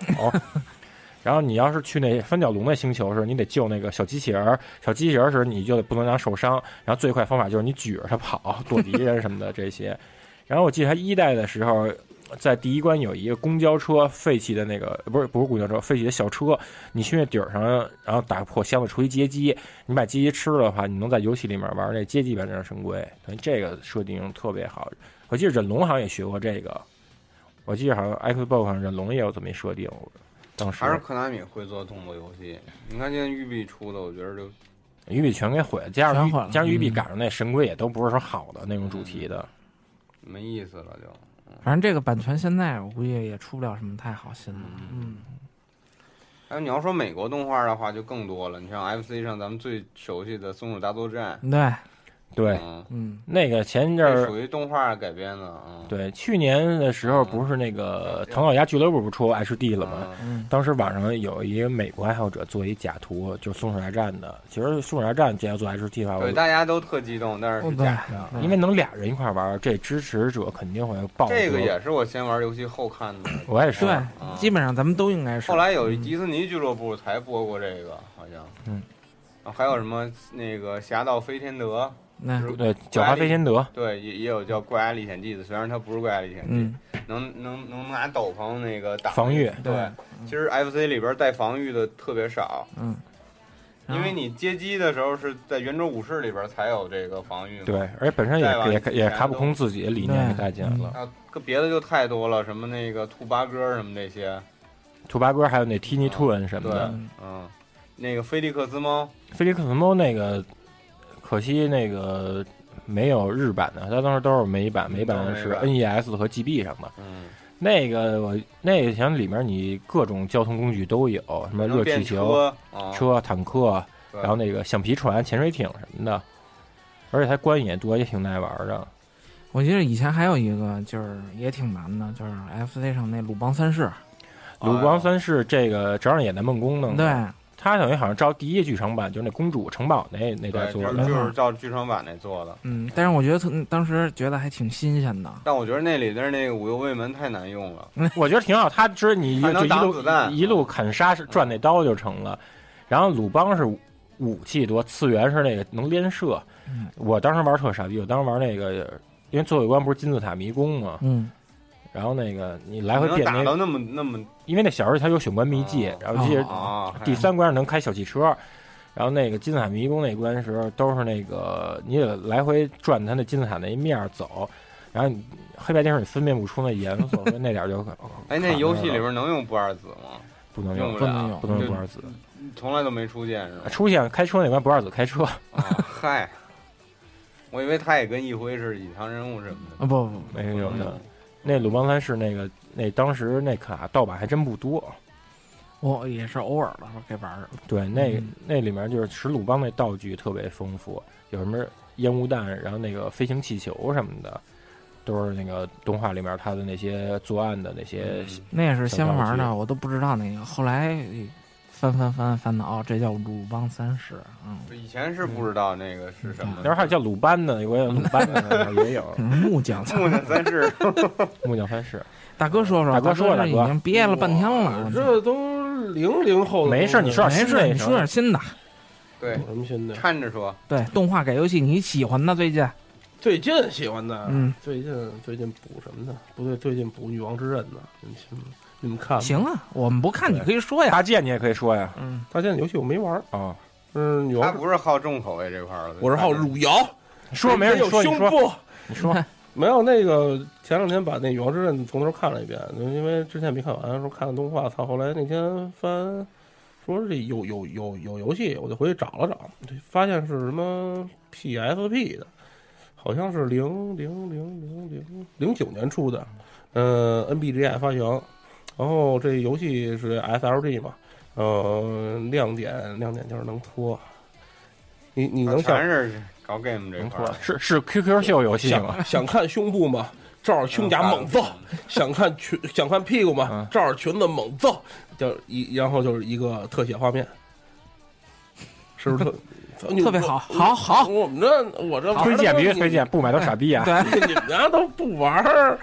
[SPEAKER 11] 然后你要是去那三角龙那星球时，你得救那个小机器人儿，小机器人儿时你就得不能让它受伤，然后最快方法就是你举着它跑，躲敌人什么的这些。然后我记得他一代的时候，在第一关有一个公交车废弃的那个，不是不是公交车，废弃的小车，你去那顶儿上，然后打破箱子出一街机，你把街机吃了的话，你能在游戏里面玩那街机版《忍者神龟》，等于这个设定特别好。我记得忍龙好像也学过这个，我记得好像 Xbox 上忍龙也有这么一设定，当时
[SPEAKER 9] 还是科纳米会做动作游戏，你看现在育碧出的，我觉得就
[SPEAKER 11] 玉璧全给毁了，加上玉
[SPEAKER 4] 全毁了
[SPEAKER 11] 加上玉璧
[SPEAKER 4] 嗯
[SPEAKER 11] 赶上那神龟也都不是说好的那种主题的，
[SPEAKER 9] 嗯没意思了，就。
[SPEAKER 4] 反正这个版权现在我估计也出不了什么太好新的。嗯，
[SPEAKER 9] 还哎有你要说美国动画的话，就更多了。你像 FC 上咱们最熟悉的《松鼠大作战》，
[SPEAKER 4] 对，
[SPEAKER 11] 对，
[SPEAKER 9] 嗯，
[SPEAKER 4] 嗯，
[SPEAKER 11] 那个前一阵
[SPEAKER 9] 这
[SPEAKER 11] 儿
[SPEAKER 9] 属于动画改编的啊。嗯，
[SPEAKER 11] 对去年的时候不是那个唐老鸭俱乐部不出 HD 了吗？
[SPEAKER 9] 嗯
[SPEAKER 11] 当时网上有一个美国爱好者做一假图，就是松鼠大战的。其实松鼠大战这要做 HD 的话，
[SPEAKER 9] 对，
[SPEAKER 11] 我啊
[SPEAKER 9] 大家都特激动，但是
[SPEAKER 4] 哦
[SPEAKER 9] 是
[SPEAKER 4] 对
[SPEAKER 9] 假的。，
[SPEAKER 4] 对
[SPEAKER 11] 因为能俩人一块儿玩儿，这支持者肯定会爆。
[SPEAKER 9] 这个，也是我先玩游戏后看的。
[SPEAKER 11] 我也是。
[SPEAKER 4] 对，
[SPEAKER 9] 嗯
[SPEAKER 4] 基本上咱们都应该是。
[SPEAKER 9] 后来有迪士尼俱乐部才播过这个，好像。
[SPEAKER 11] 嗯
[SPEAKER 9] 啊。还有什么那个《侠盗飞天德》？
[SPEAKER 4] 那
[SPEAKER 9] 就是
[SPEAKER 11] 对，狡猾飞天德，
[SPEAKER 9] 对，也也有叫《怪爱历险记》的，虽然它不是《怪爱历险记》
[SPEAKER 4] 嗯，
[SPEAKER 9] 能能能拿斗篷那个打
[SPEAKER 11] 防御。
[SPEAKER 9] 对，其实 FC 里边带防御的特别少，
[SPEAKER 4] 嗯，
[SPEAKER 11] 啊
[SPEAKER 4] 然
[SPEAKER 9] 因
[SPEAKER 4] 后
[SPEAKER 9] 为你接机的时候是在圆桌武士里边才有这个防御嘛。
[SPEAKER 11] 对，而且本身
[SPEAKER 9] 再往
[SPEAKER 11] 也也也
[SPEAKER 9] 前
[SPEAKER 11] 卡普空自己的理念给带进
[SPEAKER 4] 嗯
[SPEAKER 11] 来了。
[SPEAKER 9] 啊，跟别的就太多了，什么那个兔八哥什么这些，
[SPEAKER 11] 兔八哥还有那 Tiny Toon 什么
[SPEAKER 9] 对
[SPEAKER 11] 的，，
[SPEAKER 9] 嗯，那个菲利克斯猫，
[SPEAKER 11] 菲利克斯猫那个，可惜那个没有日版的，它当时都是美版，美版
[SPEAKER 9] 都嗯是
[SPEAKER 11] 是
[SPEAKER 9] 美版
[SPEAKER 11] NES 和 GB 上的。
[SPEAKER 9] 嗯，
[SPEAKER 11] 那个我那个像里面你各种交通工具都有，什么热气
[SPEAKER 9] 变
[SPEAKER 11] 球、
[SPEAKER 9] 车，啊
[SPEAKER 11] 车、坦克，
[SPEAKER 9] 对
[SPEAKER 11] 然后那个橡皮船、潜水艇什么的，而且它关也多，也挺耐玩
[SPEAKER 9] 啊
[SPEAKER 11] 的。
[SPEAKER 4] 我记得以前还有一个就是也挺难的，就是 FC 上那鲁邦三世，
[SPEAKER 11] 鲁邦三世这个正好也在梦工
[SPEAKER 9] 嗯
[SPEAKER 11] 弄的，
[SPEAKER 4] 对，
[SPEAKER 11] 他等于好像照第一剧场版，就是那公主城堡那那段
[SPEAKER 9] 对，
[SPEAKER 11] 做
[SPEAKER 9] 就是
[SPEAKER 11] 的，嗯
[SPEAKER 9] 就是照剧场版那做的。
[SPEAKER 4] 嗯，但是我觉得特当时觉得还挺新鲜的，
[SPEAKER 9] 但我觉得那里边那个五右卫门太难用了，
[SPEAKER 11] 我觉得挺好。他只你
[SPEAKER 9] 还
[SPEAKER 11] 就
[SPEAKER 9] 能
[SPEAKER 11] 一
[SPEAKER 9] 挡
[SPEAKER 11] 路
[SPEAKER 9] 子弹嗯
[SPEAKER 11] 一路砍杀是转那刀就成了。然后鲁邦是武器多，次元是那个能连射
[SPEAKER 4] 嗯。
[SPEAKER 11] 我当时玩特傻逼，我当时玩那个，因为最后一关不是金字塔迷宫嘛，
[SPEAKER 4] 嗯，
[SPEAKER 11] 然后那个你来回
[SPEAKER 9] 能
[SPEAKER 11] 变
[SPEAKER 9] 打
[SPEAKER 11] 那，
[SPEAKER 9] 到那么那么
[SPEAKER 11] 因为那小时候它有选关秘籍
[SPEAKER 9] 哦，
[SPEAKER 11] 然后记得
[SPEAKER 9] 啊？还
[SPEAKER 11] 第三关是能开小汽车，然后那个金字塔迷宫那关的时候都是那个你得来回转它那金字塔那一面儿走，然后你黑白电视你分辨不出那颜色，所以那点儿就可
[SPEAKER 9] 哎，那游戏里边能用不二子吗？
[SPEAKER 11] 不能
[SPEAKER 9] 用
[SPEAKER 11] 用，
[SPEAKER 9] 不
[SPEAKER 4] 不能
[SPEAKER 9] 了，
[SPEAKER 4] 用
[SPEAKER 11] 不能用
[SPEAKER 9] 就
[SPEAKER 11] 不二子。哎啊
[SPEAKER 9] 从来都没出现是吗？
[SPEAKER 11] 出现开车那关不二子开车，
[SPEAKER 9] 啊，嗨，我以为他也跟一辉是隐藏人物什么的。
[SPEAKER 4] 啊不不，
[SPEAKER 11] 没有的。
[SPEAKER 10] 嗯
[SPEAKER 11] 那鲁邦三世那个那当时那卡盗版还真不多，
[SPEAKER 4] 我也是偶尔的时候给玩儿，
[SPEAKER 11] 对，那、
[SPEAKER 4] 嗯
[SPEAKER 11] 那里面就是使鲁邦那道具特别丰富，有什么烟雾弹，然后那个飞行气球什么的，都是那个动画里面他的那些作案的那些
[SPEAKER 9] 嗯
[SPEAKER 4] 那也是先玩
[SPEAKER 11] 小道
[SPEAKER 4] 的，
[SPEAKER 11] 具
[SPEAKER 4] 我都不知道那个，后来翻翻翻翻到哦，这叫鲁邦三世， 嗯，
[SPEAKER 9] 以前是不知道那个是什么
[SPEAKER 11] 那时候还有叫鲁班的，我有鲁班的也 有
[SPEAKER 4] 可能是木匠
[SPEAKER 9] 木匠三 世，
[SPEAKER 11] 木匠三世。
[SPEAKER 4] 大哥说说，
[SPEAKER 11] 大哥
[SPEAKER 4] 哥
[SPEAKER 11] 说说
[SPEAKER 4] 这
[SPEAKER 11] 大
[SPEAKER 4] 已
[SPEAKER 11] 哥
[SPEAKER 4] 经憋了半天了，
[SPEAKER 10] 呃这都零零后的东西。
[SPEAKER 11] 没事你说
[SPEAKER 4] 没事，你说点新的，
[SPEAKER 9] 对，
[SPEAKER 10] 什么新的？
[SPEAKER 9] 掺着说，
[SPEAKER 4] 对，动画改游戏你喜欢的最近，
[SPEAKER 10] 最近喜欢的，
[SPEAKER 4] 嗯，
[SPEAKER 10] 最近最近补什么呢？不对，最近补《女王之刃》呢。你们信吗你们看吗
[SPEAKER 4] 行，啊，我们不看你可以说呀，
[SPEAKER 11] 大剑你也可以说呀，
[SPEAKER 4] 嗯，
[SPEAKER 10] 他现在游戏我没玩儿，
[SPEAKER 11] 啊、
[SPEAKER 10] 嗯，女
[SPEAKER 9] 他
[SPEAKER 10] 王，
[SPEAKER 9] 不是好重口味这块儿的，
[SPEAKER 10] 我是好汝窑，
[SPEAKER 11] 说没事，你
[SPEAKER 10] 哎有
[SPEAKER 11] 说你
[SPEAKER 10] 胸
[SPEAKER 11] 说
[SPEAKER 10] 部。
[SPEAKER 11] 你 说，
[SPEAKER 10] 没有那个，前两天把那《女王之刃》从头看了一遍，因为之前没看完，说看看动画，操！后来那天翻，说这有有有有游戏，我就回去找了找，这发现是什么 PSP 的，好像是零零零零零零九年出的，呃，NBGI 发行，然后这游戏是 SLG 嘛，呃，亮点亮点就是能拖，你你能想
[SPEAKER 9] 全是搞 game 这
[SPEAKER 11] 能
[SPEAKER 9] 块
[SPEAKER 11] 说
[SPEAKER 9] 儿，
[SPEAKER 11] 是是 QQ 秀游 戏吗？
[SPEAKER 10] 想想看胸部吗？照着胸甲猛揍。想看裙，想看屁股嘛
[SPEAKER 11] 嗯，
[SPEAKER 10] 照着裙子猛揍，就一然后就是一个特写画面，是不是特
[SPEAKER 4] 特别好？好好，
[SPEAKER 10] 我们这我这玩
[SPEAKER 11] 推
[SPEAKER 10] 的
[SPEAKER 11] 荐必须
[SPEAKER 10] 你
[SPEAKER 11] 推荐，不买都傻逼啊！
[SPEAKER 4] 对，
[SPEAKER 10] 你们家都不玩儿。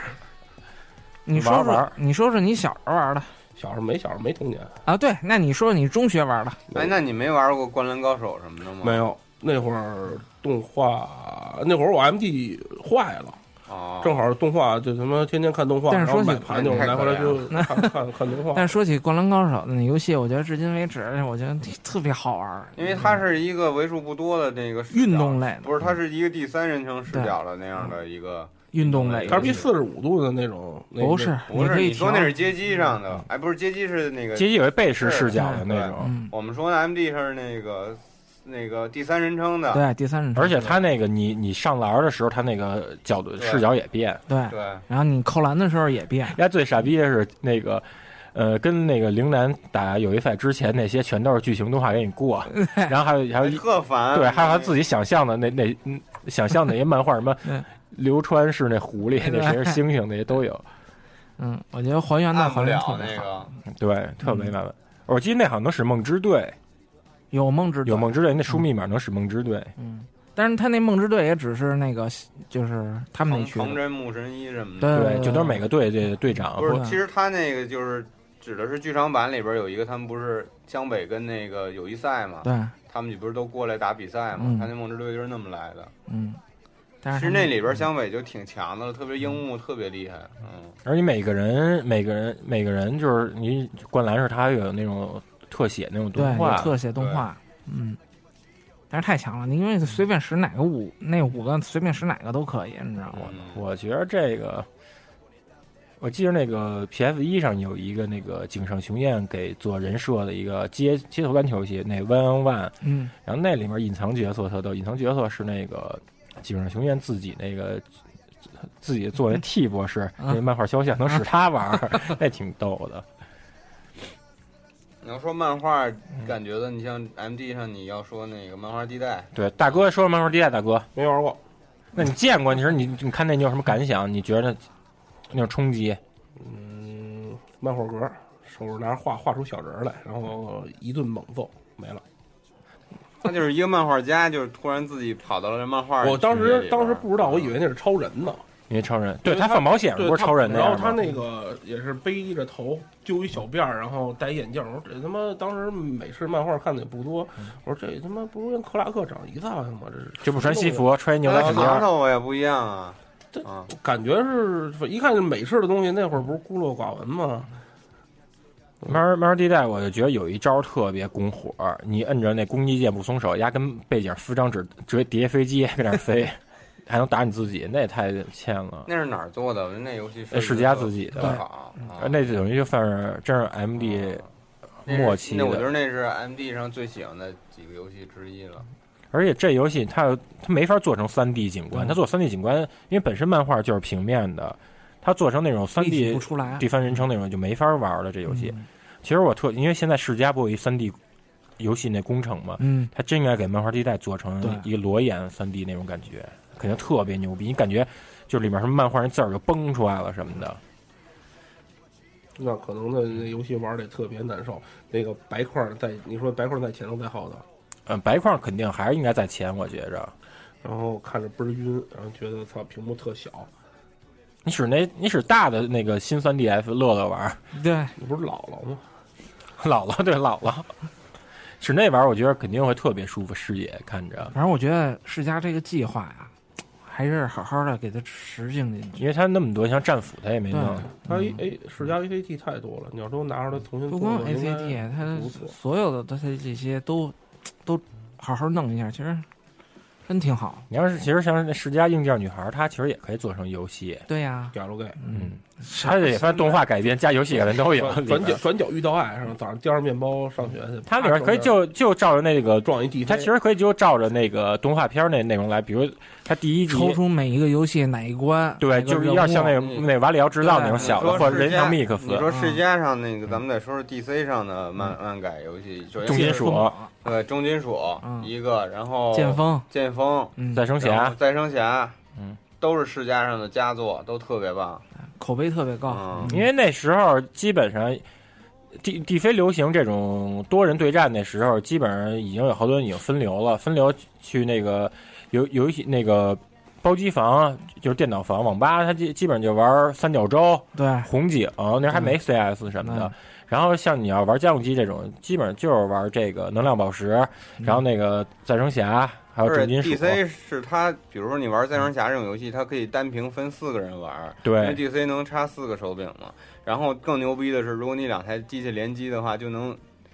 [SPEAKER 4] 你说
[SPEAKER 11] 玩玩
[SPEAKER 4] 说，你说说你小时候玩的
[SPEAKER 10] 小时候没小时候没童年，
[SPEAKER 4] 啊？对，那你说说你中学玩的，
[SPEAKER 9] 哎，那你没玩过《灌篮高手》什么的吗？
[SPEAKER 10] 没有那会儿动画，那会儿我 M D 坏了，
[SPEAKER 9] 哦，
[SPEAKER 10] 正好动画就他妈天天看动画，
[SPEAKER 4] 但是
[SPEAKER 10] 然后
[SPEAKER 4] 说起
[SPEAKER 10] 买盘就来回来就看看看动画。
[SPEAKER 4] 但说起《灌篮高手》那游戏，我觉得至今为止，我觉得特别好玩儿，
[SPEAKER 9] 因为它是一个为数不多的那个视角
[SPEAKER 4] 运动类的，
[SPEAKER 9] 不是，它是一个第三人称视角的那样的一个，
[SPEAKER 4] 运动类
[SPEAKER 9] 有
[SPEAKER 10] 它
[SPEAKER 4] 的
[SPEAKER 10] 是比四十五度的那种，那
[SPEAKER 4] 不是，
[SPEAKER 9] 不
[SPEAKER 4] 可
[SPEAKER 9] 是
[SPEAKER 4] 以
[SPEAKER 9] 你说那
[SPEAKER 4] 调
[SPEAKER 9] 是街机上的，哎，不是街机是那个，
[SPEAKER 11] 街机有一背式视角的那种，
[SPEAKER 4] 嗯，
[SPEAKER 9] 我们说的 M D 是那个那个第三人称的，
[SPEAKER 4] 对，第三人称，
[SPEAKER 11] 而且它那个你你上篮儿的时候，它那个角度
[SPEAKER 9] 对
[SPEAKER 11] 视角也变。
[SPEAKER 4] 对，
[SPEAKER 9] 对，
[SPEAKER 4] 然后你扣篮的时候也变，
[SPEAKER 11] 人家最傻逼的是那个，呃，跟那个陵南打友谊赛之前，那些全都是剧情动画给 你过，然后还有还有一
[SPEAKER 9] 哎特烦，
[SPEAKER 11] 对，还有他
[SPEAKER 9] 己
[SPEAKER 11] 自己想象的那那嗯想象的那些漫画什么
[SPEAKER 4] 嗯。
[SPEAKER 11] 流川是那狐 狸，
[SPEAKER 4] 对
[SPEAKER 11] 那谁是猩猩，那些都有，
[SPEAKER 4] 嗯，我觉得还原的
[SPEAKER 9] 按不
[SPEAKER 4] 还原
[SPEAKER 9] 了
[SPEAKER 4] 特别
[SPEAKER 9] 那
[SPEAKER 4] 好。
[SPEAKER 9] 个，
[SPEAKER 11] 对，特别麻烦。
[SPEAKER 4] 嗯
[SPEAKER 11] 我记得那好像能使梦之队，
[SPEAKER 4] 有梦之队，
[SPEAKER 11] 有梦之队，那输密码能使梦之队。
[SPEAKER 4] 嗯，但是他那梦之队也只是那个，就是他们那
[SPEAKER 9] 藤
[SPEAKER 4] 群，
[SPEAKER 9] 藤真木神一什么的，
[SPEAKER 4] 对啊
[SPEAKER 11] 对，就都是每个队的队长
[SPEAKER 9] 不是
[SPEAKER 4] 不，
[SPEAKER 9] 其实他那个就是指的是剧场版里边有一个，他们不是江北跟那个友谊赛嘛，
[SPEAKER 4] 对，
[SPEAKER 9] 他们不是都过来打比赛嘛
[SPEAKER 4] 嗯，
[SPEAKER 9] 他那梦之队就是那么来的。
[SPEAKER 4] 嗯，但是
[SPEAKER 9] 其
[SPEAKER 4] 他们嗯
[SPEAKER 9] 实那里边湘北就挺强的了，特别樱木特别厉害，嗯，
[SPEAKER 11] 而且每个人每个人每个人就是你灌篮是他有那种特写那种
[SPEAKER 4] 对
[SPEAKER 11] 动
[SPEAKER 4] 有
[SPEAKER 11] 画，
[SPEAKER 4] 特写动画，嗯，但是太强了，你因为随便使哪个五，那五个随便使哪个都可以，你知道吗？
[SPEAKER 9] 嗯
[SPEAKER 11] 我觉得这个，我记得那个 PS 一上有一个那个井上雄彦给做人设的一个街街头篮球游戏，那 One on One，
[SPEAKER 4] 嗯，
[SPEAKER 11] 然后那里面隐藏角色特逗，隐藏角色是那个基本上熊院自己那个自己做那 T 博士
[SPEAKER 4] 啊
[SPEAKER 11] 那漫画肖像能使他 玩儿，那挺逗的。
[SPEAKER 9] 你要说漫画，感觉的，你像 M D 上你要说那个漫画地带，
[SPEAKER 11] 对，大哥说说漫画地带，大哥，
[SPEAKER 10] 没玩过，
[SPEAKER 11] 那你见过？你说你你看那你有什么感想？你觉得那种冲击？
[SPEAKER 10] 嗯，漫画格，手拿画画出小人儿来，然后一顿猛揍，没了。
[SPEAKER 9] 他就是一个漫画家，就是突然自己跑到了这漫画世界里边儿。
[SPEAKER 10] 我当时当时不知道，我以为那是超人呢。
[SPEAKER 11] 因为超人，
[SPEAKER 10] 因
[SPEAKER 11] 对
[SPEAKER 10] 为
[SPEAKER 11] 他放保险
[SPEAKER 10] 对
[SPEAKER 11] 不是
[SPEAKER 10] 他
[SPEAKER 11] 超人那
[SPEAKER 10] 然
[SPEAKER 11] 样
[SPEAKER 10] 后
[SPEAKER 11] 吗
[SPEAKER 10] 他那个也是背着头，揪一小辫儿，然后戴眼镜。我说这他妈当时美式漫画看的也不多，我说这他妈不是跟克拉克长一造型吗？这是
[SPEAKER 11] 就嗯不穿西，服，穿一牛仔
[SPEAKER 9] 那
[SPEAKER 11] 裤
[SPEAKER 9] 跟榔头我也不一样啊
[SPEAKER 10] 这。
[SPEAKER 9] 啊，
[SPEAKER 10] 感觉是一看就美式的东西。那会儿不是孤陋寡闻吗？
[SPEAKER 11] 慢慢慢地带，我就觉得有一招特别拱火，你摁着那攻击键不松手，压跟背景撕张纸直接叠飞机跟那儿 飞，还能打你自己，那也太欠了。
[SPEAKER 9] 那是哪儿做的？那游戏
[SPEAKER 11] 那
[SPEAKER 9] 是
[SPEAKER 11] 世家自己
[SPEAKER 9] 特
[SPEAKER 11] 的，
[SPEAKER 9] 好，
[SPEAKER 10] 哦
[SPEAKER 11] 呃那等于就算是真是 M D
[SPEAKER 9] 那是
[SPEAKER 11] 末期
[SPEAKER 9] 那我觉得
[SPEAKER 11] 的，
[SPEAKER 9] 那是 M D 上最喜欢的几个游戏之一了。
[SPEAKER 11] 而且这游戏它有它没法做成三 D 景
[SPEAKER 10] 嗯
[SPEAKER 11] 观，它做三 D 景观，因为本身漫画就是平面的，它做成那种三
[SPEAKER 4] 立体
[SPEAKER 11] D
[SPEAKER 4] 不出来
[SPEAKER 11] 第。三人称那种就没法玩了。这游戏，
[SPEAKER 4] 啊嗯
[SPEAKER 11] 其实我特因为现在世嘉不有一三 D 游戏那工程嘛，
[SPEAKER 4] 嗯，
[SPEAKER 11] 他真应该给漫画地带做成
[SPEAKER 4] 对
[SPEAKER 11] 一个裸眼三 D 那种感觉，肯定特别牛逼。你感觉就是里面什么漫画人字儿就蹦出来了什么的，
[SPEAKER 10] 那可能那那游戏玩的特别难受。那个白块儿在你说白块儿在前头在后头，
[SPEAKER 11] 嗯，白框肯定还是应该在前，我觉着。
[SPEAKER 10] 然后看着倍儿晕，然后觉得操屏幕特小，
[SPEAKER 11] 你使那你使大的那个新三 DS 乐乐玩儿，
[SPEAKER 4] 对，
[SPEAKER 10] 你不是姥姥吗？
[SPEAKER 11] 老了对老了，使那玩儿我觉得肯定会特别舒服，视野看着，
[SPEAKER 4] 反正我觉得世嘉这个计划呀，还是好好的给它实行进去。
[SPEAKER 11] 因为它那么多像战斧它也没弄
[SPEAKER 4] 对，
[SPEAKER 10] 啊它
[SPEAKER 11] 嗯
[SPEAKER 10] A A 世嘉 A C T 太多了，你要都拿出来重新
[SPEAKER 4] 不
[SPEAKER 10] 做，
[SPEAKER 4] 光
[SPEAKER 10] 应该
[SPEAKER 4] ACT，它
[SPEAKER 10] 不错。
[SPEAKER 4] 所有的它这些都都好好弄一下，其实真挺好。
[SPEAKER 11] 你要是其实像那世嘉硬件女孩儿，她其实也可以做成游戏，
[SPEAKER 4] 对呀、
[SPEAKER 10] 假如给
[SPEAKER 11] 嗯，它也算动画改编加游戏改编都有
[SPEAKER 10] 转
[SPEAKER 11] 里
[SPEAKER 10] 转角
[SPEAKER 11] 边。
[SPEAKER 10] 转角遇到爱，然后早上叼着面包上学去，
[SPEAKER 11] 它里边可以就就照着那个
[SPEAKER 10] 撞一地，
[SPEAKER 11] 它其实可以就照着那个动画片儿那内容来，比如它第一集，
[SPEAKER 4] 抽出每一个游戏哪一关，
[SPEAKER 11] 对，
[SPEAKER 4] 哪个
[SPEAKER 11] 就是
[SPEAKER 4] 任务
[SPEAKER 11] 要像那个
[SPEAKER 9] 嗯
[SPEAKER 11] 那瓦里奥制造
[SPEAKER 4] 对
[SPEAKER 11] 那种小的，
[SPEAKER 9] 你说
[SPEAKER 11] 或者人
[SPEAKER 9] 世
[SPEAKER 11] 像
[SPEAKER 9] 嘉
[SPEAKER 11] 密克斯
[SPEAKER 9] 你说世嘉上那个，咱们再说说 D C 上的漫漫改游戏，首先
[SPEAKER 11] 重金
[SPEAKER 9] 是
[SPEAKER 11] 属、
[SPEAKER 9] 呃重金属
[SPEAKER 4] 嗯
[SPEAKER 9] 一个，然后
[SPEAKER 4] 剑锋，
[SPEAKER 9] 剑锋
[SPEAKER 4] 嗯，
[SPEAKER 11] 再生啊
[SPEAKER 9] 然后
[SPEAKER 11] 侠，
[SPEAKER 9] 再生侠，
[SPEAKER 11] 嗯，
[SPEAKER 9] 都是世嘉上的佳作，都特别棒。
[SPEAKER 4] 口碑特别高，
[SPEAKER 9] 嗯
[SPEAKER 11] 因为那时候基本上。D D 飞流行这种多人对战的时候，基本上已经有好多人已经分流了，分流去那个游游戏那个包机房，就是电脑房、网吧，他基基本上就玩三角洲、
[SPEAKER 4] 对，
[SPEAKER 11] 红警，那还没 CS 什么的。
[SPEAKER 4] 嗯
[SPEAKER 11] 然后像你要玩家用机这种，基本上就是玩这个能量宝石，
[SPEAKER 4] 嗯
[SPEAKER 11] 然后那个再生侠，还有
[SPEAKER 9] 而且
[SPEAKER 11] 重金属。
[SPEAKER 9] DC 是它，比如说你玩再生侠这种游戏，它可以单屏分四个人玩，因为
[SPEAKER 11] 对
[SPEAKER 9] DC 能插四个手柄嘛。然后更牛逼的是，如果你两台机器联机的话，就能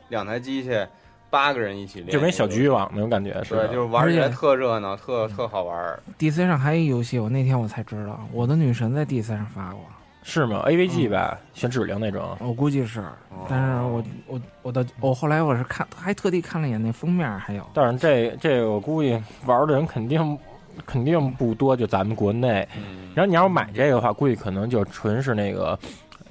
[SPEAKER 9] 两台机器八个人一起连，
[SPEAKER 11] 就跟小局域网那种感觉似
[SPEAKER 9] 对，就是
[SPEAKER 11] 的。
[SPEAKER 9] 玩起来
[SPEAKER 4] 而且
[SPEAKER 9] 特热闹，特
[SPEAKER 11] 嗯
[SPEAKER 9] 特好玩儿。
[SPEAKER 4] DC 上还有一游戏，我那天我才知道，我的女神在 DC 上发过，
[SPEAKER 11] 是吗
[SPEAKER 4] 嗯
[SPEAKER 11] ？AVG 吧，选指令那种。
[SPEAKER 4] 我估计是，
[SPEAKER 9] 哦
[SPEAKER 4] 但是我我我到我后来我是看，还特地看了一眼那封面，还有，
[SPEAKER 11] 但是这这我估计玩的人肯定肯定不多，就咱们国内。
[SPEAKER 9] 嗯，
[SPEAKER 11] 然后你要买这个的话，估计可能就纯是那个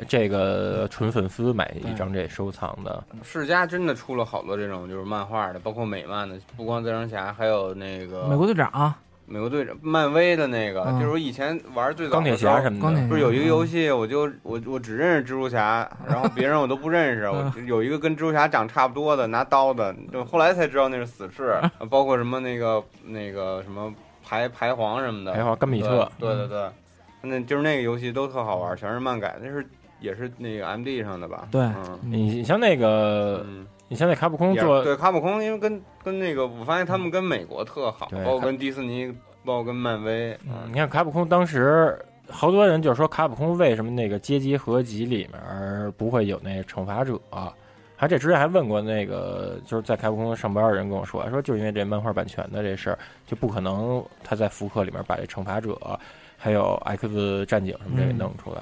[SPEAKER 11] 这个纯粉丝买一张这收藏的。
[SPEAKER 9] 世嘉真的出了好多这种就是漫画的，包括美漫的，不光再生侠，还有那个
[SPEAKER 4] 美国队长、啊
[SPEAKER 9] 美国队长、漫威的那个，
[SPEAKER 4] 嗯
[SPEAKER 9] 就是我以前玩最早
[SPEAKER 11] 钢铁
[SPEAKER 9] 的时候
[SPEAKER 11] 侠什么
[SPEAKER 4] 钢铁侠，
[SPEAKER 11] 的，
[SPEAKER 9] 不是有一个
[SPEAKER 11] 嗯
[SPEAKER 9] 游戏，我就我我只认识蜘蛛侠，然后别人我都不认 识。
[SPEAKER 11] 嗯
[SPEAKER 9] 我有一个跟蜘蛛侠长差不多的，拿刀的，就后来才知道那是死侍，
[SPEAKER 11] 嗯
[SPEAKER 9] 包括什么那个那个什么排排皇什么的，
[SPEAKER 11] 还有甘比特，嗯
[SPEAKER 9] 对对对对，那就是那个游戏都特好玩，全是漫改，那是也是那个 M D 上的吧？
[SPEAKER 4] 对
[SPEAKER 9] 嗯
[SPEAKER 11] 你你像那个
[SPEAKER 9] 嗯，
[SPEAKER 11] 你像那卡普空
[SPEAKER 9] 也
[SPEAKER 11] 做
[SPEAKER 9] 对卡普空，因为跟跟那个，我发现他们跟美国特好，
[SPEAKER 11] 对
[SPEAKER 9] 包括跟迪士尼，包括跟漫威，
[SPEAKER 11] 嗯，你看卡普空当时好多人就说卡普空为什么那个阶级合集里面不会有那个惩罚者、啊还这之前还问过那个就是在卡普空上班的人跟我说，说就因为这漫画版权的这事儿，就不可能他在复刻里面把这惩罚者还有 X 战警什么这给弄出来。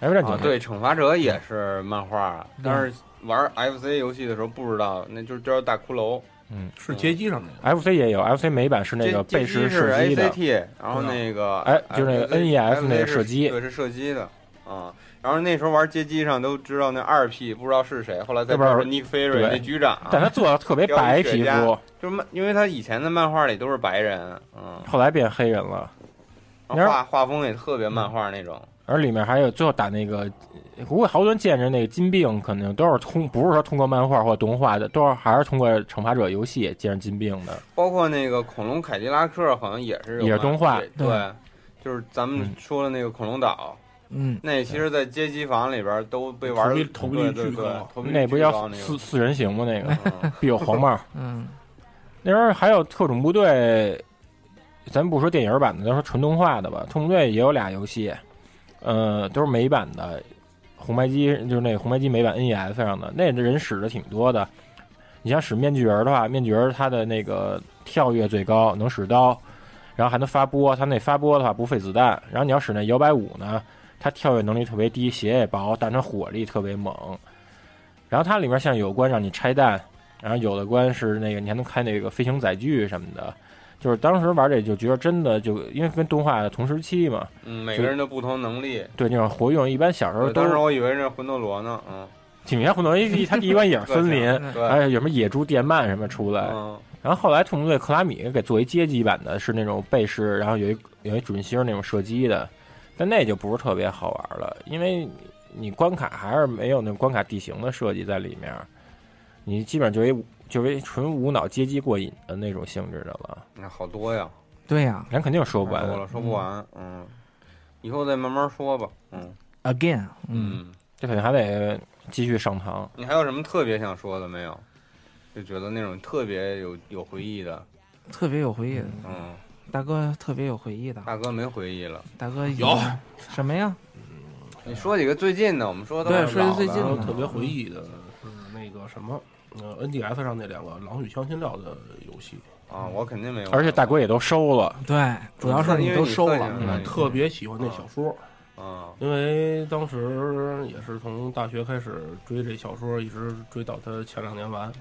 [SPEAKER 11] X
[SPEAKER 9] 嗯
[SPEAKER 11] 战警、
[SPEAKER 9] 啊，对，惩罚
[SPEAKER 11] 嗯
[SPEAKER 9] 者也是漫画，但是玩 FC 游戏的时候不知道，那就是叫大骷髅，
[SPEAKER 11] 嗯
[SPEAKER 10] 是街机上那个，
[SPEAKER 11] ，FC 也有，FC 美版是那
[SPEAKER 9] 这
[SPEAKER 11] 个背
[SPEAKER 9] 啊这机
[SPEAKER 11] 式
[SPEAKER 9] 是
[SPEAKER 11] 射击的，
[SPEAKER 9] ACT，然后那个
[SPEAKER 11] 哎就是那个
[SPEAKER 9] FZ
[SPEAKER 11] NES
[SPEAKER 9] FZ
[SPEAKER 11] 那
[SPEAKER 9] 是
[SPEAKER 11] 个射击
[SPEAKER 9] 对，是射击的啊。然后那时候玩街机上都知道那二 P 不知道是谁，后来才
[SPEAKER 11] 那
[SPEAKER 9] 知
[SPEAKER 11] 边
[SPEAKER 9] 道
[SPEAKER 11] 儿
[SPEAKER 9] 是 Nick Fury
[SPEAKER 11] 对
[SPEAKER 9] 那局长，
[SPEAKER 11] 但他做的特别白皮
[SPEAKER 9] 啊标
[SPEAKER 11] 肤
[SPEAKER 9] 准，就是漫因为他以前的漫画里都是白人，嗯，
[SPEAKER 11] 后来变黑人了。
[SPEAKER 9] 然
[SPEAKER 11] 你
[SPEAKER 9] 后
[SPEAKER 11] 说
[SPEAKER 9] 画画风也特别
[SPEAKER 11] 嗯
[SPEAKER 9] 漫画那种，
[SPEAKER 11] 而里面还有最后打那个，不过好多人见着那个金并，肯定都是通不是说通过漫画或动画的，都是还是通过惩罚者游戏见着金并的。
[SPEAKER 9] 包括那个恐龙凯迪拉克好像也是有
[SPEAKER 11] 也是
[SPEAKER 9] 漫
[SPEAKER 11] 动画
[SPEAKER 9] 对
[SPEAKER 4] 对
[SPEAKER 9] 对，就是咱们
[SPEAKER 11] 嗯
[SPEAKER 9] 说的那个恐龙岛，
[SPEAKER 4] 嗯，
[SPEAKER 9] 那其实，在街机房里边都被玩
[SPEAKER 10] 投币投币
[SPEAKER 9] 对
[SPEAKER 10] 率
[SPEAKER 9] 对
[SPEAKER 10] 巨
[SPEAKER 9] 对
[SPEAKER 10] 高
[SPEAKER 9] 投币率
[SPEAKER 11] 那不
[SPEAKER 9] 巨高
[SPEAKER 11] 叫
[SPEAKER 9] 那
[SPEAKER 11] 四
[SPEAKER 9] 个
[SPEAKER 11] 四人行吗？ 那个
[SPEAKER 9] 嗯
[SPEAKER 11] 必有黄帽。
[SPEAKER 4] 嗯，
[SPEAKER 11] 那时候还有特种部队，咱不说电影版的，咱说纯动画的吧。特种部队也有俩游戏，呃，都是美版的，红白机就是那个红白机美版 NES 上的，那人使的挺多的。你像使面具人的话，面具人他的那个跳跃最高，能使刀，然后还能发波。他那发波的话不费子弹，然后你要使那摇摆舞呢，他跳跃能力特别低，血也薄，但他火力特别猛。然后它里面像有关让你拆弹，然后有的关是那个你还能开那个飞行载具什么的，就是当时玩这就觉得真的就因为跟动画同时期嘛，
[SPEAKER 9] 嗯，每个人的不同能力。
[SPEAKER 11] 对那种活用，一般小时候
[SPEAKER 9] 对
[SPEAKER 11] 都
[SPEAKER 9] 当时
[SPEAKER 11] 是
[SPEAKER 9] 我以为是魂斗罗呢，嗯，
[SPEAKER 11] 挺像混动 A P，它一 般也是森
[SPEAKER 9] 哎
[SPEAKER 11] 林，
[SPEAKER 4] 哎
[SPEAKER 11] 还
[SPEAKER 9] 对，
[SPEAKER 11] 有什么野猪电鳗什么出来，
[SPEAKER 9] 嗯，
[SPEAKER 11] 然后后来特种队克拉米给做一街机版的，是那种背式，然后有一有一准星那种射击的，但那就不是特别好玩了，因为你你关卡还是没有那关卡地形的设计在里面，你基本上就一就为纯无脑街机过瘾的那种性质的了，
[SPEAKER 9] 那好多呀，
[SPEAKER 4] 对呀
[SPEAKER 11] 咱肯定说不
[SPEAKER 9] 太
[SPEAKER 11] 完
[SPEAKER 9] 多。了，说不完，嗯，以后再慢慢说吧，嗯
[SPEAKER 4] ，again，嗯，
[SPEAKER 9] 嗯，
[SPEAKER 11] 这肯定还得继续上堂。
[SPEAKER 9] 你还有什么特别想说的没有？就觉得那种特别有有回忆的，
[SPEAKER 4] 特别有回忆的，
[SPEAKER 9] 嗯，
[SPEAKER 4] 大哥特别有回忆的，
[SPEAKER 9] 大哥没回忆了，
[SPEAKER 4] 大哥
[SPEAKER 10] 有
[SPEAKER 4] 什么呀？
[SPEAKER 9] 你说几个最近的，我们说的
[SPEAKER 4] 对
[SPEAKER 9] 都是
[SPEAKER 4] 说
[SPEAKER 9] 老
[SPEAKER 4] 一
[SPEAKER 9] 的
[SPEAKER 4] 最近
[SPEAKER 10] 然后
[SPEAKER 4] 的
[SPEAKER 10] 特别回忆的是那个什么，呃，NDS 上那两个《狼与香辛料》的游戏，
[SPEAKER 9] 啊，我肯定没有，
[SPEAKER 11] 而且大哥也都收了，
[SPEAKER 4] 对，主要是
[SPEAKER 9] 因为
[SPEAKER 4] 都
[SPEAKER 9] 你
[SPEAKER 4] 收
[SPEAKER 9] 算
[SPEAKER 4] 了，
[SPEAKER 9] 进来
[SPEAKER 11] 嗯
[SPEAKER 9] 了
[SPEAKER 10] 特别喜欢那小说，
[SPEAKER 9] 啊，
[SPEAKER 10] 因为当时也是从大学开始追这小说，一直追到他前两年完，然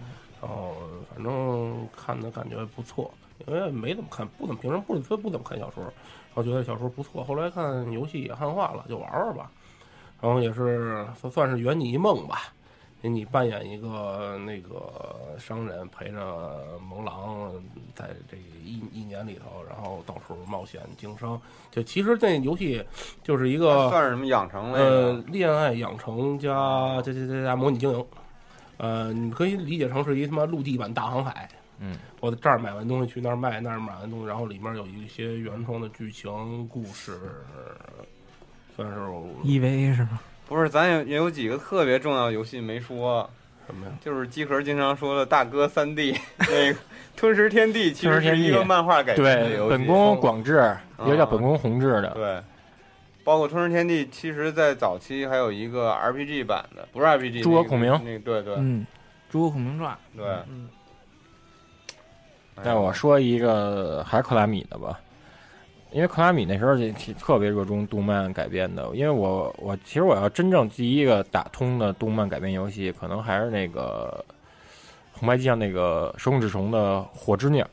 [SPEAKER 9] 嗯
[SPEAKER 10] 后反正看的感觉不错，因为没怎么看，不怎么平常不不不怎么看小说，然后觉得小说不错，后来看游戏也汉化了，就玩玩吧，然后也是算算是圆你一梦吧。给你扮演一个那个商人，陪着蒙狼在这一一年里头，然后到处冒险经商。就其实这游戏就是一
[SPEAKER 11] 哦
[SPEAKER 10] 个
[SPEAKER 9] 算是什么养成类
[SPEAKER 10] 呃
[SPEAKER 9] 的，，
[SPEAKER 10] 恋爱养成加加加加加模拟经营，呃，你可以理解成是一他妈陆地版大航海。
[SPEAKER 11] 嗯，
[SPEAKER 10] 我这儿买完东西去那儿卖，那儿买完东西，然后里面有一些原创的剧情故事，算是我
[SPEAKER 4] EVA ，E 是吗？
[SPEAKER 9] 不是，咱也也有几个特别重要的游戏没说，
[SPEAKER 10] 什么呀？
[SPEAKER 9] 就是机壳经常说的大哥三 D 那个《吞食天地》，其实
[SPEAKER 11] 吞食天
[SPEAKER 9] 是
[SPEAKER 11] 地
[SPEAKER 9] 一个漫画改编哎的
[SPEAKER 11] 对
[SPEAKER 9] 游戏。
[SPEAKER 11] 本宫广志，一个叫本宫弘志的，
[SPEAKER 9] 对，包括《吞食天地》，其实在早期还有一个 RPG 版的，不是 RPG，
[SPEAKER 11] 诸葛
[SPEAKER 9] 那个
[SPEAKER 11] 孔明
[SPEAKER 9] 那个对对
[SPEAKER 4] 嗯，《诸葛孔明传》，
[SPEAKER 9] 对。
[SPEAKER 4] 嗯，
[SPEAKER 9] 哎
[SPEAKER 11] 那我说一个还是克拉米的吧，因为克拉米那时候就挺特别热衷动漫改编的。因为我我其实我要真正第一个打通的动漫改编游戏，可能还是那个红白机上那个《手冢治虫》的《火之鸟》。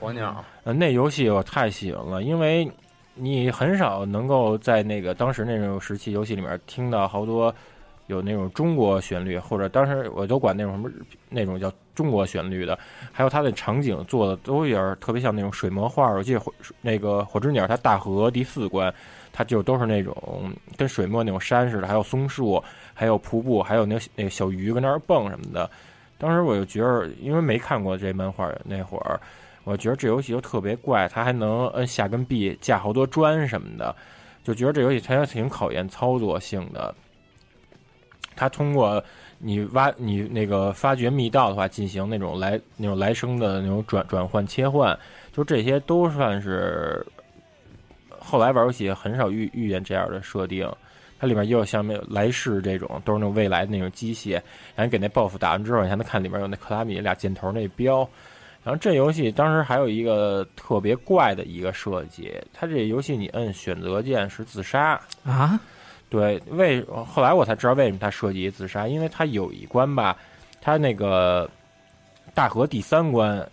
[SPEAKER 9] 火鸟，
[SPEAKER 11] 呃，那游戏我太喜欢了，因为你很少能够在那个当时那种时期游戏里面听到好多有那种中国旋律，或者当时我都管那种什么日那种叫中国旋律的，还有它的场景做的都有点特别像那种水墨画。我记得火那个火之鸟，它大河第四关，它就都是那种跟水墨那种山似的，还有松树，还有瀑布，还有那个那个小鱼跟那儿蹦什么的。当时我就觉得，因为没看过这漫画，那会儿我觉得这游戏就特别怪，它还能摁下跟 B 架好多砖什么的，就觉得这游戏它挺考验操作性的。它通过你挖你那个发掘密道的话，进行那种来那种来生的那种转转换切换，就这些都算是后来玩游戏很少遇遇见这样的设定。它里面也有像那来世这种，都是那种未来的那种机械，然后你给那 BOSS 打完之后，你还能看里面有那克拉米俩箭头那标，然后这游戏当时还有一个特别怪的一个设计，它这游戏你摁选择键是自杀。
[SPEAKER 4] 啊，
[SPEAKER 11] 对，为后来我才知道为什么它设计自杀，因为它有一关吧，它那个大河第三关，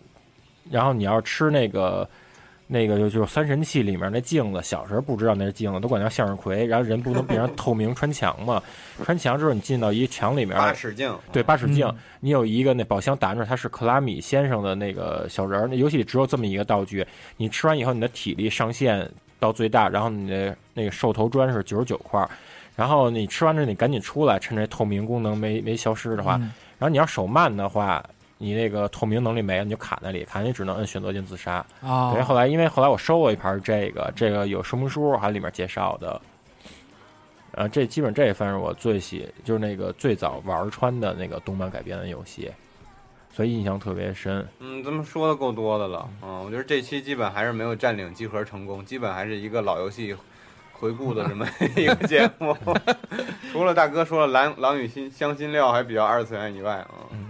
[SPEAKER 11] 然后你要吃那个那个就就是三神器里面那镜子，小时候不知道那是镜子，都管叫向日葵。然后人不能变成透明穿墙嘛，穿墙之后你进到一墙 里面，
[SPEAKER 9] 八尺镜，
[SPEAKER 11] 对八尺镜
[SPEAKER 4] 嗯，
[SPEAKER 11] 你有一个那宝箱挡着，它是克拉米先生的那个小人儿。那游戏里只有这么一个道具，你吃完以后，你的体力上限到最大，然后你的那个兽头砖是九十九块儿，然后你吃完之后你赶紧出来，趁这透明功能没没消失的话，
[SPEAKER 4] 嗯
[SPEAKER 11] 然后你要手慢的话，你那个透明能力没了，你就卡那里，卡那里只能摁选择键自杀。
[SPEAKER 4] 哦，
[SPEAKER 11] 对，后来因为后来我收过一盘这个，这个有说明书，还有里面介绍的。呃，这基本这算是我最喜，就是那个最早玩穿的那个动漫改编的游戏，所以印象特别深。
[SPEAKER 9] 嗯，咱们说的够多的了，嗯，我觉得这期基本还是没有占领集合成功，基本还是一个老游戏回顾的 这么一个节目。 除了大哥说了狼狼与新香辛料还比较二次元以外，嗯，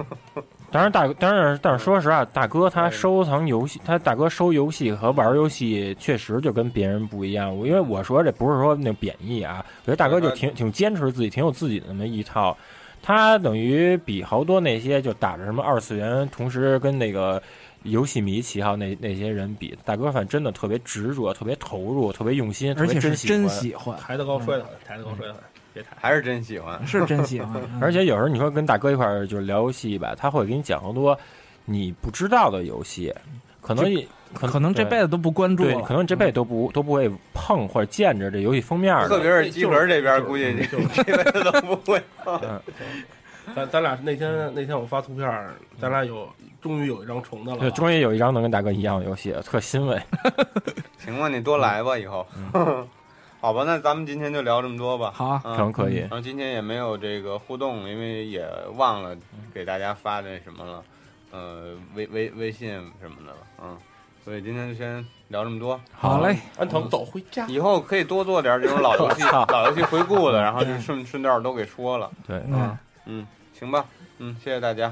[SPEAKER 11] 当然大，当然，但是说实话，大哥他收藏游戏，他大哥收游戏和玩游戏确实就跟别人不一样。我因为我说这不是说那贬义啊，我觉得大哥就挺挺坚持自己，挺有自己的那么一套。他等于比好多那些就打着什么二次元，同时跟那个游戏迷旗号那那些人比，大哥反正真的特别执着，特别投入，特别用心，特
[SPEAKER 4] 而
[SPEAKER 11] 别
[SPEAKER 4] 且是
[SPEAKER 11] 真
[SPEAKER 4] 真
[SPEAKER 11] 欢。
[SPEAKER 4] 喜欢，
[SPEAKER 10] 抬得高摔得狠，抬得
[SPEAKER 11] 嗯
[SPEAKER 10] 高摔得狠，别抬。
[SPEAKER 9] 还是真喜欢。
[SPEAKER 4] 是真喜 欢，嗯
[SPEAKER 11] 而且有时候你说跟大哥一块儿就聊游戏吧，他会给你讲好多你不知道的游戏，可能也可
[SPEAKER 4] 可能这
[SPEAKER 11] 对
[SPEAKER 4] 辈子都不关注
[SPEAKER 11] 对，
[SPEAKER 4] 了，
[SPEAKER 11] 可能这辈子都不、都不会碰或者见着这游戏封面
[SPEAKER 9] 特
[SPEAKER 11] 的。
[SPEAKER 9] 别是集合这边，
[SPEAKER 10] 就是
[SPEAKER 9] 估计这
[SPEAKER 10] 就是
[SPEAKER 9] 这辈子都不会。
[SPEAKER 10] 咱咱俩那天那天我发图片儿，咱俩有终于有一张重
[SPEAKER 2] 嗯
[SPEAKER 10] 的了
[SPEAKER 11] 对，
[SPEAKER 10] 啊，
[SPEAKER 11] 终于有一张能跟大哥一样的游戏，特欣慰。
[SPEAKER 9] 行吧，你多来吧，以后。
[SPEAKER 10] 嗯
[SPEAKER 9] 好吧，那咱们今天就聊这么多吧。
[SPEAKER 4] 好啊
[SPEAKER 11] 可能
[SPEAKER 9] 嗯。
[SPEAKER 11] 可以
[SPEAKER 9] 然。后今天也没有这个互动，因为也忘了给大家发那什么了，呃，微微微信什么的了，嗯，所以今天就先聊这么多。
[SPEAKER 4] 好嘞，
[SPEAKER 10] 安藤走回家。
[SPEAKER 9] 以后可以多做点这种老游戏、
[SPEAKER 11] 我操
[SPEAKER 9] 老游戏回顾的，然后就顺顺道都给说了。
[SPEAKER 11] 对，
[SPEAKER 4] 嗯，
[SPEAKER 9] 嗯，行吧，嗯，谢谢大家。